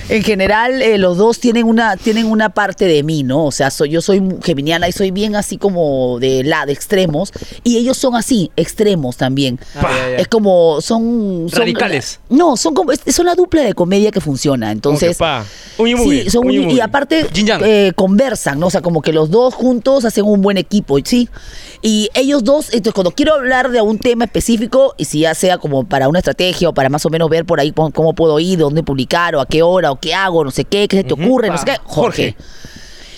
Speaker 1: En general, eh, los dos tienen una, tienen una parte de mí, ¿no? O sea, soy, yo soy geminiana y soy bien así como de la de extremos. Y ellos son así, extremos también.
Speaker 3: ya, ya.
Speaker 1: Es como, son, son-
Speaker 3: Radicales.
Speaker 1: No, son como, es- son la dupla de comedia que funciona. Entonces.
Speaker 2: Como que, pa, un y muy,
Speaker 1: sí, son
Speaker 2: un y
Speaker 1: un-
Speaker 2: muy.
Speaker 1: y aparte
Speaker 3: Yin yang.
Speaker 1: eh, conversan, ¿no? O sea, como que los dos juntos hacen un buen equipo, ¿sí? Y ellos dos, entonces cuando quiero hablar de un tema específico, y si ya sea como para una estrategia o para más o menos ver por ahí cómo, cómo puedo ir, dónde publicar o a qué hora o qué hago, no sé qué, qué se te ocurre, no sé qué, Jorge.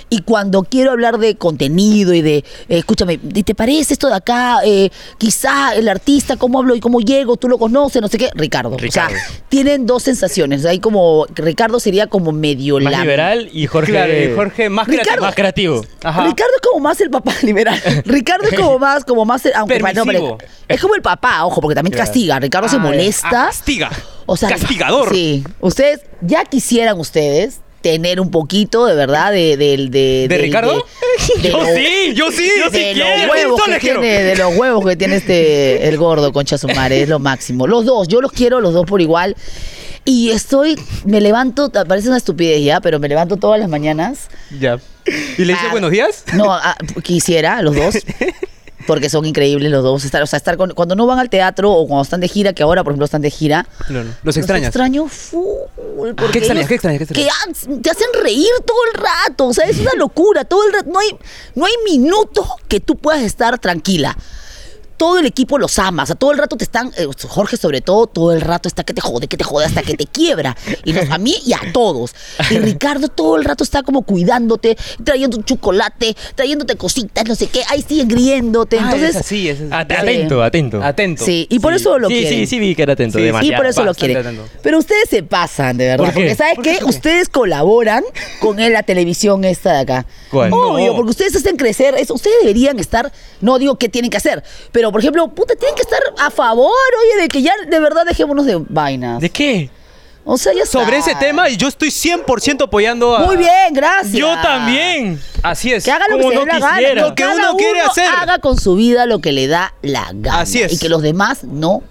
Speaker 1: Y cuando quiero hablar de contenido y de, eh, escúchame, ¿y ¿te parece esto de acá? Eh, quizá el artista, ¿cómo hablo y cómo llego? ¿Tú lo conoces? No sé qué. Ricardo.
Speaker 2: Ricardo.
Speaker 1: O sea, tienen dos sensaciones. Hay como, Ricardo sería como medio
Speaker 2: Más
Speaker 1: la-
Speaker 2: liberal y Jorge.
Speaker 3: Claro, y Jorge más
Speaker 1: Ricardo.
Speaker 3: creativo.
Speaker 2: Más creativo.
Speaker 3: Ajá.
Speaker 1: Ricardo es como más el papá liberal. Ricardo es como más, como más, el- aunque no,
Speaker 3: Permisivo.
Speaker 1: pero es como el papá, ojo, porque también castiga. Ricardo se
Speaker 3: Ah,
Speaker 1: molesta.
Speaker 3: Castiga.
Speaker 1: O sea,
Speaker 3: Castigador.
Speaker 1: Sí. Ustedes, ya quisieran ustedes tener un poquito de verdad de. ¿De,
Speaker 3: ¿De Ricardo?
Speaker 1: yo
Speaker 3: sí, yo sí, yo
Speaker 1: de los huevos que tiene, de los huevos que tiene este el gordo concha su madre, es lo máximo. Los dos, yo los quiero los dos por igual. Y estoy, me levanto, parece una estupidez ya, pero me levanto todas las mañanas.
Speaker 3: Ya. ¿Y le dice
Speaker 1: Ah,
Speaker 3: buenos días?
Speaker 1: No, ah, quisiera, los dos. Porque son increíbles los dos. Estar, o sea, estar con- cuando no van al teatro o cuando están de gira, que ahora, por ejemplo, están de gira.
Speaker 3: Los extrañas. Ah,
Speaker 1: Los extraño full. porque
Speaker 3: ¿Qué extrañas?
Speaker 1: ellos-
Speaker 3: ¿Qué extrañas? ¿Qué extrañas?
Speaker 1: Que han- te hacen reír todo el rato. O sea, es una locura. Todo el rato. No hay, no hay minuto que tú puedas estar tranquila. todo el equipo los ama. O sea, todo el rato te están, eh, Jorge sobre todo, todo el rato está que te jode, que te jode, hasta que te quiebra. Y nos- a mí y a todos. Y Ricardo todo el rato está como cuidándote, trayendo un chocolate, trayéndote cositas, no sé qué. Ahí siguen riéndote.
Speaker 3: Ah,
Speaker 1: Entonces, eh,
Speaker 3: sí, es
Speaker 2: At- Atento, atento.
Speaker 3: atento.
Speaker 1: sí, y por eso lo
Speaker 2: sí,
Speaker 1: quieren.
Speaker 2: sí, sí, vi que era atento.
Speaker 3: Sí, sí,
Speaker 1: Y
Speaker 2: demasiado.
Speaker 1: por eso lo
Speaker 3: bastante
Speaker 1: quieren.
Speaker 3: atento.
Speaker 1: Pero ustedes se pasan, de verdad.
Speaker 2: ¿Por
Speaker 1: Porque
Speaker 2: qué?
Speaker 1: ¿sabes qué? Ustedes colaboran con la televisión esta de acá.
Speaker 2: ¿Cuál?
Speaker 1: Obvio,
Speaker 3: No.
Speaker 1: porque ustedes hacen crecer. eso. ustedes deberían estar, no digo qué tienen que hacer, pero por ejemplo, puta, tienen que estar a favor, oye, de que ya de verdad dejémonos de vainas.
Speaker 3: ¿De qué?
Speaker 1: O sea, ya está.
Speaker 3: Sobre ese tema, yo estoy 100% apoyando a.
Speaker 1: Ah. Muy bien, gracias.
Speaker 2: Yo también.
Speaker 3: Así es.
Speaker 1: Que haga lo que
Speaker 2: Como
Speaker 1: se
Speaker 2: no
Speaker 1: dé la gana.
Speaker 2: quisiera. Lo
Speaker 3: que
Speaker 1: cada
Speaker 3: uno quiere hacer.
Speaker 1: Haga con su vida lo que le da la gana.
Speaker 3: Así es.
Speaker 1: Y que los demás no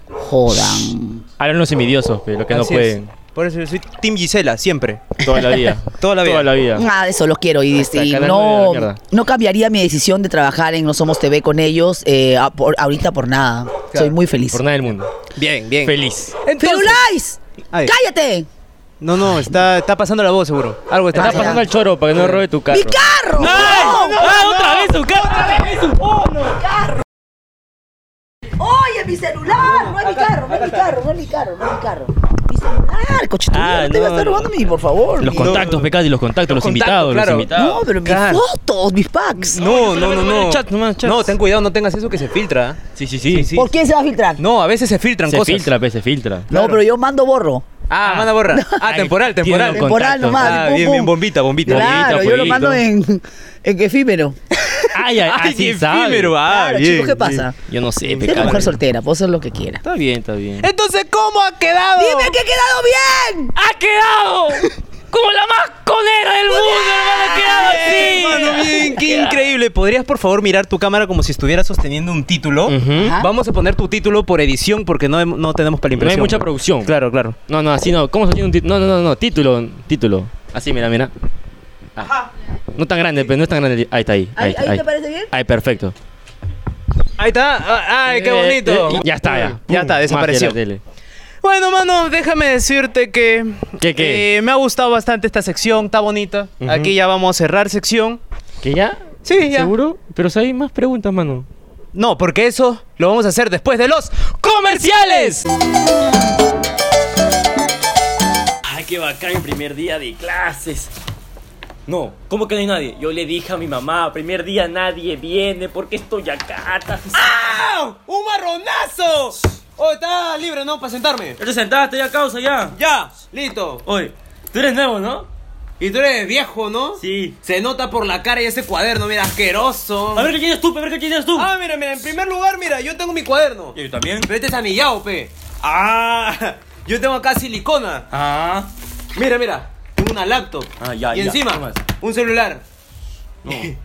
Speaker 1: jodan.
Speaker 2: Hablan los envidiosos, pero que no
Speaker 3: Así es.
Speaker 2: pueden.
Speaker 3: Por eso yo soy Team Gisela, siempre.
Speaker 2: Toda la vida.
Speaker 3: Toda la vida.
Speaker 2: Toda la vida.
Speaker 1: Ah, de eso los quiero y,
Speaker 2: Hasta
Speaker 1: y
Speaker 2: Canal
Speaker 1: no,
Speaker 2: 9 de la mierda.
Speaker 1: no cambiaría mi decisión de trabajar en No Somos TV con ellos eh, a- por- ahorita por nada. Soy muy feliz.
Speaker 2: Por nada del mundo.
Speaker 3: Bien, bien.
Speaker 2: Feliz.
Speaker 1: ¡Firulais!
Speaker 3: Ay.
Speaker 1: ¡Cállate!
Speaker 3: No, no, está, está pasando la voz seguro. Algo está
Speaker 2: Está
Speaker 1: Ah, ya.
Speaker 2: pasando al choro para que no robe tu carro.
Speaker 1: ¡Mi carro!
Speaker 2: ¡Ay!
Speaker 1: ¡No!
Speaker 2: ¡Ah, otra vez su carro!
Speaker 1: ¡Oye, mi celular! No es mi carro, no es mi carro, no es mi carro, no es mi carro. Mi celular, cochetudo,
Speaker 2: Ah,
Speaker 1: no te vas a
Speaker 2: no,
Speaker 1: estar robando mi, por favor.
Speaker 2: Los
Speaker 1: mi-
Speaker 2: contactos, Pecati, los contactos, los,
Speaker 3: contactos,
Speaker 2: invitados,
Speaker 3: claro.
Speaker 2: los invitados.
Speaker 1: No, pero mis
Speaker 3: Claro.
Speaker 1: fotos, mis packs.
Speaker 3: No, no, no,
Speaker 2: Ponle
Speaker 3: no.
Speaker 2: el chat nomás, chat.
Speaker 3: No, ten cuidado, no tengas eso que se filtra. ¿ah?
Speaker 2: Sí, sí, sí.
Speaker 1: ¿Por qué se va a filtrar?
Speaker 3: No, a veces se filtran
Speaker 2: Se
Speaker 3: cosas.
Speaker 2: filtra, pe, se filtra.
Speaker 1: No, pero yo mando borro.
Speaker 3: Ah, manda borra. Ah, temporal,
Speaker 2: Tiene
Speaker 3: temporal.
Speaker 2: los
Speaker 1: Temporal
Speaker 2: contactos.
Speaker 1: nomás.
Speaker 3: Ah,
Speaker 1: pum,
Speaker 3: bien,
Speaker 1: pum.
Speaker 3: bien, bombita, bombita.
Speaker 1: Claro,
Speaker 2: Bombita,
Speaker 1: yo lo
Speaker 2: fueguito.
Speaker 1: mando en, en efímero.
Speaker 2: Ay, ay, ay, sí
Speaker 3: qué
Speaker 2: sabe.
Speaker 3: efímero, ah,
Speaker 1: Claro,
Speaker 3: bien,
Speaker 1: chicos, ¿qué
Speaker 3: bien.
Speaker 1: pasa?
Speaker 2: Yo no sé,
Speaker 1: Soy una mujer
Speaker 2: Pecati.
Speaker 1: soltera, puedo hacer lo que quiera.
Speaker 2: Está bien, está bien.
Speaker 3: Entonces, ¿cómo ha quedado?
Speaker 1: ¡Dime que he quedado bien!
Speaker 2: ¡Ha quedado! ¡Como la más conera del mundo, hermano! ¡Ha quedado
Speaker 3: Bien, hermano, Ah, eh, bien, qué increíble. ¿Podrías por favor mirar tu cámara como si estuvieras sosteniendo un título?
Speaker 2: Ujú.
Speaker 1: Ajá.
Speaker 3: Vamos a poner tu título por edición porque no, hem- no tenemos para la
Speaker 2: No hay
Speaker 3: impresión.
Speaker 2: mucha producción.
Speaker 3: Claro, claro.
Speaker 2: No, no, así no. ¿Cómo se tiene un título? No, no, no, no. Título, título. Así, mira, mira. Ah. No tan grande, pero no es tan grande. Ahí está, ahí.
Speaker 1: ¿Ahí-
Speaker 2: está,
Speaker 1: ahí te parece bien?
Speaker 2: Ahí, perfecto.
Speaker 3: Ahí está. Ah, Ay, qué bonito.
Speaker 2: Eh, eh, ya está, ya.
Speaker 3: Ya está,
Speaker 2: Pum,
Speaker 3: desapareció.
Speaker 2: más que la tele.
Speaker 3: Bueno, mano, déjame decirte que.
Speaker 2: ¿Qué, qué?
Speaker 3: eh, me ha gustado bastante esta sección, está bonita.
Speaker 2: Ujú.
Speaker 3: Aquí ya vamos a cerrar sección.
Speaker 2: ¿Que ya?
Speaker 3: Sí, ya.
Speaker 2: ¿Seguro? Pero si hay más preguntas, mano.
Speaker 3: No, porque eso lo vamos a hacer después de los comerciales.
Speaker 8: Ay, qué bacán el primer día de clases. No, ¿cómo que no hay nadie? Yo le dije a mi mamá, primer día nadie viene porque estoy acá. tan-
Speaker 3: ¡Au! ¡Un marronazo! Oh, está libre, ¿no? Para sentarme.
Speaker 8: Ya te sentaste ya, causa, ya.
Speaker 3: Ya, listo.
Speaker 8: Oye, tú eres nuevo, ¿no?
Speaker 3: Y tú eres viejo, ¿no?
Speaker 8: Sí.
Speaker 3: Se nota por la cara y ese cuaderno, mira, asqueroso.
Speaker 8: A ver qué tienes tú, a ver qué tienes tú.
Speaker 3: Ah, mira, mira, en primer lugar, mira, yo tengo mi cuaderno.
Speaker 8: ¿Y yo también?
Speaker 3: Pero este es anillado, pe. Ah, yo tengo acá silicona.
Speaker 8: Ah.
Speaker 3: Mira, mira, tengo una laptop.
Speaker 8: Ah, ya,
Speaker 3: Y
Speaker 8: ya. ¿Qué
Speaker 3: encima,
Speaker 8: más?
Speaker 3: un celular.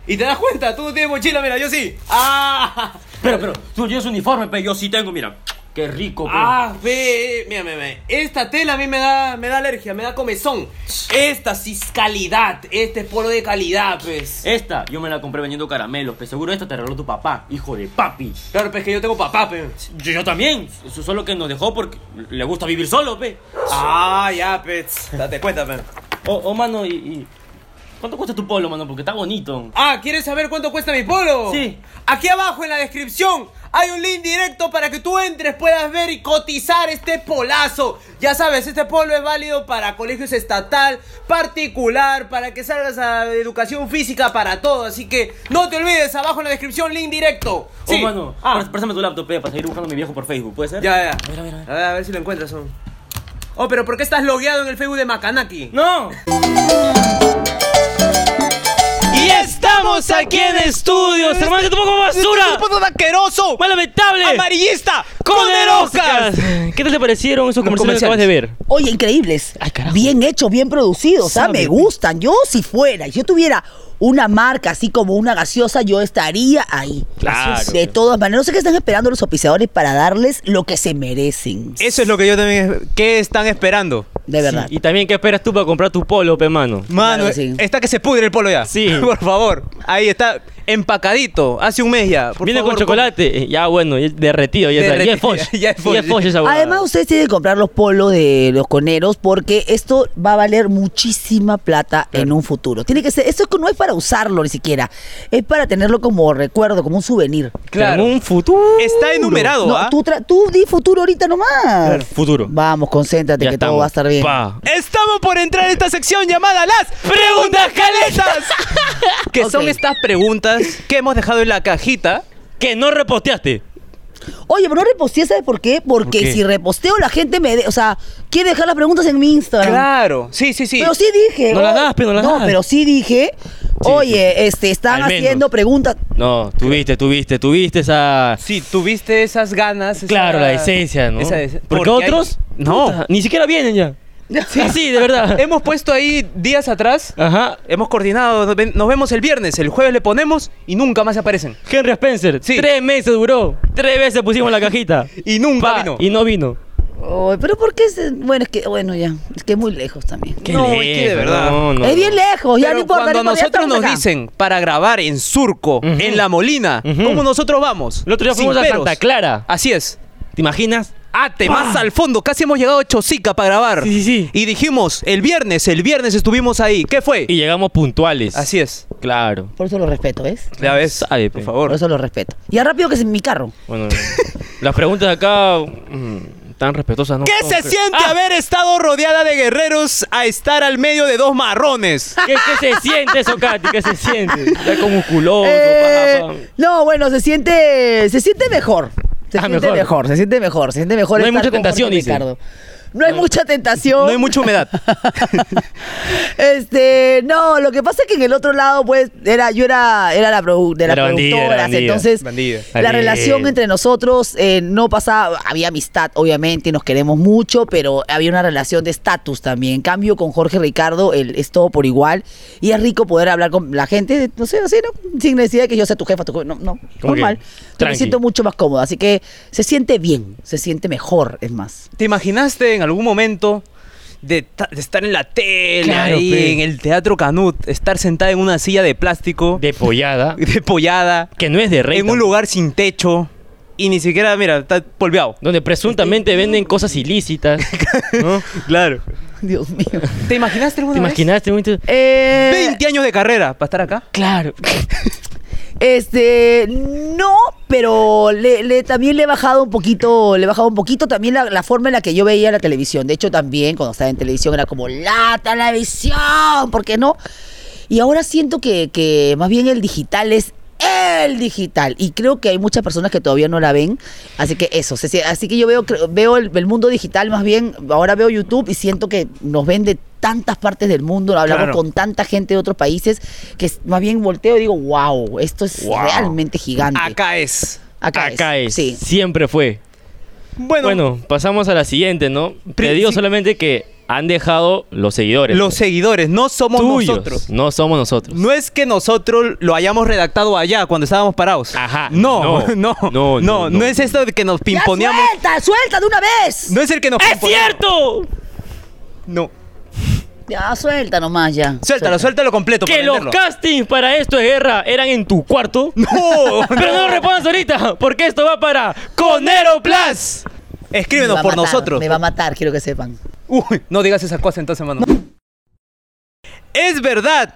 Speaker 3: Y te das cuenta, tú no tienes mochila, mira, yo sí. Ah,
Speaker 8: Pero, pero, tú tienes uniforme, pero yo sí tengo, mira. Qué rico, pe.
Speaker 3: ah, ve, mira, mira, mira. Esta tela a mí me da, me da alergia, me da comezón. Esta sí es calidad, este es polo de calidad, pues.
Speaker 8: Esta, yo me la compré vendiendo caramelos, pero seguro esta te regaló tu papá, hijo de papi.
Speaker 3: Claro, pues que yo tengo papá, pe.
Speaker 8: Yo, yo también. Eso es lo que nos dejó porque le gusta vivir solo, pe.
Speaker 3: Ah, ya, pets. Date cuenta, pe.
Speaker 8: Oh, oh mano, y, y- ¿Cuánto cuesta tu polo, mano? Porque está bonito.
Speaker 3: Ah, ¿quieres saber cuánto cuesta mi polo?
Speaker 8: Sí.
Speaker 3: Aquí abajo en la descripción hay un link directo para que tú entres, puedas ver y cotizar este polazo. Ya sabes, este polo es válido para colegios estatal, particular, para que salgas a educación física para todo. Así que no te olvides, abajo en la descripción, link directo.
Speaker 8: Oh, mano,
Speaker 3: Ah,
Speaker 8: pré- préstame tu laptop, pe, para seguir buscando a mi viejo por Facebook, ¿puede ser?
Speaker 3: ya, ya.
Speaker 8: Mira, mira,
Speaker 3: A ver, a ver si lo encuentras. ¿no? Oh, pero ¿por qué estás logueado en el Facebook de Macanaki?
Speaker 8: ¡No!
Speaker 2: Y estamos aquí en estudios,
Speaker 1: Este
Speaker 2: hermano. ¡Yo tomo como basura!
Speaker 3: asqueroso!
Speaker 2: ¡Más lamentable!
Speaker 3: ¡Amarillista!
Speaker 2: ¡Con el Oscar! ¿Qué tal te parecieron esos comerciales que acabas de ver?
Speaker 1: Oye, increíbles. bien hechos, bien producidos. Ah, me gustan. Yo si fuera, yo tuviera una marca así como una gaseosa, yo estaría ahí.
Speaker 2: Claro.
Speaker 1: De todas maneras, no sé qué están esperando los oficiadores para darles lo que se merecen.
Speaker 3: Eso es lo que yo también... ¿Qué están esperando?
Speaker 1: De verdad.
Speaker 2: Y también, ¿qué esperas tú para comprar tu polo, pe, mano?
Speaker 3: Mano,
Speaker 1: Claro que sí.
Speaker 3: está que se pudre el polo ya.
Speaker 2: Sí.
Speaker 3: Por favor. Ahí está. empacadito, hace un mes ya. Por
Speaker 2: Viene
Speaker 3: favor,
Speaker 2: con chocolate. Eh, Ya bueno, ya es derretido. Ya, está. ya es
Speaker 3: Derretido,
Speaker 2: Foch.
Speaker 3: ya es Foch.
Speaker 2: esa huevada.
Speaker 1: Además, ustedes tienen que comprar los polos de los coneros porque esto va a valer muchísima plata en un futuro. Tiene que ser, esto es que no es para usarlo ni siquiera, es para tenerlo como recuerdo, como un souvenir.
Speaker 3: Claro.
Speaker 2: Claro. un futuro.
Speaker 3: Está enumerado,
Speaker 1: No,
Speaker 3: ¿ah?
Speaker 1: tú, tra- tú di futuro ahorita nomás.
Speaker 2: Futuro.
Speaker 1: Vamos, concéntrate
Speaker 2: Ya
Speaker 1: que todo
Speaker 2: estamos.
Speaker 1: va a estar bien.
Speaker 2: Pa.
Speaker 3: Estamos por entrar en esta sección llamada las preguntas caletas. que son
Speaker 1: Ok.
Speaker 3: estas preguntas que hemos dejado en la cajita.
Speaker 2: Que no reposteaste.
Speaker 1: Oye, pero no reposteé, ¿sabes por qué? Porque
Speaker 2: qué?
Speaker 1: si reposteo la gente me... de- o sea, quiere dejar las preguntas en mi Instagram.
Speaker 3: Claro. Sí, sí, sí.
Speaker 1: Pero sí dije.
Speaker 2: No la
Speaker 1: oye,
Speaker 2: das, pero no la das.
Speaker 1: pero sí dije. Oye, este, están
Speaker 2: Al menos.
Speaker 1: haciendo preguntas.
Speaker 2: No, tuviste, tuviste, tuviste esa.
Speaker 3: Sí, tuviste esas ganas. esa-
Speaker 2: Claro, la esencia, ¿no?
Speaker 3: esa es-
Speaker 2: Porque,
Speaker 3: hay-
Speaker 2: otros.
Speaker 3: No.
Speaker 2: puta, ni siquiera vienen ya. Sí, sí, de verdad.
Speaker 3: Hemos puesto ahí días atrás.
Speaker 2: Ajá.
Speaker 3: Hemos coordinado. nos ven- Nos vemos el viernes. El jueves le ponemos y nunca más aparecen.
Speaker 2: Henry Spencer.
Speaker 3: Sí.
Speaker 2: Tres meses duró. Tres veces pusimos la cajita.
Speaker 3: Y nunca
Speaker 2: Pa,
Speaker 3: vino.
Speaker 2: Y no vino.
Speaker 1: Oye, pero ¿por qué? se- Bueno, es que, bueno, ya. Es que es muy lejos también.
Speaker 2: Qué
Speaker 3: No, es que de
Speaker 2: lejos,
Speaker 3: verdad.
Speaker 2: no, no.
Speaker 1: es bien lejos, ya
Speaker 3: Pero
Speaker 1: no importa. no importa, ya
Speaker 3: cuando nosotros
Speaker 1: estamos
Speaker 3: nos
Speaker 1: acá.
Speaker 3: dicen para grabar en Surco, en La Molina,
Speaker 2: Ujú.
Speaker 3: ¿cómo nosotros vamos?
Speaker 2: El otro día
Speaker 3: Sin
Speaker 2: fuimos a
Speaker 3: peros. Ah.
Speaker 2: Santa Clara.
Speaker 3: Así es.
Speaker 2: ¿Te imaginas?
Speaker 3: Ah, te más al fondo, casi hemos llegado a Chosica para grabar.
Speaker 2: Sí, sí, sí.
Speaker 3: Y dijimos, el viernes, el viernes estuvimos ahí. ¿Qué fue?
Speaker 2: Y llegamos puntuales.
Speaker 3: Así es.
Speaker 2: Claro.
Speaker 1: Por eso lo respeto, ¿ves?
Speaker 3: Ya ves,
Speaker 2: Sabe,
Speaker 3: por
Speaker 2: pe.
Speaker 1: Por
Speaker 3: favor.
Speaker 1: eso lo respeto. Ya rápido que es mi carro.
Speaker 2: Bueno, las preguntas de acá. mm, tan respetuosas, ¿no?
Speaker 3: ¿Qué
Speaker 2: son,
Speaker 3: se
Speaker 2: creo.
Speaker 3: siente
Speaker 2: Ah,
Speaker 3: haber estado rodeada de guerreros a estar al medio de dos marrones?
Speaker 2: ah, ¿Qué, qué se siente eso, Katy? ¿Qué se siente? Está como musculoso.
Speaker 1: Eh,
Speaker 2: pa, pa.
Speaker 1: no, bueno, se siente, se siente mejor. Se
Speaker 2: Ah,
Speaker 1: siente
Speaker 2: mejor.
Speaker 1: mejor. se siente mejor, se siente mejor.
Speaker 2: No hay
Speaker 1: estar
Speaker 2: mucha
Speaker 1: con
Speaker 2: tentación,
Speaker 1: Jorge
Speaker 2: dice.
Speaker 1: Ricardo. No hay mucha tentación.
Speaker 3: No hay mucha humedad.
Speaker 1: Este, no, lo que pasa es que en el otro lado, pues, era, yo era, era la produ- de las
Speaker 2: Era bandida,
Speaker 1: productoras,
Speaker 2: bandida,
Speaker 1: entonces
Speaker 3: bandida.
Speaker 1: la
Speaker 2: Bandida.
Speaker 1: relación entre nosotros eh, no pasaba, había amistad, obviamente, nos queremos mucho, pero había una relación de estatus también. En cambio, con Jorge Ricardo, él es todo por igual y es rico poder hablar con la gente, no sé, así, ¿no? sin necesidad de que yo sea tu jefa, tu jefa, no, no,
Speaker 2: Como que
Speaker 1: normal. Yo me
Speaker 2: tranqui.
Speaker 1: siento mucho más cómoda, así que se siente bien, se siente mejor, es más.
Speaker 3: ¿Te imaginaste en algún momento de, ta- de estar en la tele,
Speaker 2: Claro,
Speaker 3: ahí,
Speaker 2: pe.
Speaker 3: en el Teatro Canut, estar sentada en una silla de plástico, de,
Speaker 2: De pollada.
Speaker 3: pollada,
Speaker 2: Que no es de rey.
Speaker 3: en un lugar sin techo y ni siquiera, mira, está polveado?
Speaker 2: Donde presuntamente venden cosas ilícitas. ¿no?
Speaker 3: Claro.
Speaker 1: Dios mío.
Speaker 3: ¿Te imaginaste alguna
Speaker 2: ¿Te imaginaste? Winter?
Speaker 1: Eh,
Speaker 3: vez? 20 años de carrera para estar acá.
Speaker 2: Claro.
Speaker 1: Este, no, pero le, le- también le he bajado un poquito, le he bajado un poquito también la, la forma en la que yo veía la televisión. De hecho, también cuando estaba en televisión era como la televisión, ¿por qué no? Y ahora siento que, que más bien el digital es el digital. Y creo que hay muchas personas que todavía no la ven. Así que eso, se- se- así que yo veo, creo- veo el, el mundo digital más bien, ahora veo YouTube y siento que nos ven de tantas partes del mundo, hablamos
Speaker 3: Claro.
Speaker 1: con tanta gente de otros países, que es- más bien volteo y digo, wow, esto es
Speaker 2: Wow.
Speaker 1: realmente gigante.
Speaker 3: Acá es.
Speaker 1: Acá,
Speaker 2: Acá es.
Speaker 1: Sí.
Speaker 2: Siempre fue.
Speaker 3: Bueno,
Speaker 2: Bueno, pasamos a la siguiente, ¿no? Te
Speaker 3: Pri-
Speaker 2: digo
Speaker 3: sí.
Speaker 2: solamente que han dejado los seguidores.
Speaker 3: los seguidores, no somos
Speaker 2: tuyos.
Speaker 3: nosotros.
Speaker 2: No somos nosotros.
Speaker 3: No es que nosotros lo hayamos redactado allá cuando estábamos parados.
Speaker 2: Ajá.
Speaker 3: No, no, no, no, no,
Speaker 2: no.
Speaker 3: es esto de que nos
Speaker 1: ¡Ya
Speaker 3: pimponeamos.
Speaker 1: suelta, suelta de una vez!
Speaker 3: No es el que nos
Speaker 2: ¡Es
Speaker 3: pimponeamos.
Speaker 2: cierto!
Speaker 3: No.
Speaker 1: Ya suelta nomás ya.
Speaker 3: Suéltalo, suéltalo completo.
Speaker 2: Que
Speaker 3: para
Speaker 2: los
Speaker 3: venderlo.
Speaker 2: castings para esto de guerra eran en tu cuarto.
Speaker 3: No,
Speaker 2: Pero no lo respondas ahorita, porque esto va para Conero Plus.
Speaker 1: Me va
Speaker 3: Escríbenos
Speaker 1: a
Speaker 3: por
Speaker 1: matar,
Speaker 3: nosotros.
Speaker 1: Me va a matar, quiero que sepan.
Speaker 3: Uy, no digas esas cosas entonces, mano. Es verdad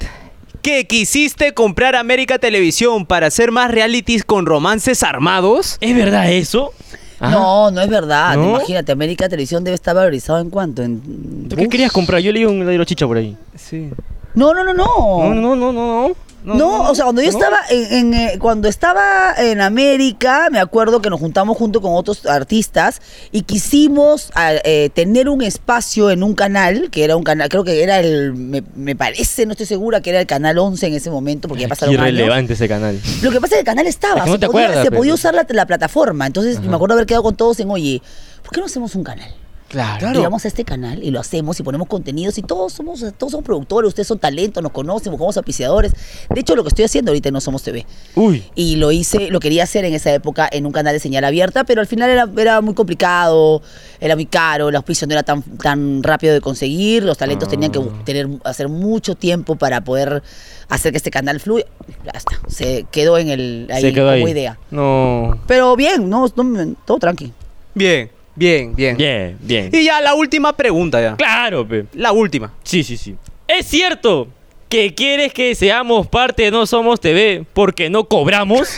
Speaker 3: que quisiste comprar América Televisión para hacer más realities con romances armados.
Speaker 2: ¿Es verdad eso? Ajá.
Speaker 1: No, no es verdad.
Speaker 2: ¿No?
Speaker 1: Imagínate, América Televisión debe estar valorizado en cuánto. En...
Speaker 2: ¿Tú qué querías comprar? Yo leí un ladrillo chicha por ahí.
Speaker 3: Sí.
Speaker 1: No, no, no, no.
Speaker 2: No, no, no, no.
Speaker 1: No, o sea, cuando yo estaba en, en, eh, cuando estaba en América, me acuerdo que nos juntamos junto con otros artistas y quisimos a- eh, tener un espacio en un canal, que era un canal, creo que era el, me, me parece, no estoy segura, que era el canal 11 en ese momento, porque ya pasaron años.
Speaker 2: Irrelevante ese canal.
Speaker 1: Lo que pasa es que el canal estaba,
Speaker 2: Es que no
Speaker 1: se,
Speaker 2: te
Speaker 1: podía,
Speaker 2: acuerdas,
Speaker 1: se
Speaker 2: pues.
Speaker 1: podía usar la, la plataforma. Entonces me acuerdo haber quedado con todos en, oye, ¿por qué no hacemos un canal?
Speaker 3: Claro.
Speaker 1: Llegamos a este canal y lo hacemos y ponemos contenidos y todos somos, todos somos productores, ustedes son talentos, nos conocen, buscamos apiciadores. De hecho, lo que estoy haciendo ahorita en No Somos TV.
Speaker 2: Uy.
Speaker 1: Y lo hice, lo quería hacer en esa época en un canal de señal abierta, pero al final era, era muy complicado, era muy caro, el auspicio no era tan, tan rápido de conseguir, los talentos tenían que
Speaker 2: Ah.
Speaker 1: bu- tener, hacer mucho tiempo para poder hacer que este canal fluya. Ya está, se quedó en el, ahí
Speaker 2: se quedó
Speaker 1: como
Speaker 2: ahí.
Speaker 1: idea.
Speaker 2: No.
Speaker 1: Pero bien, no, no, todo tranqui.
Speaker 3: Bien, bien, bien.
Speaker 2: Bien, bien.
Speaker 3: Y ya la última pregunta ya.
Speaker 2: Claro, pe.
Speaker 3: La última.
Speaker 2: Sí, sí, sí. Es cierto que quieres que seamos parte de No Somos TV porque no cobramos.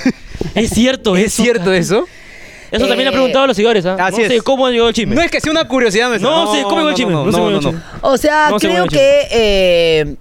Speaker 2: es cierto,
Speaker 3: ¿Es
Speaker 2: eso,
Speaker 3: cierto
Speaker 2: ca-
Speaker 3: eso?
Speaker 2: Eso también
Speaker 1: Eh,
Speaker 2: le han preguntado a los seguidores. ¿ah?
Speaker 3: así
Speaker 2: no sé
Speaker 3: es.
Speaker 2: cómo llegó el chisme.
Speaker 3: No es que sea una curiosidad nuestra.
Speaker 2: No, sí, ¿cómo llegó el chisme?
Speaker 3: No,
Speaker 2: No sé
Speaker 3: no,
Speaker 2: cómo
Speaker 3: no,
Speaker 2: llegó el
Speaker 3: no.
Speaker 1: O sea,
Speaker 2: No se
Speaker 1: creo
Speaker 2: mueve,
Speaker 1: que eh,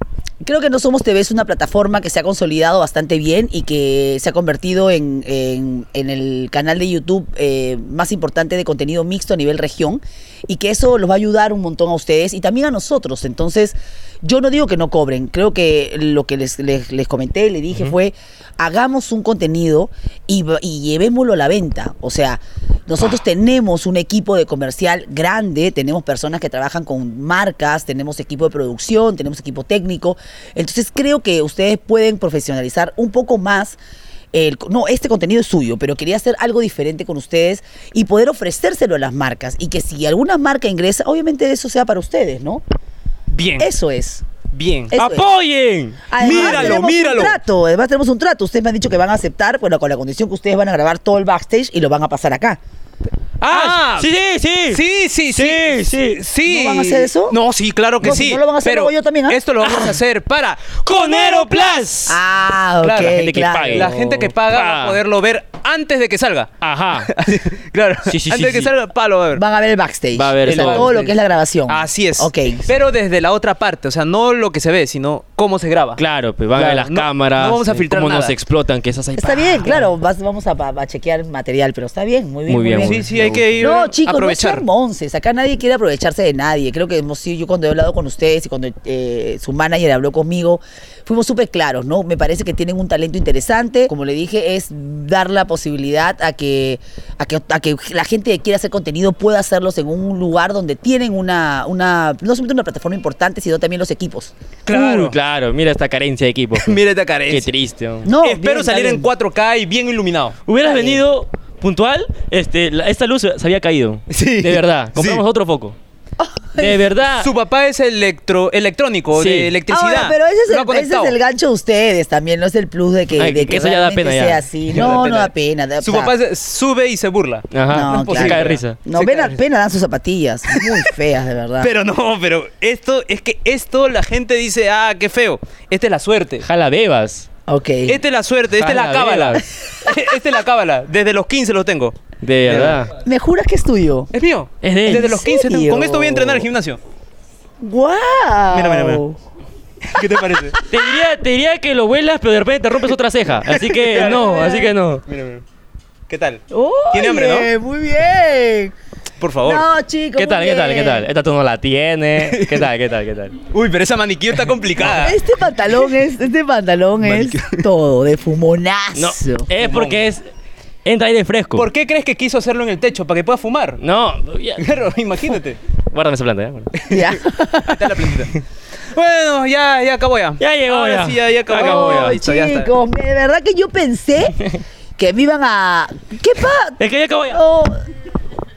Speaker 1: creo que No Somos TV es una plataforma que se ha consolidado bastante bien y que se ha convertido en, en- en el canal de YouTube eh, más importante de contenido mixto a nivel región y que eso los va a ayudar un montón a ustedes y también a nosotros. Entonces, yo no digo que no cobren, creo que lo que les, les, les comenté, le dije fue, hagamos un contenido y, va- y llevémoslo a la venta. O sea, nosotros tenemos un equipo de comercial grande, tenemos personas que trabajan con marcas, tenemos equipo de producción, tenemos equipo técnico. Entonces creo que ustedes pueden profesionalizar un poco más. el- no, este contenido es suyo, pero quería hacer algo diferente con ustedes y poder ofrecérselo a las marcas. Y que si alguna marca ingresa, obviamente eso sea para ustedes, ¿no?
Speaker 3: Bien,
Speaker 1: Eso es.
Speaker 3: bien.
Speaker 1: Eso es.
Speaker 2: ¡Apoyen!
Speaker 3: Ah,
Speaker 1: Además,
Speaker 3: Míralo,
Speaker 1: tenemos
Speaker 3: míralo.
Speaker 1: Un trato, además tenemos un trato. Ustedes me han dicho que van a aceptar, bueno, con la condición que ustedes van a grabar todo el backstage y lo van a pasar acá.
Speaker 2: ¡Ah! sí, sí, sí.
Speaker 3: Sí, sí, sí.
Speaker 2: Sí, sí.
Speaker 3: sí.
Speaker 1: ¿No van a hacer eso?
Speaker 3: No, sí, claro que
Speaker 1: No, si
Speaker 3: sí.
Speaker 1: no lo van a hacer,
Speaker 3: pero
Speaker 1: luego yo también, ¿ah?
Speaker 3: Esto lo vamos a hacer para Conero Plus.
Speaker 1: Ah, ok,
Speaker 3: Claro, la
Speaker 2: gente que
Speaker 1: claro.
Speaker 2: pague.
Speaker 3: La gente que paga va a
Speaker 2: Pa.
Speaker 3: poderlo ver antes de que salga.
Speaker 1: Ah.
Speaker 2: Ajá.
Speaker 3: claro.
Speaker 2: Sí, sí, sí,
Speaker 3: antes de que
Speaker 2: sí.
Speaker 3: salga, palo, a ver.
Speaker 1: Van a ver el backstage.
Speaker 2: Va a haber
Speaker 1: o sea,
Speaker 2: todo.
Speaker 1: todo lo que es la grabación.
Speaker 3: Así es.
Speaker 1: Ok.
Speaker 3: Pero desde la otra parte, o sea, no lo que se ve, sino cómo se graba.
Speaker 2: Claro, pe, van a ver
Speaker 3: Claro,
Speaker 2: las
Speaker 3: no-
Speaker 2: cámaras.
Speaker 3: no vamos a
Speaker 2: eh,
Speaker 3: filtrar
Speaker 2: Cómo
Speaker 3: nada.
Speaker 2: nos explotan, que esas ahí.
Speaker 1: Está
Speaker 2: pa.
Speaker 1: bien, claro, vas- vamos a, a- a chequear material, pero está bien, muy bien.
Speaker 2: Muy bien, muy
Speaker 3: Sí, sí, hay que ir
Speaker 1: No, chicos,
Speaker 3: aprovechar.
Speaker 1: no sean monces. Acá nadie quiere aprovecharse de nadie. Creo que hemos sido, yo cuando he hablado con ustedes y cuando eh, su manager habló conmigo, fuimos súper claros, ¿no? Me parece que tienen un talento interesante. Como le dije, es dar la posibilidad a que, a que, a que la gente que quiera hacer contenido pueda hacerlos en un lugar donde tienen una, una no solamente una plataforma importante, sino también los equipos.
Speaker 3: Claro.
Speaker 2: Uy, claro, mira esta carencia de equipo. pe.
Speaker 3: Mira esta
Speaker 2: Qué
Speaker 3: carencia.
Speaker 2: triste. ¿no?
Speaker 1: No,
Speaker 3: Espero
Speaker 1: bien,
Speaker 3: salir
Speaker 1: está
Speaker 3: en
Speaker 1: bien.
Speaker 3: 4K y bien iluminado.
Speaker 2: Hubieras venido puntual, este, la- esta luz se había caído.
Speaker 3: Sí.
Speaker 2: De verdad. Compramos
Speaker 3: Sí.
Speaker 2: otro foco. De verdad.
Speaker 3: Su papá es electro, electrónico,
Speaker 2: Ah. Sí.
Speaker 3: de electricidad.
Speaker 1: Ahora, Ah, pero ese es,
Speaker 3: Lo ha
Speaker 1: el, ese
Speaker 3: conectado.
Speaker 1: es el gancho de ustedes también, no es el plus de que,
Speaker 2: Ay,
Speaker 1: de que
Speaker 2: eso ya da
Speaker 1: realmente
Speaker 2: pena, ya.
Speaker 1: sea así.
Speaker 3: Ya
Speaker 1: No, no da
Speaker 3: da
Speaker 1: pena. da-
Speaker 3: Su
Speaker 1: o sea,
Speaker 3: papá se- sube y se burla.
Speaker 2: Ajá.
Speaker 1: No,
Speaker 2: Pues Se
Speaker 1: claro.
Speaker 2: cae de risa.
Speaker 1: No,
Speaker 3: Se
Speaker 1: ven
Speaker 3: cae
Speaker 1: a
Speaker 3: de
Speaker 1: pena dan sus zapatillas, muy feas, de verdad.
Speaker 3: Pero no, pero esto es que esto la gente dice, ah, qué feo. Esta es la suerte.
Speaker 2: Jala bebas.
Speaker 1: ok.
Speaker 2: este-
Speaker 3: Esta es la suerte, esta es la
Speaker 2: Jala,
Speaker 3: cábala.
Speaker 2: vela.
Speaker 3: Esta es la cábala. Desde los 15 lo tengo.
Speaker 2: De verdad.
Speaker 1: ¿Me juras que es tuyo?
Speaker 3: Es mío.
Speaker 2: Es de él.
Speaker 3: Desde los
Speaker 1: ¿En
Speaker 3: 15 tengo.
Speaker 1: serio?
Speaker 3: Con esto voy a entrenar al gimnasio.
Speaker 1: ¡Guau!
Speaker 3: Mira, mira, mira. ¿Qué te parece?
Speaker 2: Te diría, te diría que lo vuelas, pero de repente te rompes otra ceja. Así que no, así que no.
Speaker 3: Mira, mira. ¿Qué tal?
Speaker 1: Oye,
Speaker 3: Tiene hambre,
Speaker 1: Muy bien.
Speaker 3: Por favor.
Speaker 1: No, chicos.
Speaker 2: ¿Qué tal,
Speaker 1: muy
Speaker 2: qué tal, qué
Speaker 1: bien.
Speaker 2: tal? Esta tú no la tienes. ¿Qué tal, qué tal, qué tal?
Speaker 3: Uy, pero esa maniquí está complicada.
Speaker 1: Este pantalón es, este pantalón es todo de fumonazo.
Speaker 2: No, es porque es. Entra aire fresco.
Speaker 3: ¿Por qué crees que quiso hacerlo en el techo? Para que pueda fumar.
Speaker 2: No, ya.
Speaker 3: Claro, imagínate.
Speaker 2: Guárdame esa planta, ¿eh?
Speaker 1: Ya.
Speaker 3: Ahí está la plantita. Bueno, ya, ya acabó ya.
Speaker 2: Ya llegó,
Speaker 3: Ahora
Speaker 2: ya.
Speaker 3: sí, ya, ya acabó.
Speaker 2: Ya acabó, ya.
Speaker 1: Ay,
Speaker 3: Listo, ya está.
Speaker 1: chicos, de verdad que yo pensé que me iban a. ¿Qué pa?
Speaker 2: Es que ya acabo ya.
Speaker 1: Oh,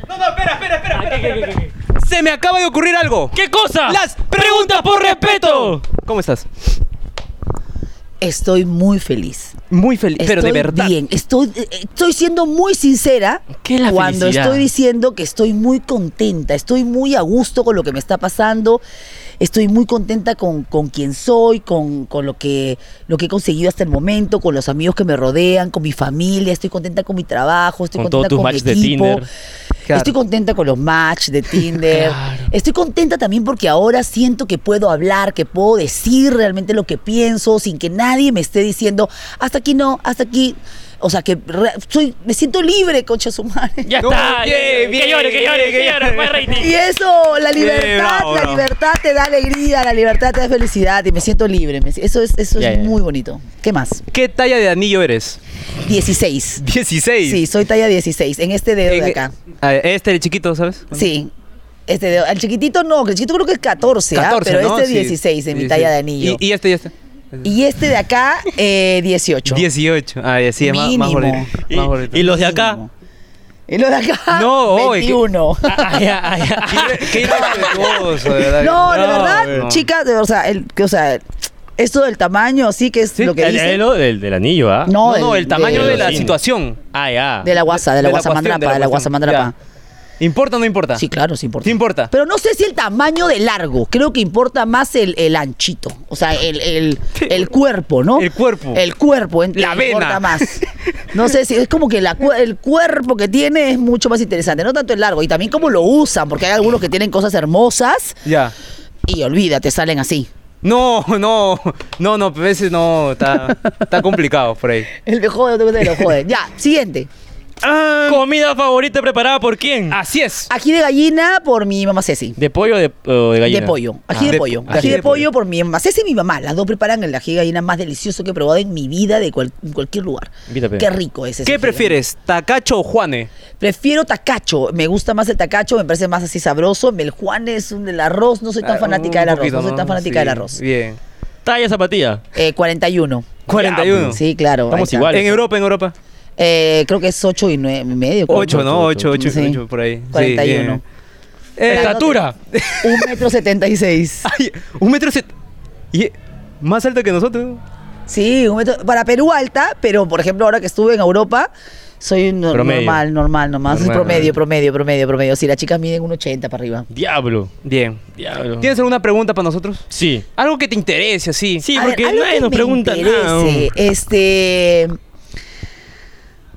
Speaker 3: No, no, espera, espera, espera, espera,
Speaker 2: ¿Qué, qué,
Speaker 3: espera,
Speaker 2: qué,
Speaker 3: espera.
Speaker 2: qué?
Speaker 3: Se me acaba de ocurrir algo.
Speaker 2: ¿Qué cosa?
Speaker 3: Las
Speaker 2: preguntas por respeto.
Speaker 3: ¿Cómo estás?
Speaker 1: estoy muy feliz.
Speaker 3: Muy feliz, pero de
Speaker 1: Estoy
Speaker 3: verdad.
Speaker 1: Bien, estoy, eh, estoy siendo muy sincera
Speaker 2: ¿Qué es la
Speaker 1: cuando
Speaker 2: felicidad?
Speaker 1: estoy diciendo que estoy muy contenta, estoy muy a gusto con lo que me está pasando, estoy muy contenta con, con quien soy, con, con lo, que, lo que he conseguido hasta el momento, con los amigos que me rodean, con mi familia, estoy contenta con mi trabajo, estoy
Speaker 2: Con todos
Speaker 1: contenta
Speaker 2: tus
Speaker 1: con mi
Speaker 2: matches de
Speaker 1: equipo.
Speaker 2: Tinder.
Speaker 3: Claro.
Speaker 1: Estoy contenta con los matches de Tinder.
Speaker 2: Claro.
Speaker 1: Estoy contenta también porque ahora siento que puedo hablar, que puedo decir realmente lo que pienso sin que nadie me esté diciendo hasta aquí no, hasta aquí. O sea, que re- soy, me siento libre, concha su madre.
Speaker 2: Ya
Speaker 3: No,
Speaker 2: está. eh,
Speaker 3: bien, bien,
Speaker 2: que llore, que llore, que
Speaker 3: bien.
Speaker 2: llore. Más rating.
Speaker 1: Y eso, la
Speaker 3: Eh,
Speaker 1: libertad,
Speaker 3: bravo,
Speaker 1: la
Speaker 3: bravo.
Speaker 1: libertad te da alegría, la libertad te da felicidad y me siento libre. me si- Eso es, eso
Speaker 2: Ya,
Speaker 1: es
Speaker 2: ya, ya.
Speaker 1: muy bonito. ¿Qué más?
Speaker 3: ¿Qué talla de anillo eres?
Speaker 1: 16.
Speaker 3: 16.
Speaker 1: Sí, soy talla 16, en este dedo de acá.
Speaker 3: e- A ver, Este, el chiquito, ¿sabes?
Speaker 1: Sí. Este de- al chiquitito no, que el chiquitito creo que es 14, ¿ah?
Speaker 3: 14,
Speaker 1: pero
Speaker 3: ¿no?
Speaker 1: este es
Speaker 3: Sí.
Speaker 1: 16 en mi
Speaker 3: Sí,
Speaker 1: talla
Speaker 3: sí.
Speaker 1: de anillo.
Speaker 3: Y,
Speaker 1: Y,
Speaker 3: y este, y este.
Speaker 1: este de acá, eh, 18.
Speaker 3: 18. Ah, ya, sí, es más, más
Speaker 1: Mínimo.
Speaker 3: gordito.
Speaker 2: Y,
Speaker 3: Más gordito.
Speaker 2: y los de acá.
Speaker 1: Y lo de acá,
Speaker 3: No, oye, que-
Speaker 1: 21.
Speaker 2: Ay, ay, ay.
Speaker 3: Qué- Qué irrespetuoso, de verdad.
Speaker 1: No, de
Speaker 2: No,
Speaker 1: verdad,
Speaker 2: no.
Speaker 1: chicas, de- o sea, el, que, o sea, esto del tamaño sí que es lo que
Speaker 2: el,
Speaker 1: dice.
Speaker 2: el- del, del anillo, ¿ah?
Speaker 1: no,
Speaker 3: No, no, el tamaño de,
Speaker 2: del-
Speaker 3: la
Speaker 2: del-
Speaker 3: situación.
Speaker 2: Ah, ya.
Speaker 1: de la guasa, de la guasa
Speaker 3: cuestión,
Speaker 1: mandrapa, de la guasa
Speaker 3: cuestión,
Speaker 1: mandrapa.
Speaker 3: ya. ¿Importa o no importa?
Speaker 1: Sí, claro, sí importa.
Speaker 3: Sí importa.
Speaker 1: Pero no sé si el tamaño de largo, creo que importa más el, el anchito, o sea, el, el, el cuerpo, ¿no?
Speaker 3: El cuerpo.
Speaker 1: El cuerpo, en-
Speaker 3: La vena.
Speaker 1: importa más. No sé si es como que la cu- el cuerpo que tiene es mucho más interesante, no tanto el largo, y también cómo lo usan, porque hay algunos que tienen cosas hermosas
Speaker 3: Ya.
Speaker 1: y olvídate, salen así.
Speaker 3: No, no, no, no, a veces no, está, está complicado por ahí.
Speaker 1: El de joder, no te lo joden. Ya, siguiente. Ah,
Speaker 2: ¿Comida favorita preparada por quién?
Speaker 3: Ah, Así es.
Speaker 1: Aquí de gallina por mi mamá Ceci.
Speaker 2: ¿De pollo o de, o de gallina?
Speaker 1: De pollo, ají
Speaker 3: Ah.
Speaker 1: de,
Speaker 3: De-
Speaker 1: pollo.
Speaker 3: ají
Speaker 1: Ají de,
Speaker 3: de
Speaker 1: pollo por mi mamá. Ceci y mi mamá, las dos preparan el ají de gallina más delicioso que he probado en mi vida de cual- en cualquier lugar.
Speaker 2: Mira, pe.
Speaker 1: Qué rico es ese. ají
Speaker 3: ¿Qué
Speaker 1: de
Speaker 3: prefieres, Tacacho o Juane?
Speaker 1: gallina. Prefiero tacacho. Me gusta más el tacacho, me parece más así sabroso. El Juan es un del arroz. No soy tan
Speaker 3: Ah,
Speaker 1: fanática
Speaker 3: un
Speaker 1: del arroz.
Speaker 3: poquito,
Speaker 1: No soy tan fanática
Speaker 3: Sí,
Speaker 1: del arroz. pues,
Speaker 3: Bien.
Speaker 2: Talla zapatilla.
Speaker 1: Eh, 41.
Speaker 3: 41.
Speaker 1: Sí, claro.
Speaker 2: Estamos
Speaker 1: ahí está.
Speaker 2: igual.
Speaker 3: En Europa, en Europa.
Speaker 1: Eh, creo que es 8 y 9 y medio. creo.
Speaker 3: 8, ¿no? 8, 8,
Speaker 1: Sí.
Speaker 3: 8, por ahí. Sí,
Speaker 1: 41.
Speaker 3: bien.
Speaker 1: Grandote.
Speaker 3: Eh, estatura.
Speaker 1: Un metro 76.
Speaker 3: Ay, un metro set... y- Más alta que nosotros.
Speaker 1: Sí, un metro- para Perú alta, pero por ejemplo ahora que estuve en Europa, soy un no-
Speaker 2: Promedio.
Speaker 1: normal, normal, nomás.
Speaker 3: Normal.
Speaker 1: Promedio, promedio, promedio, promedio. Si las chicas miden un 80 para arriba.
Speaker 2: Diablo.
Speaker 3: Bien.
Speaker 2: Diablo.
Speaker 3: ¿Tienes alguna pregunta para nosotros?
Speaker 2: Sí.
Speaker 3: Algo que te interese, así.
Speaker 2: Sí,
Speaker 1: A ver,
Speaker 2: porque
Speaker 1: algo
Speaker 2: nadie
Speaker 1: que
Speaker 2: nos
Speaker 1: me
Speaker 2: pregunta nada.
Speaker 1: interese, Este...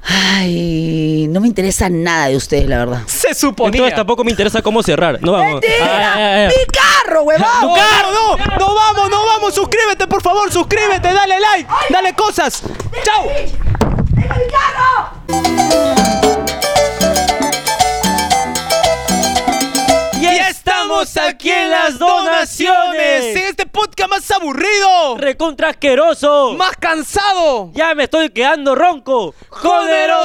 Speaker 1: Ay, no me interesa nada de ustedes, la verdad.
Speaker 3: Se
Speaker 1: Pues
Speaker 3: suponía.
Speaker 2: Entonces tampoco me interesa cómo cerrar. No vamos. Ah,
Speaker 1: ¡Mentira!
Speaker 2: Ay, ay, ay.
Speaker 1: ¡Mi carro,
Speaker 3: ¡No,
Speaker 1: huevón!
Speaker 3: no, no! ¡No vamos, no vamos! ¡Suscríbete, por favor! ¡Suscríbete! ¡Dale like! ¡Dale cosas! ¡Chao!
Speaker 6: ¡Deja mi carro!
Speaker 3: Y estamos aquí en las donaciones. En este podcast más aburrido.
Speaker 2: ¡Recontra asqueroso!
Speaker 3: Más cansado.
Speaker 2: ¡Ya me estoy quedando ronco!
Speaker 3: Joder, Oscar. Mm.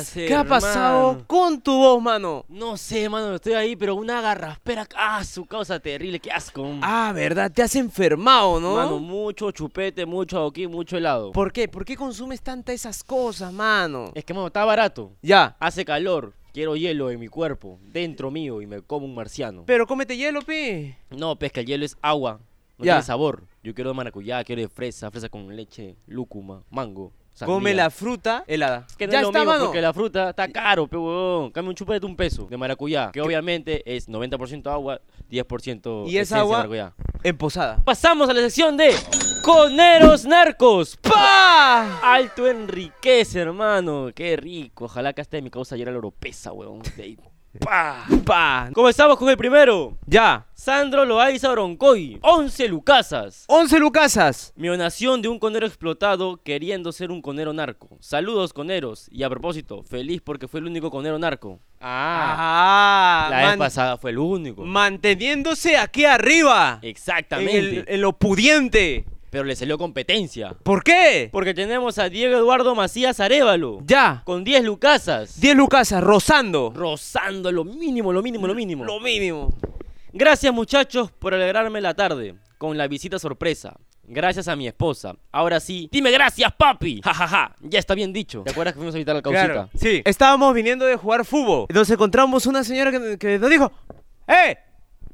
Speaker 2: Oscars!
Speaker 3: ¿Qué ha pasado con tu voz, mano?
Speaker 2: No sé, mano, estoy ahí, pero una garraspera. ¡Ah, su causa terrible! ¡Qué asco!
Speaker 3: Ah, ¿verdad? Te has enfermado, ¿no?
Speaker 2: Mano, mucho chupete, mucho aquí, mucho helado.
Speaker 3: ¿Por qué? ¿Por qué consumes tantas esas cosas, mano?
Speaker 2: Es que, mano, está barato.
Speaker 3: Ya.
Speaker 2: Hace calor. Quiero hielo en mi cuerpo, dentro mío, y me como un marciano.
Speaker 3: Pero cómete hielo, pe.
Speaker 2: No, pesca, el hielo es agua. No
Speaker 3: Ya.
Speaker 2: tiene sabor. Yo quiero de maracuyá, quiero de fresa, fresa con leche, lúcuma, mango. sandía.
Speaker 3: Come la fruta helada.
Speaker 2: Es que no
Speaker 3: ya
Speaker 2: es lo
Speaker 3: está,
Speaker 2: mismo,
Speaker 3: mano.
Speaker 2: porque la fruta está caro, pe huevón. Cambia un chupete de un peso de maracuyá, que obviamente es 90% agua, 10%
Speaker 3: Y es
Speaker 2: esencia de
Speaker 3: agua
Speaker 2: maracuyá.
Speaker 3: en posada.
Speaker 2: Pasamos a la sección de coneros narcos.
Speaker 3: ¡Pa!
Speaker 2: Alto enriquece, hermano. Qué rico. Ojalá que hasta de mi causa ayer la oropesa, huevón. De ahí.
Speaker 3: ¡Pa! ¡Pa!
Speaker 2: Comenzamos con el primero.
Speaker 3: Ya.
Speaker 2: Sandro Loaiza Broncoy, 11 lucasas.
Speaker 3: 11 lucasas.
Speaker 2: Mionación de un conero explotado queriendo ser un conero narco. Saludos, coneros. Y a propósito, feliz porque fue el único conero narco. Ah,
Speaker 3: Ah,
Speaker 2: la vez
Speaker 3: man-
Speaker 2: pasada fue el único.
Speaker 3: Manteniéndose aquí arriba. En,
Speaker 2: Exactamente.
Speaker 3: el- eh, en lo pudiente.
Speaker 2: Pero le salió competencia.
Speaker 3: ¿Por qué?
Speaker 2: Porque tenemos a Diego Eduardo Macías Arevalo.
Speaker 3: Ya.
Speaker 2: Con 10 lucasas.
Speaker 3: 10 lucasas, rozando.
Speaker 2: Rozando lo mínimo, lo mínimo, lo mínimo.
Speaker 3: Lo mínimo.
Speaker 2: Gracias muchachos por alegrarme la tarde con la visita sorpresa. Gracias a mi esposa. Ahora sí, dime gracias, papi. Jajaja, ya está bien dicho. ¿Te acuerdas que fuimos a visitar al causita?
Speaker 3: Claro, sí. Estábamos viniendo de jugar fútbol. Nos encontramos una señora que, que nos dijo, ¡Eh!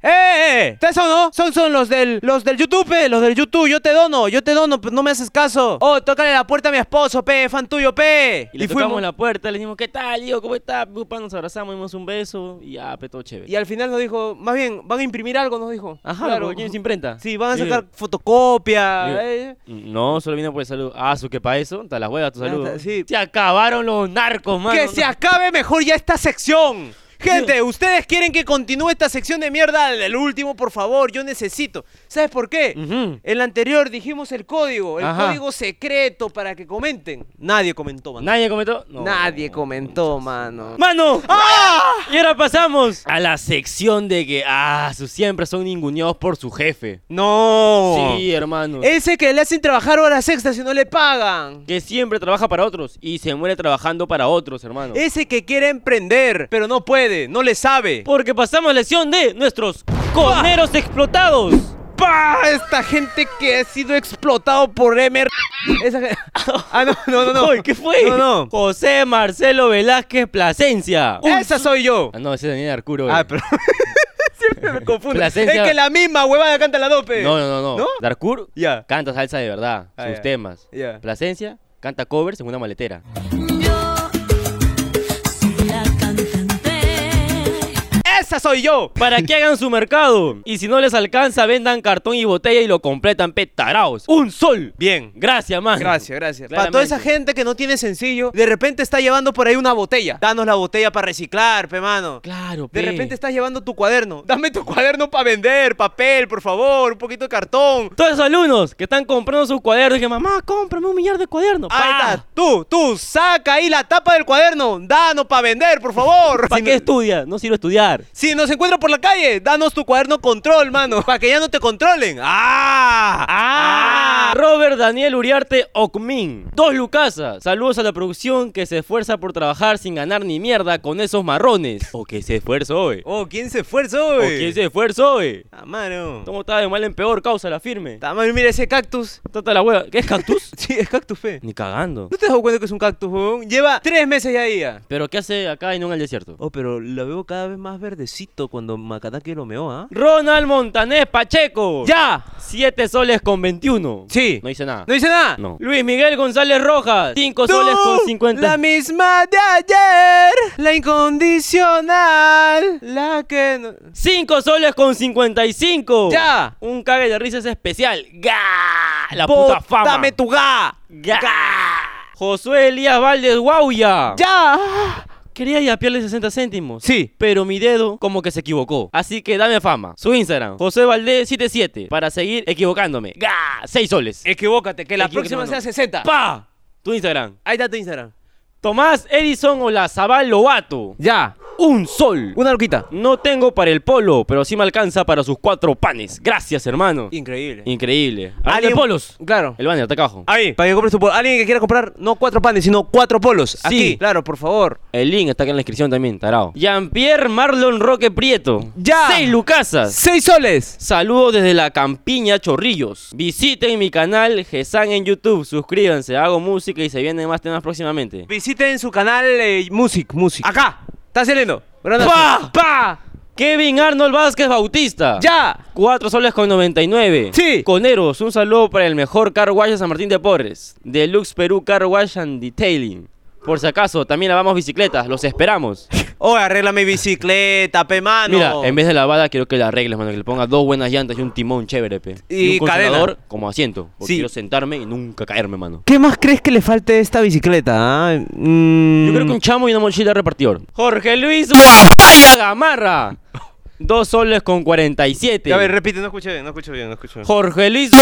Speaker 3: ¡Eh! eh! ¿Ustedes son, no? Son, son los del, los del YouTube, pe, los del YouTube. Yo te dono, yo te dono, pero no me haces caso. Oh, tócale la puerta a mi esposo, pe, fan tuyo, pe.
Speaker 2: Y le tocamos la puerta, le dijimos, ¿qué tal, Diego? ¿Cómo estás? Pupa, Nos abrazamos, dimos un beso y ya, pe, todo chévere.
Speaker 3: Y al final nos dijo, más bien, van a imprimir algo, nos dijo.
Speaker 2: Ajá,
Speaker 3: Claro.
Speaker 2: porque ¿quién se imprenta?
Speaker 3: Sí, van a
Speaker 2: Y yo,
Speaker 3: sacar fotocopia.
Speaker 2: Yo-
Speaker 3: eh.
Speaker 2: No, solo vino por el saludo. Ah, su que para eso, está las huevas, tu
Speaker 3: Ya
Speaker 2: saludo.
Speaker 3: está, Ah, sí.
Speaker 2: Se acabaron los narcos, mano.
Speaker 3: que se acabe mejor ya esta sección. Gente, ustedes quieren que continúe esta sección de mierda al al último, por favor, yo necesito. ¿Sabes por qué?
Speaker 2: Ujú.
Speaker 3: El anterior dijimos el código, el
Speaker 2: Ajá.
Speaker 3: código secreto para que comenten. Nadie comentó, mano.
Speaker 2: ¿Nadie comentó? No.
Speaker 3: Nadie ¡Ah! comentó, mano.
Speaker 2: ¡Mano! Y ahora pasamos a la sección de que, ah, su- siempre son ninguneados por su jefe.
Speaker 3: No. Eh.
Speaker 2: Sí, hermano.
Speaker 3: Ese que le hacen trabajar horas extras y no le pagan.
Speaker 2: Que siempre trabaja para otros y se muere trabajando para otros, hermano.
Speaker 3: Ese que quiere emprender, pero no puede. puede, no le sabe.
Speaker 2: Porque pasamos a la lección de nuestros coneros explotados.
Speaker 3: ¡Pah! Esta gente que ha sido explotado por MR. Esa gen- Ah, no, no, no, no.
Speaker 2: Uy, ¿Qué fue?
Speaker 3: No, no.
Speaker 2: José Marcelo Velázquez Plasencia.
Speaker 3: Esa soy yo.
Speaker 2: Ah, no, ese es Daniel Arcuro. güey.
Speaker 3: Ah, pero. Siempre me confundo.
Speaker 2: Plasencia-
Speaker 3: Es que la misma huevada canta la dope.
Speaker 2: No, no, no, no.
Speaker 3: ¿No?
Speaker 2: Darkur
Speaker 3: Ya.
Speaker 2: canta salsa de verdad,
Speaker 3: Ah,
Speaker 2: sus
Speaker 3: ya.
Speaker 2: temas.
Speaker 3: Ya.
Speaker 2: Plasencia canta covers en una maletera.
Speaker 3: Esa soy yo.
Speaker 2: Para que hagan su mercado. Y si no les alcanza, vendan cartón y botella y lo completan petaraos. Un sol.
Speaker 3: Bien.
Speaker 2: Gracias, man.
Speaker 3: Gracias, gracias. Para
Speaker 2: Claramente.
Speaker 3: toda esa gente que no tiene sencillo, de repente está llevando por ahí una botella. Danos la botella para reciclar, pe mano.
Speaker 2: Claro,
Speaker 3: De
Speaker 2: pe.
Speaker 3: repente estás llevando tu cuaderno. Dame tu cuaderno para vender, papel, por favor, un poquito de cartón.
Speaker 2: Todos esos alumnos que están comprando sus cuadernos y que mamá, cómprame un millar de cuadernos.
Speaker 3: Ahí
Speaker 2: Pa.
Speaker 3: está. Tú, tú, saca ahí la tapa del cuaderno. Danos para vender, por favor.
Speaker 2: ¿Para
Speaker 3: Si
Speaker 2: qué
Speaker 3: no-
Speaker 2: estudia? No sirve estudiar.
Speaker 3: Si nos encuentras por la calle, danos tu cuaderno control, mano. Para que ya no te controlen. ¡Ah! ¡Ah!
Speaker 2: Robert Daniel Uriarte Ocmin. Dos Lucasas. Saludos a la producción que se esfuerza por trabajar sin ganar ni mierda con esos marrones. O que se esfuerza hoy. O
Speaker 3: Oh, ¿quién se esfuerzo, güey?
Speaker 2: que Oh, se esfuerza hoy.
Speaker 3: Ah, mano.
Speaker 2: ¿Cómo está de mal en peor? Causa la firme.
Speaker 3: Ah, mano, mira ese cactus.
Speaker 2: Tata la hueva. ¿Qué es cactus?
Speaker 3: Sí, es cactus, fe.
Speaker 2: Ni cagando.
Speaker 3: ¿No te has dado cuenta que es un cactus, huevón? Lleva tres meses ya ahí. ah. ya.
Speaker 2: ¿Pero qué hace acá y no en el desierto?
Speaker 3: Oh, pero lo veo cada vez más verdecito cuando Macataque lo meó, ¿ah?
Speaker 2: Ronald Montanés Pacheco.
Speaker 3: ¡Ya!
Speaker 2: 7 soles con 21.
Speaker 3: Sí.
Speaker 2: No dice nada.
Speaker 3: ¿No dice nada?
Speaker 2: No. Luis Miguel González Rojas. 5
Speaker 3: Tú,
Speaker 2: soles con 50.
Speaker 3: La misma de ayer, la incondicional, la que. no-
Speaker 2: 5 soles con 55.
Speaker 3: ¡Ya!
Speaker 2: Un cague de risas especial. ¡Ga! La puta fama.
Speaker 3: ¡Dame tu ga!
Speaker 2: ¡Ga! Josué Elías Valdés Guauya.
Speaker 3: ¡Ya!
Speaker 2: Quería yapearle 60 céntimos.
Speaker 3: Sí.
Speaker 2: Pero mi dedo como que se equivocó. Así que dame fama. Su Instagram, José Valdés 77. Para seguir equivocándome. ¡Ga! 6 soles.
Speaker 3: Eh. Equivócate, que la
Speaker 2: Equivo-
Speaker 3: próxima
Speaker 2: no, no.
Speaker 3: sea 60.
Speaker 2: ¡Pa! Tu Instagram.
Speaker 3: Ahí está tu Instagram.
Speaker 2: Tomás Edison o la Zabal Lobato.
Speaker 3: Ya.
Speaker 2: Un sol.
Speaker 3: Una loquita.
Speaker 2: No tengo para el polo, pero sí me alcanza para sus cuatro panes. Gracias, hermano.
Speaker 3: Increíble.
Speaker 2: Increíble. Hablando de polos.
Speaker 3: Claro.
Speaker 2: El banner está acá abajo.
Speaker 3: Ahí, para que compres tu polo. Alguien que quiera comprar no cuatro panes, sino cuatro polos.
Speaker 2: Sí.
Speaker 3: Aquí. Claro, por favor.
Speaker 2: El link está acá en la descripción también, tarao. Jean-Pierre Marlon Roque Prieto.
Speaker 3: Ya.
Speaker 2: Seis lucasas.
Speaker 3: ¡Seis soles!
Speaker 2: Saludos desde la campiña Chorrillos. Visiten mi canal Gesan en YouTube. Suscríbanse, hago música y se vienen más temas próximamente.
Speaker 3: Visiten su canal eh, Music, Music. Acá. Está saliendo. Gran
Speaker 2: ¡Pa!
Speaker 3: abrazo. ¡Pa!
Speaker 2: Kevin Arnold Vázquez Bautista.
Speaker 3: ¡Ya!
Speaker 2: 4 soles con 99.
Speaker 3: Sí.
Speaker 2: Coneros, un saludo para el mejor car wash de San Martín de Porres. Deluxe Perú Car Wash and Detailing. Por si acaso, también lavamos bicicletas, los esperamos.
Speaker 3: Oh, arregla mi bicicleta, pe mano.
Speaker 2: Mira, en vez de lavada, quiero que la arregles, mano. Que le pongas dos buenas llantas y un timón chévere, pe.
Speaker 3: Y
Speaker 2: un
Speaker 3: cadena.
Speaker 2: controlador como asiento. Porque
Speaker 3: Sí.
Speaker 2: quiero sentarme y nunca caerme, mano.
Speaker 3: ¿Qué más crees que le falte a esta bicicleta? ah? Mm.
Speaker 2: Yo creo que un chamo y una mochila de repartidor. Jorge Luis Barbosa Gamarra. Dos soles con 47.
Speaker 3: A ver, repite, no escuché bien, no escuché bien, no escuché bien.
Speaker 2: Jorge Luis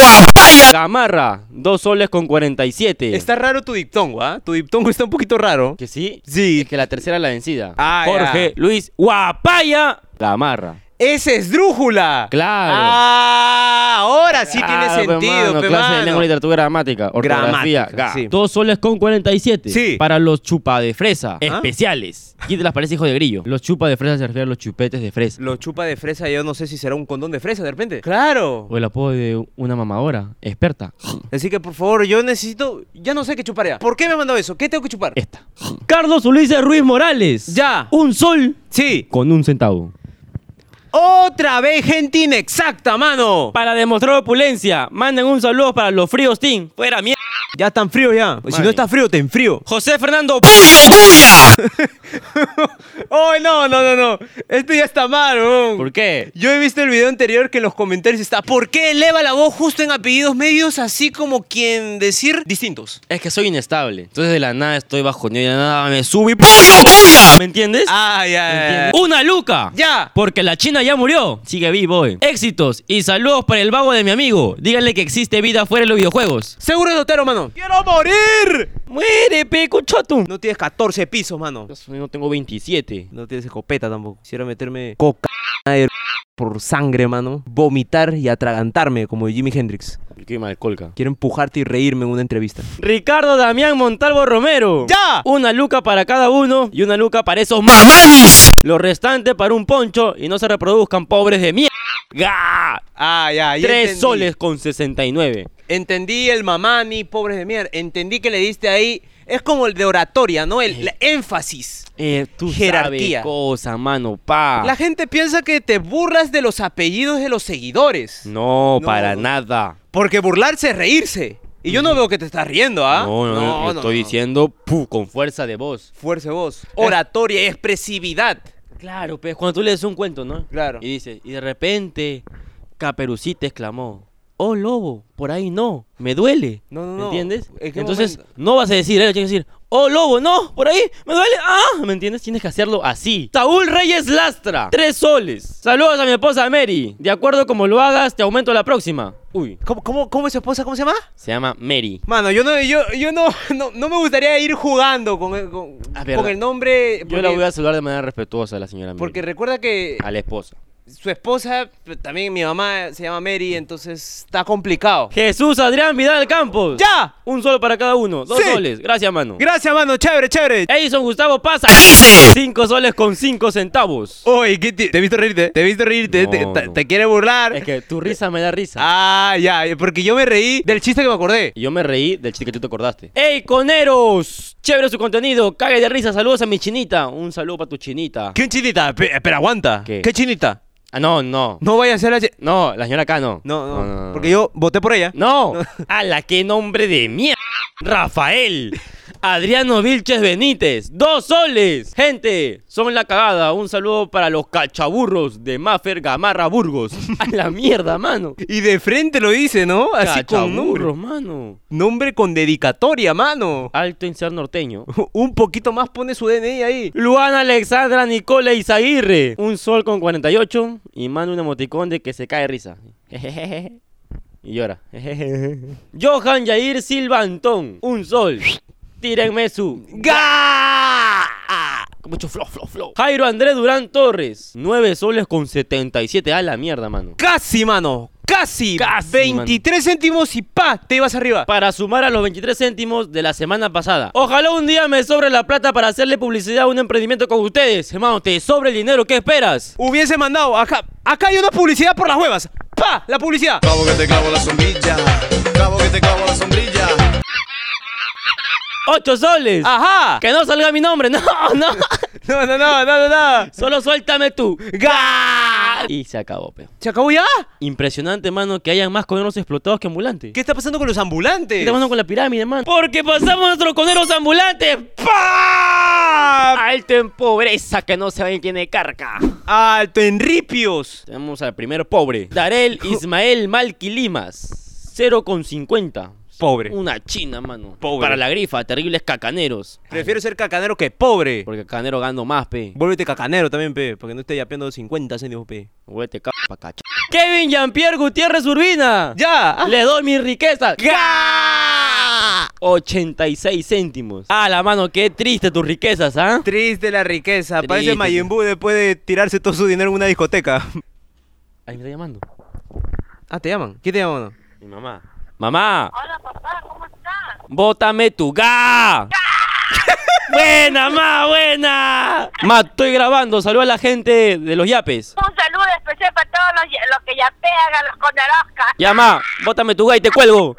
Speaker 2: Gamarra, dos soles con 47.
Speaker 3: Está raro tu diptongo, ¿ah? Tu diptongo está un poquito raro.
Speaker 2: ¿Que sí?
Speaker 3: Sí.
Speaker 2: Es que la tercera es la vencida.
Speaker 3: Ah,
Speaker 2: Jorge Luis Guapaya Gamarra.
Speaker 3: ¡Esa es drújula!
Speaker 2: Claro.
Speaker 3: ¡Ah! Ahora sí
Speaker 2: Claro,
Speaker 3: tiene
Speaker 2: pe,
Speaker 3: sentido,
Speaker 2: mano,
Speaker 3: pe,
Speaker 2: clase de
Speaker 3: mano.
Speaker 2: lengua y literatura gramática, ortografía,
Speaker 3: Gramática,
Speaker 2: ga.
Speaker 3: sí.
Speaker 2: Dos soles con 47.
Speaker 3: Sí.
Speaker 2: Para los chupa de fresa especiales. ¿Quién te las parece hijo de grillo? Los chupa de fresa se refiere a los chupetes de fresa.
Speaker 3: Lo chupa de fresa, yo no sé si será un condón de fresa de repente. ¡Claro!
Speaker 2: O el apodo de una mamadora experta.
Speaker 3: Así que, por favor, yo necesito... Ya no sé qué chupar ya. ¿Por qué me ha mandado eso? ¿Qué tengo que chupar?
Speaker 2: Esta. Carlos Ulises Ruiz Morales.
Speaker 3: Ya.
Speaker 2: Un sol
Speaker 3: Sí.
Speaker 2: con un centavo.
Speaker 3: ¡Otra vez gente inexacta, mano!
Speaker 2: Para demostrar opulencia, manden un saludo para los fríos team. Fuera mierda.
Speaker 3: Ya están frío ya. Si no está frío, te enfrío.
Speaker 2: José Fernando
Speaker 3: ¡Oh, no, no, no, no! Esto ya está mal, weón.
Speaker 2: ¿Por qué?
Speaker 3: Yo he visto el video anterior que en los comentarios está ¿Por qué eleva la voz justo en apellidos medios así como quien decir distintos?
Speaker 2: Es que soy inestable. Entonces de la nada estoy bajo de la nada me subo y ¿Me entiendes?
Speaker 3: Ah, ya, ya, ya.
Speaker 2: Una luca.
Speaker 3: Ya.
Speaker 2: Porque la China ya murió. Sigue vivo. hoy. Éxitos y saludos para el vago de mi amigo. Díganle que existe vida fuera de los videojuegos.
Speaker 3: Seguro es dotero, mano.
Speaker 2: mano.
Speaker 3: ¡Quiero morir!
Speaker 2: ¡Muere, pe, conchatum!
Speaker 3: No tienes 14 pisos, mano.
Speaker 2: No tengo 27.
Speaker 3: No tienes escopeta tampoco. Quisiera meterme coca de- por sangre, mano. Vomitar y atragantarme como Jimi Hendrix.
Speaker 2: Qué mal colca.
Speaker 3: Quiero empujarte y reírme en una entrevista.
Speaker 2: Ricardo Damián Montalvo Romero.
Speaker 3: ¡Ya!
Speaker 2: Una luca para cada uno y una luca para esos mamones. Los restantes para un poncho y no se reproduzcan, pobres de mierda.
Speaker 3: Ah, ya. ya
Speaker 2: Tres
Speaker 3: entendí.
Speaker 2: soles con 69.
Speaker 3: Entendí el mamani, pobres de mierda. Entendí que le diste ahí. Es como el de oratoria, ¿no? El, el énfasis.
Speaker 2: Eh, tú sabes
Speaker 3: Jerarquía.
Speaker 2: cosa, mano, pa.
Speaker 3: La gente piensa que te burlas de los apellidos de los
Speaker 2: Mm.
Speaker 3: seguidores.
Speaker 2: No,
Speaker 3: No.
Speaker 2: para nada.
Speaker 3: Porque burlarse es reírse. Y yo no veo que te estás riendo, ¿ah?
Speaker 2: No, no, no, yo estoy
Speaker 3: no.
Speaker 2: diciendo Eh. pu, con fuerza de voz.
Speaker 3: Fuerza de voz. Oratoria, expresividad.
Speaker 2: Claro, pues cuando tú lees un cuento, ¿no?
Speaker 3: Claro.
Speaker 2: Y dice, y de repente Caperucita exclamó, oh lobo, por ahí no, me duele.
Speaker 3: No, no, no.
Speaker 2: ¿Entiendes?
Speaker 3: ¿En qué
Speaker 2: Entonces
Speaker 3: momento?
Speaker 2: no vas a decir, eh, tienes que decir, oh lobo, no, por ahí, me duele, ah, ¿me entiendes? Tienes que hacerlo así. Saúl Reyes Lastra, tres soles. Saludos a mi esposa Mary. De acuerdo como lo hagas, te aumento la próxima. Uy,
Speaker 3: ¿Cómo, cómo, cómo es su esposa? ¿Cómo se llama?
Speaker 2: se llama Mary.
Speaker 3: Mano, yo no, yo, yo no, no, no me gustaría ir jugando con, el- con,
Speaker 2: Ah,
Speaker 3: con
Speaker 2: verdad.
Speaker 3: el nombre. Eh, Porque,
Speaker 2: Yo la voy a saludar de manera respetuosa a la señora Mary.
Speaker 3: porque recuerda que
Speaker 2: a la esposa.
Speaker 3: su esposa, pero también mi mamá, se llama Mary, entonces está complicado.
Speaker 2: Jesús Adrián Vidal Campos.
Speaker 3: ¡Ya!
Speaker 2: Un solo para cada uno. Dos
Speaker 3: Sí.
Speaker 2: soles. Gracias, mano.
Speaker 3: Gracias, mano, chévere, chévere.
Speaker 2: Edison Gustavo pasa. Cinco soles con cinco centavos.
Speaker 3: Oye, ¿qué te, te he visto reírte, te he visto reírte,
Speaker 2: No,
Speaker 3: te, te-
Speaker 2: no.
Speaker 3: te quiere burlar.
Speaker 2: Es que tu risa me da risa.
Speaker 3: Ah, ya, porque yo me reí del chiste que me acordé.
Speaker 2: Y yo me reí del chiste que tú te acordaste. ¡Ey, coneros! Chévere su contenido. Cague de risa. Saludos a mi chinita. Un saludo para tu chinita.
Speaker 3: ¿Qué chinita? Pe- Espera, aguanta.
Speaker 2: ¿Qué?
Speaker 3: chinita?
Speaker 2: Ah, no, no.
Speaker 3: No vaya a ser la chi-
Speaker 2: No, la señora acá no.
Speaker 3: No, no, porque yo voté por ella.
Speaker 2: No. A la qué nombre de mierda. Rafael. Adriano Vilches Benítez. Dos soles. Gente, son la cagada. Un saludo para los cachaburros de Maffer Gamarra Burgos. A la mierda, mano.
Speaker 3: Y de frente lo dice, ¿no? Así con nombre.
Speaker 2: Cachaburros, mano.
Speaker 3: Nombre con dedicatoria, mano.
Speaker 2: Alto en ser norteño.
Speaker 3: Un poquito más pone su DNI ahí.
Speaker 2: Luana Alexandra Nicole Izaguirre. Un sol con 48 y manda un emoticón de que se cae risa. Y llora. Johan Yair Silva Antón. Un sol. Tírenme su.
Speaker 3: ¡Ga!
Speaker 2: Con Mucho flow, flow, flow. Jairo Andrés Durán Torres. 9 soles con 77. A la mierda, mano.
Speaker 3: Casi, mano. Casi.
Speaker 2: Casi,
Speaker 3: 23 céntimos y pa, te ibas arriba.
Speaker 2: Para sumar a los 23 céntimos de la semana pasada. Ojalá un día me sobre la plata para hacerle publicidad a un emprendimiento con ustedes. Hermano, te sobre el dinero. ¿Qué esperas?
Speaker 3: Hubiese mandado acá. Acá hay una publicidad por las huevas. Pa, la publicidad.
Speaker 9: Cabo que te clavo la sombrilla. Cabo que te clavo la sombrilla.
Speaker 2: 8 soles.
Speaker 3: Ajá.
Speaker 2: Que no salga mi nombre, no, no.
Speaker 3: No, no, no, no, no, no.
Speaker 2: Solo suéltame tú.
Speaker 3: ¡Ga!
Speaker 2: Y se acabó, peo.
Speaker 3: ¿Se acabó ya?
Speaker 2: Impresionante, mano, que hayan más coneros explotados que ambulantes.
Speaker 3: ¿Qué está pasando con los ambulantes?
Speaker 2: está pasando con la pirámide, mano? Porque pasamos nuestros coneros ambulantes.
Speaker 3: ¡Pa!
Speaker 2: Alto en pobreza que no saben quién es carca.
Speaker 3: ¡Alto en ripios!
Speaker 2: Tenemos al primer pobre. Darel Ismael Malqui Limas. 0,50.
Speaker 3: Pobre.
Speaker 2: Una china, mano.
Speaker 3: Pobre.
Speaker 2: Para la grifa, terribles cacaneros.
Speaker 3: Prefiero ser cacanero que pobre.
Speaker 2: Porque cacanero gano más, pe.
Speaker 3: Vuélvete cacanero también, pe, porque no esté yapeando 50 céntimos, pe.
Speaker 2: Huete, ca- pa' cacha. Kevin Jean-Pierre Gutiérrez Urbina.
Speaker 3: ¡Ya!
Speaker 2: Le doy mi riqueza. 86 céntimos. Ah, la mano, qué triste tus riquezas, ¿ah?
Speaker 3: Triste la riqueza.
Speaker 2: Triste.
Speaker 3: Parece Majin Buu después de tirarse todo su dinero en una discoteca.
Speaker 2: Ahí me está llamando.
Speaker 3: Ah, ¿te llaman? ¿Quién te llama, mano?
Speaker 2: Mi mamá. Mamá. Hola, papá, ¿cómo estás? Bótame tu ga. buena, ma, buena. Ma, estoy grabando. Saluda a la gente de los yapes.
Speaker 10: Un saludo especial para todos los, ya- los que ya pegan, los conaroscas.
Speaker 2: Ya, ma, bótame tu ga y te cuelgo.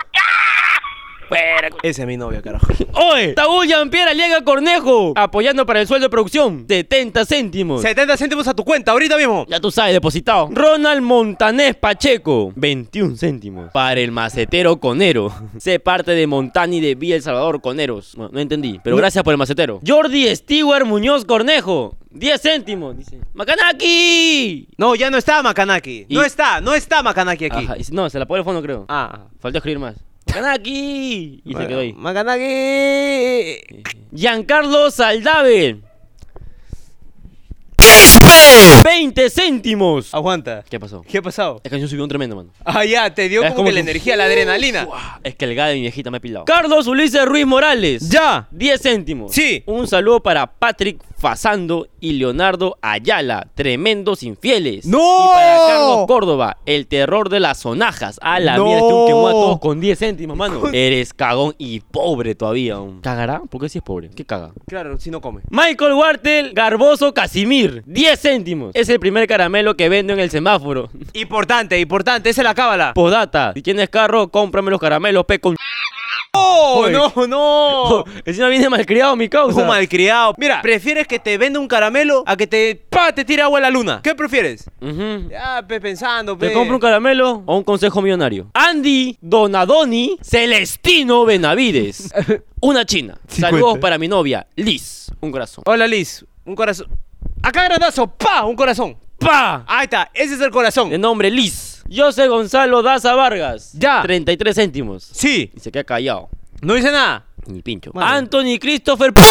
Speaker 2: Fuera,
Speaker 3: Esa es mi novia, carajo.
Speaker 2: ¡Oye! Taúl Jean-Pierre Aliaga Cornejo. Apoyando para el sueldo de producción. 70 céntimos.
Speaker 3: 70 céntimos a tu cuenta, ahorita mismo.
Speaker 2: Ya tú sabes, depositado. Ronald Montanés Pacheco, 21 céntimos. Para el macetero conero. Sé parte de Montani de Villa El Salvador Coneros. Bueno, no entendí, pero gracias por el macetero. Jordi Stewart Muñoz Cornejo, 10 céntimos. Dice: ¡Macanaki!
Speaker 3: No, ya no está Macanaki.
Speaker 2: Y-
Speaker 3: No está, no está Macanaki aquí.
Speaker 2: Ajá, y si- no, se la pone el fondo, creo.
Speaker 3: Ah.
Speaker 2: Faltó escribir más. ¡Macanaki! Y se quedó ahí.
Speaker 3: Macanaki.
Speaker 2: Giancarlo Saldave. 20 céntimos. Ah,
Speaker 3: Aguanta.
Speaker 2: ¿Qué pasó?
Speaker 3: ¿Qué ha pasado?
Speaker 2: La canción subió un tremendo, mano.
Speaker 3: Ah, ya, te dio
Speaker 2: Es
Speaker 3: como,
Speaker 2: como
Speaker 3: que la
Speaker 2: que-
Speaker 3: energía, la adrenalina.
Speaker 2: Es que el gas de mi viejita me ha pilado. Carlos Ulises Ruiz Morales.
Speaker 3: Ya.
Speaker 2: 10 céntimos.
Speaker 3: Sí.
Speaker 2: Un saludo para Patrick Fasando y Leonardo Ayala. Tremendos infieles.
Speaker 3: ¡No!
Speaker 2: Y para Carlos Córdoba, el terror de las sonajas. A la
Speaker 3: ¡No!
Speaker 2: mierda, tengo que quemar a todos con 10 céntimos, mano. Eres cagón y pobre todavía. aún. ¿Cagará? ¿Por qué si es pobre? ¿Qué caga?
Speaker 3: Claro, si no come.
Speaker 2: Michael Wartel, Garboso Casimir, 10 céntimos. Es el primer caramelo que vendo en el semáforo.
Speaker 3: Importante, importante, esa es la cábala.
Speaker 2: Podata, si tienes carro, cómprame los caramelos, pe con...
Speaker 3: ¡Oh,
Speaker 2: Oye.
Speaker 3: no, no!
Speaker 2: Encima viene malcriado mi causa.
Speaker 3: Un malcriado. Mira, ¿prefieres que te venda un caramelo a que te pa, te tire agua a la luna? ¿Qué prefieres?
Speaker 2: Ujú.
Speaker 3: Ya, pe, pensando, pe.
Speaker 2: ¿Te compro un caramelo o un consejo millonario? Andy Donadoni Celestino Benavides. Una china. Saludos para mi novia, Liz. Un corazón.
Speaker 3: Hola, Liz. Un corazón. Acá grandazo, pa, un corazón.
Speaker 2: ¡Pa!
Speaker 3: Ahí está, ese es el corazón.
Speaker 2: De nombre Liz. José Gonzalo Daza Vargas.
Speaker 3: Ya.
Speaker 2: 33 céntimos.
Speaker 3: Sí,
Speaker 2: Y se queda callado.
Speaker 3: no dice nada.
Speaker 2: Ni pincho.
Speaker 3: Madre.
Speaker 2: Anthony Christopher P-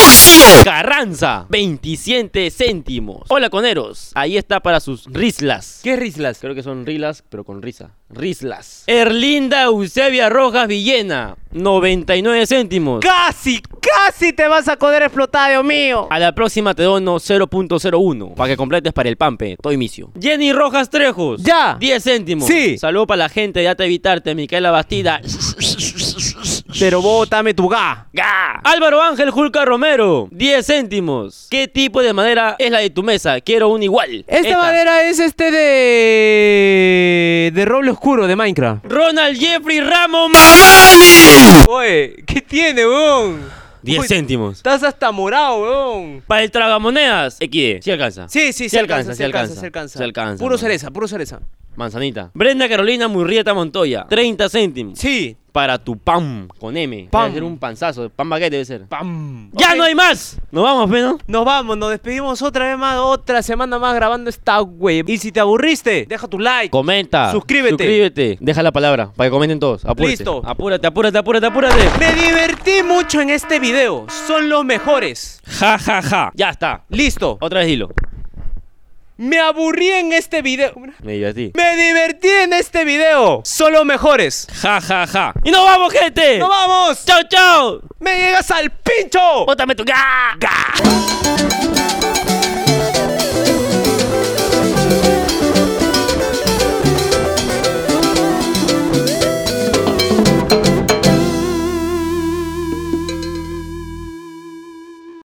Speaker 2: Carranza. 27 céntimos. Hola, coneros. Ahí está para sus rislas.
Speaker 3: ¿Qué es Rislas?
Speaker 2: Creo que son rilas, pero con risa. Rislas. Erlinda Eusebia Rojas Villena. 99 céntimos.
Speaker 3: Casi, casi te vas a poder explotar, Dios mío.
Speaker 2: A la próxima te dono 0.01 para que completes para el pampe. Todo inicio. Jenny Rojas Trejos.
Speaker 3: Ya.
Speaker 2: 10 céntimos.
Speaker 3: Sí.
Speaker 2: Saludo para la gente de Ate Evitarte, Micaela Bastida.
Speaker 3: Pero bótame tu ga.
Speaker 2: Ga. Álvaro Ángel Julca Romero. 10 céntimos. ¿Qué tipo de madera es la de tu mesa? Quiero un igual.
Speaker 3: Esta,
Speaker 2: Esta.
Speaker 3: madera es este de. de roble oscuro de Minecraft.
Speaker 2: Ronald Jeffrey Ramos.
Speaker 3: Oye, ¿qué tiene, weón?
Speaker 2: 10
Speaker 3: Uy,
Speaker 2: céntimos.
Speaker 3: Estás hasta morado, weón.
Speaker 2: Para el tragamonedas. XD. Sí alcanza.
Speaker 3: Sí, sí,
Speaker 2: sí
Speaker 3: se
Speaker 2: alcanza.
Speaker 3: alcanza,
Speaker 2: Sí alcanza.
Speaker 3: se alcanza.
Speaker 2: Sí alcanza,
Speaker 3: Puro
Speaker 2: mano.
Speaker 3: cereza, puro cereza.
Speaker 2: Manzanita. Brenda Carolina Murrieta Montoya. 30 céntimos.
Speaker 3: Sí.
Speaker 2: Para tu pam con M.
Speaker 3: Pam.
Speaker 2: Debe ser un panzazo. Pan baguette debe ser.
Speaker 3: Pam.
Speaker 2: ¡Ya
Speaker 3: Ok.
Speaker 2: no hay más! Nos vamos, pe, ¿no?
Speaker 3: Nos vamos, nos despedimos otra vez más, otra semana más grabando esta web. Y si te aburriste, deja tu like.
Speaker 2: Comenta.
Speaker 3: Suscríbete.
Speaker 2: Suscríbete. Deja la palabra para que comenten todos. Apúrate.
Speaker 3: Listo.
Speaker 2: Apúrate, apúrate, apúrate, apúrate.
Speaker 3: Me divertí mucho en este video. Son los mejores.
Speaker 2: Ja, ja, ja. Ya está.
Speaker 3: Listo.
Speaker 2: Otra vez dilo.
Speaker 3: Me aburrí en este video.
Speaker 2: Me divertí.
Speaker 3: Me divertí en este video. Son los mejores.
Speaker 2: Ja, ja, ja. ¡Y nos vamos, gente!
Speaker 3: ¡Nos vamos!
Speaker 2: ¡Chao, chao!
Speaker 3: ¡Me llegas al pincho!
Speaker 2: ¡Bótame tu ga! ga.